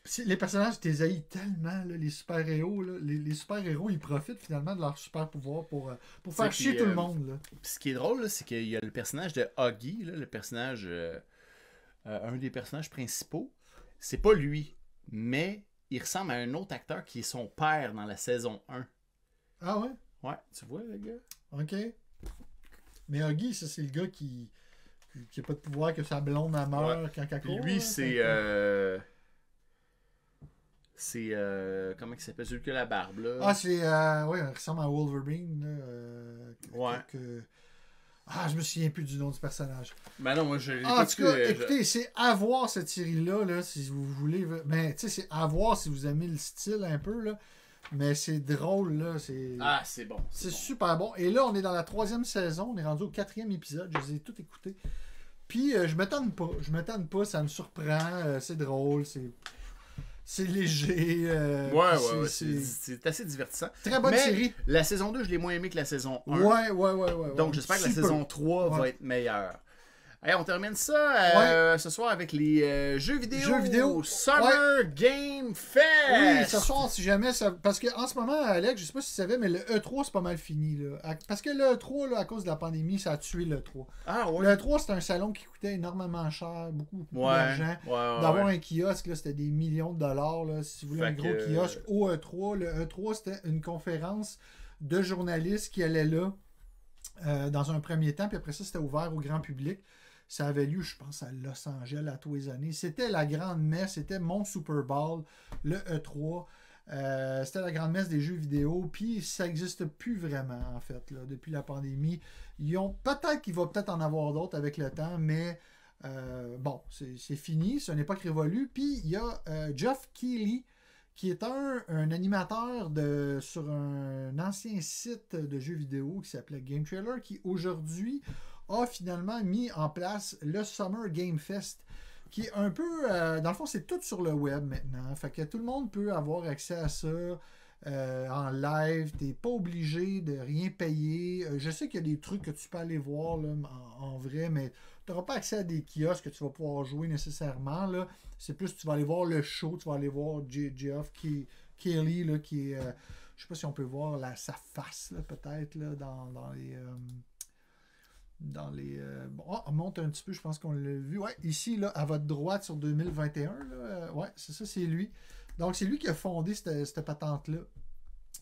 [SPEAKER 1] c'est- les personnages t'es haïs tellement là, les super héros les, les super héros ils profitent finalement de leur super pouvoir pour, euh, pour faire
[SPEAKER 2] T'sais,
[SPEAKER 1] chier
[SPEAKER 2] puis,
[SPEAKER 1] tout
[SPEAKER 2] euh,
[SPEAKER 1] le monde là.
[SPEAKER 2] Puis Ce qui est drôle, là, c'est qu'il y a le personnage de Huggy, là, le personnage. euh, euh, un des personnages principaux. C'est pas lui, mais il ressemble à un autre acteur qui est son père dans la saison 1.
[SPEAKER 1] Ah ouais,
[SPEAKER 2] Ouais, tu vois, le gars
[SPEAKER 1] ok. Mais Huggy, ça c'est le gars qui qui- qui a pas de pouvoir que sa blonde elle meurt quand elle
[SPEAKER 2] Puis
[SPEAKER 1] court,
[SPEAKER 2] lui,
[SPEAKER 1] là,
[SPEAKER 2] c'est.
[SPEAKER 1] fait que-
[SPEAKER 2] euh, C'est. euh, comment il s'appelle Celui qui a la barbe, là.
[SPEAKER 1] Ah, c'est. Euh, ouais, il ressemble à Wolverine. là, euh, que-
[SPEAKER 2] Ouais.
[SPEAKER 1] que- Ah, je me souviens plus du nom du personnage.
[SPEAKER 2] Ben non, moi, je l'ai
[SPEAKER 1] Ah, en
[SPEAKER 2] pas
[SPEAKER 1] tout
[SPEAKER 2] vu,
[SPEAKER 1] cas,
[SPEAKER 2] euh, je-
[SPEAKER 1] écoutez, c'est à voir cette série-là, là, si vous voulez. Ben, tu sais, c'est à voir si vous aimez le style un peu, là. Mais c'est drôle, là. C'est
[SPEAKER 2] Ah, c'est bon.
[SPEAKER 1] c'est
[SPEAKER 2] bon.
[SPEAKER 1] super bon. Et là, on est dans la troisième saison. On est rendu au quatrième épisode. Je les ai tout écoutés. Puis, euh, je m'étonne pas. Je m'étonne pas. Ça me surprend. euh, c'est drôle. C'est. C'est léger. euh,
[SPEAKER 2] Ouais,
[SPEAKER 1] puis
[SPEAKER 2] ouais, ouais,
[SPEAKER 1] c'est-
[SPEAKER 2] c'est
[SPEAKER 1] c'est
[SPEAKER 2] c'est assez divertissant.
[SPEAKER 1] Très bonne
[SPEAKER 2] Mais
[SPEAKER 1] série.
[SPEAKER 2] La saison 2, je l'ai moins aimé que la saison 1.
[SPEAKER 1] Ouais, ouais, ouais, ouais.
[SPEAKER 2] Donc,
[SPEAKER 1] ouais.
[SPEAKER 2] j'espère que la
[SPEAKER 1] Super.
[SPEAKER 2] saison 3 va
[SPEAKER 1] Ouais.
[SPEAKER 2] être meilleure. Hey, on termine ça euh, ce soir avec les euh, jeux vidéo.
[SPEAKER 1] Jeux vidéo.
[SPEAKER 2] Summer Game Fest.
[SPEAKER 1] Oui, ce soir, si jamais ça. Parce qu'en ce moment, Alex, je sais pas si tu savais, mais le E3, c'est pas mal fini. Là. À- Parce que le E3, là, à cause de la pandémie, ça a tué le E3.
[SPEAKER 2] Ah, ouais.
[SPEAKER 1] Le E3, c'est un salon qui coûtait énormément cher, beaucoup, beaucoup
[SPEAKER 2] Ouais.
[SPEAKER 1] d'argent.
[SPEAKER 2] ouais, ouais,
[SPEAKER 1] D'avoir
[SPEAKER 2] Ah, ouais.
[SPEAKER 1] un kiosque, là, c'était des millions de dollars. Là, si vous voulez
[SPEAKER 2] Fait
[SPEAKER 1] un gros
[SPEAKER 2] que- euh,
[SPEAKER 1] kiosque au E3, le E3, c'était une conférence de journalistes qui allaient là euh, dans un premier temps, puis après ça, c'était ouvert au grand public. Ça avait lieu, je pense, à Los Angeles à tous les années. C'était la grande messe, c'était mon Super Bowl, le E3. Euh, c'était la grande messe des jeux vidéo, puis ça n'existe plus vraiment, en fait, là, depuis la pandémie. Ils ont peut-être qu'il va peut-être en avoir d'autres avec le temps, mais euh, bon, c'est c'est fini, ce n'est pas révolu. Puis il y a euh, Jeff Keighley, qui est un, un animateur de, sur un ancien site de jeux vidéo qui s'appelait Game Trailer, qui aujourd'hui a finalement mis en place le Summer Game Fest, qui est un peu, euh, dans le fond, c'est tout sur le web maintenant. Fait que tout le monde peut avoir accès à ça. euh, en live, t'es pas obligé de rien payer. Euh, Je sais qu'il y a des trucs que tu peux aller voir là, en, en vrai, mais tu n'auras pas accès à des kiosques que tu vas pouvoir jouer nécessairement. Là. C'est plus tu vas aller voir le show, tu vas aller voir J- Geoff qui Kelly, là, qui est. euh, je sais pas si on peut voir la, sa face, là, peut-être, là, dans, dans les. euh, dans les. euh, bon, ah, on monte un petit peu, je pense qu'on l'a vu. Ouais, ici, là, à votre droite sur 2021, là, euh, ouais, c'est ça, c'est lui. Donc, c'est lui qui a fondé cette, cette patente-là.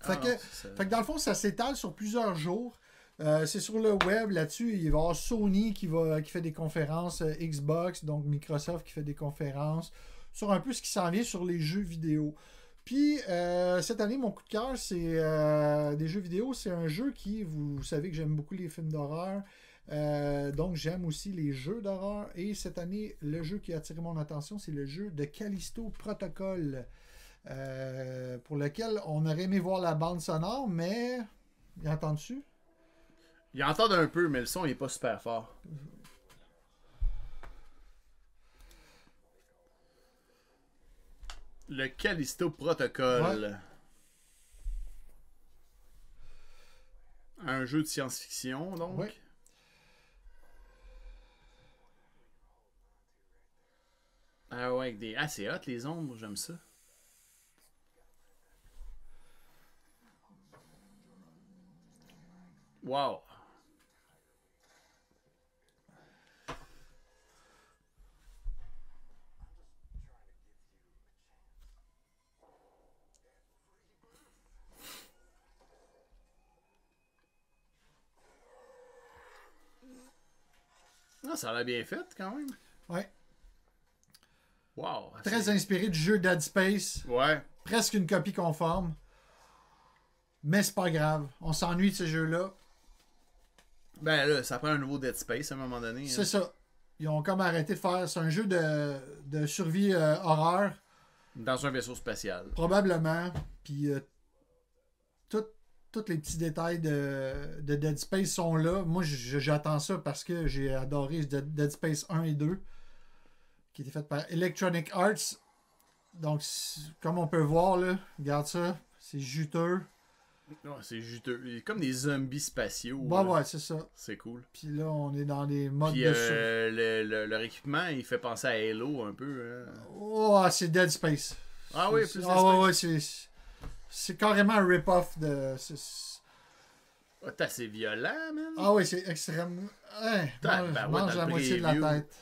[SPEAKER 1] Fait
[SPEAKER 2] Ah,
[SPEAKER 1] que-
[SPEAKER 2] non, c'est ça.
[SPEAKER 1] fait que dans le fond, ça s'étale sur plusieurs jours. Euh, c'est sur le web là-dessus. Il va y avoir Sony qui, va, qui fait des conférences, euh, Xbox, donc Microsoft qui fait des conférences sur un peu ce qui s'en vient sur les jeux vidéo. Puis euh, cette année, mon coup de cœur, c'est euh, des jeux vidéo. C'est un jeu qui, vous, vous savez que j'aime beaucoup les films d'horreur. Euh, donc, j'aime aussi les jeux d'horreur. Et cette année, le jeu qui a attiré mon attention, c'est le jeu de Callisto Protocol, euh, pour lequel on aurait aimé voir la bande sonore, mais. Y entends-tu
[SPEAKER 2] Ils entendent un peu, mais le son n'est pas super fort. Le Callisto Protocol. Un jeu de science-fiction, donc.
[SPEAKER 1] Oui.
[SPEAKER 2] Ah ouais, avec des. Ah, c'est hot les ombres, j'aime ça. Wow! Ah, ça a l'air bien fait quand même.
[SPEAKER 1] Ouais.
[SPEAKER 2] Wow!
[SPEAKER 1] Très
[SPEAKER 2] c'est-
[SPEAKER 1] inspiré du jeu Dead Space.
[SPEAKER 2] Ouais.
[SPEAKER 1] presque une copie conforme. Mais c'est pas grave. On s'ennuie de ce jeu-là.
[SPEAKER 2] Ben là, ça prend un nouveau Dead Space à un moment donné. hein.
[SPEAKER 1] C'est ça. Ils ont comme arrêté de faire. C'est un jeu de, de survie euh, horreur,
[SPEAKER 2] Dans un vaisseau spatial.
[SPEAKER 1] probablement. Puis euh, tout- tous les petits détails de, de Dead Space sont là. Moi, j- j'attends ça parce que j'ai adoré Dead Dead Space 1 et 2, qui était fait par Electronic Arts. Donc, c'est- comme on peut voir, là, regarde ça, c'est juteux.
[SPEAKER 2] Non, Ah, c'est juteux. Il est Comme des zombies spatiaux.
[SPEAKER 1] Bah
[SPEAKER 2] là.
[SPEAKER 1] ouais, Ah, c'est ça.
[SPEAKER 2] C'est cool.
[SPEAKER 1] Puis là, on est dans des modes
[SPEAKER 2] Puis
[SPEAKER 1] de survie.
[SPEAKER 2] euh, le- le- leur équipement, il fait penser à Halo un peu. hein.
[SPEAKER 1] Oh, c'est Dead Space.
[SPEAKER 2] Ah oui,
[SPEAKER 1] C'est-
[SPEAKER 2] plus
[SPEAKER 1] Ah ouais, ouais, c'est. C'est carrément un rip-off de. c'est- c'est-
[SPEAKER 2] Ah, T'as assez violent, man.
[SPEAKER 1] Ah ouais, c'est extrêmement. Hein,
[SPEAKER 2] Tac,
[SPEAKER 1] mange,
[SPEAKER 2] ben ouais,
[SPEAKER 1] mange
[SPEAKER 2] dans
[SPEAKER 1] la
[SPEAKER 2] le
[SPEAKER 1] moitié de la
[SPEAKER 2] preview.
[SPEAKER 1] tête.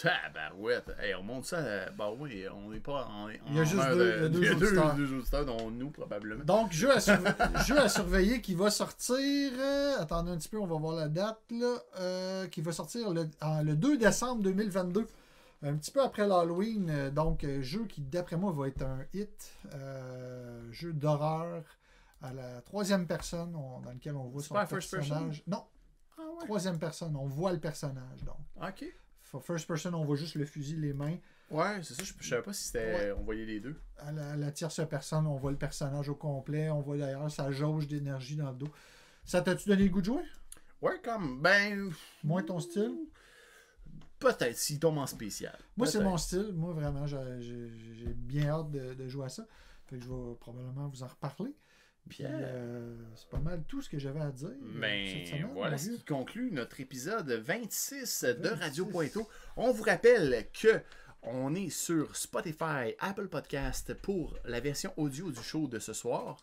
[SPEAKER 2] Tabarouette. Hey, on monte ça. à- Bah oui, on n'est pas. On, est-
[SPEAKER 1] Il y a
[SPEAKER 2] on
[SPEAKER 1] juste
[SPEAKER 2] meurt de-
[SPEAKER 1] deux- il y a deux
[SPEAKER 2] il y a
[SPEAKER 1] auditeurs.
[SPEAKER 2] deux auditeurs, dont nous, probablement.
[SPEAKER 1] Donc, jeu à, surve- jeu à surveiller qui va sortir. euh, attendez un petit peu, on va voir la date là. euh, qui va sortir le, en- le 2 décembre 2022. Un petit peu après l'Halloween. euh, donc, euh, jeu qui, d'après moi, va être un hit. euh, jeu d'horreur à la troisième personne on- dans lequel on voit
[SPEAKER 2] C'est
[SPEAKER 1] son
[SPEAKER 2] pas à first person?
[SPEAKER 1] personnage. Non,
[SPEAKER 2] Ah ouais.
[SPEAKER 1] troisième personne. On voit le personnage. Donc,
[SPEAKER 2] Ok.
[SPEAKER 1] For first person, on voit juste le fusil, les mains.
[SPEAKER 2] Ouais, c'est ça. Je, je savais pas si c'était.
[SPEAKER 1] Ouais.
[SPEAKER 2] On voyait les deux.
[SPEAKER 1] à la, la tierce personne, on voit le personnage au complet, on voit d'ailleurs sa jauge d'énergie dans le dos. Ça t'a-tu donné le goût de jouer?
[SPEAKER 2] Ouais, comme. Ben.
[SPEAKER 1] Moins ton style?
[SPEAKER 2] Peut-être s'il tombe en spécial.
[SPEAKER 1] Moi, c'est
[SPEAKER 2] Peut-être.
[SPEAKER 1] mon style. Moi, vraiment, j'ai- j'ai j'ai bien hâte de, de jouer à ça. Fait que je vais probablement vous en reparler. Puis,
[SPEAKER 2] Bien.
[SPEAKER 1] euh, c'est pas mal tout ce que j'avais à dire. euh,
[SPEAKER 2] Mais
[SPEAKER 1] cette semaine,
[SPEAKER 2] Ben, voilà
[SPEAKER 1] mon
[SPEAKER 2] ce
[SPEAKER 1] vieux.
[SPEAKER 2] qui conclut notre épisode 26 de
[SPEAKER 1] 26.
[SPEAKER 2] Radio Pointo. On vous rappelle que on est sur Spotify, Apple Podcast pour la version audio du show de ce soir.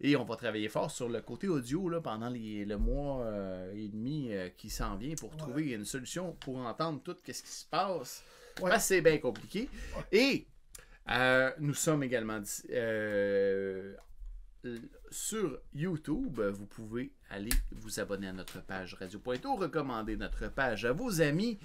[SPEAKER 2] Et on va travailler fort sur le côté audio là, pendant les- le mois euh, et demi euh, qui s'en vient pour trouver une solution pour entendre tout ce qui se passe.
[SPEAKER 1] Ouais.
[SPEAKER 2] Parce que c'est bien compliqué. Et euh, nous sommes également dis- euh, l- sur YouTube. Vous pouvez aller vous abonner à notre page Radio Pointo, recommander notre page à vos amis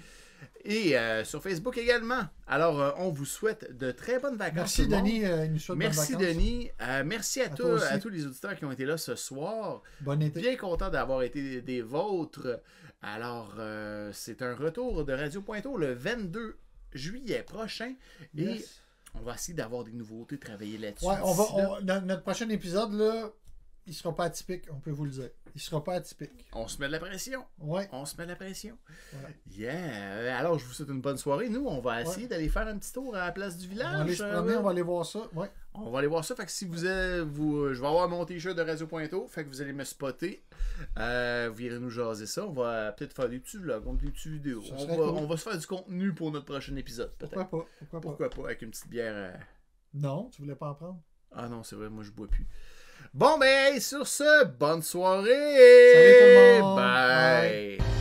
[SPEAKER 2] et euh, sur Facebook également. Alors, euh, on vous souhaite de très bonnes vacances.
[SPEAKER 1] Merci,
[SPEAKER 2] tout le monde.
[SPEAKER 1] Denis. euh, il nous souhaite bonnes
[SPEAKER 2] Merci,
[SPEAKER 1] vacances.
[SPEAKER 2] Denis. Euh, merci à,
[SPEAKER 1] À
[SPEAKER 2] tous-
[SPEAKER 1] toi aussi.
[SPEAKER 2] à tous les auditeurs qui ont été là ce soir.
[SPEAKER 1] Bon été.
[SPEAKER 2] Bien content d'avoir été des, des vôtres. Alors, euh, c'est un retour de Radio Pointo le 22 juillet prochain. Et
[SPEAKER 1] Yes.
[SPEAKER 2] on va essayer d'avoir des nouveautés, travailler là-dessus.
[SPEAKER 1] Ouais, on va,
[SPEAKER 2] d'ici là.
[SPEAKER 1] on- dans notre prochain épisode, là, il sera pas atypique, on peut vous le dire. Il sera pas atypique.
[SPEAKER 2] On se met de la pression.
[SPEAKER 1] Ouais.
[SPEAKER 2] On se met de la pression.
[SPEAKER 1] Voilà.
[SPEAKER 2] Yeah. Alors, je vous souhaite une bonne soirée. Nous, on va essayer
[SPEAKER 1] Ouais.
[SPEAKER 2] d'aller faire un petit tour à la place du
[SPEAKER 1] On va aller
[SPEAKER 2] village.
[SPEAKER 1] se
[SPEAKER 2] euh,
[SPEAKER 1] promener, on va aller voir ça. Ouais.
[SPEAKER 2] On va aller voir ça. Fait que si vous êtes, vous, je vais avoir mon t-shirt de Radio Pointo. Fait que vous allez me spotter. Euh, vous irez nous jaser ça. On va peut-être faire des petits vlogs, on des petites vidéos.
[SPEAKER 1] Ça
[SPEAKER 2] On va,
[SPEAKER 1] serait cool.
[SPEAKER 2] on va se faire du contenu pour notre prochain épisode,
[SPEAKER 1] Pourquoi
[SPEAKER 2] peut-être.
[SPEAKER 1] pas? Pourquoi, pas?
[SPEAKER 2] Pourquoi pas avec une petite bière. euh,
[SPEAKER 1] Non, tu voulais pas en prendre?
[SPEAKER 2] Ah non, c'est vrai, moi je bois plus. Bon ben, hey, sur ce, bonne soirée.
[SPEAKER 1] Salut tout le monde.
[SPEAKER 2] Bye.
[SPEAKER 1] Bye.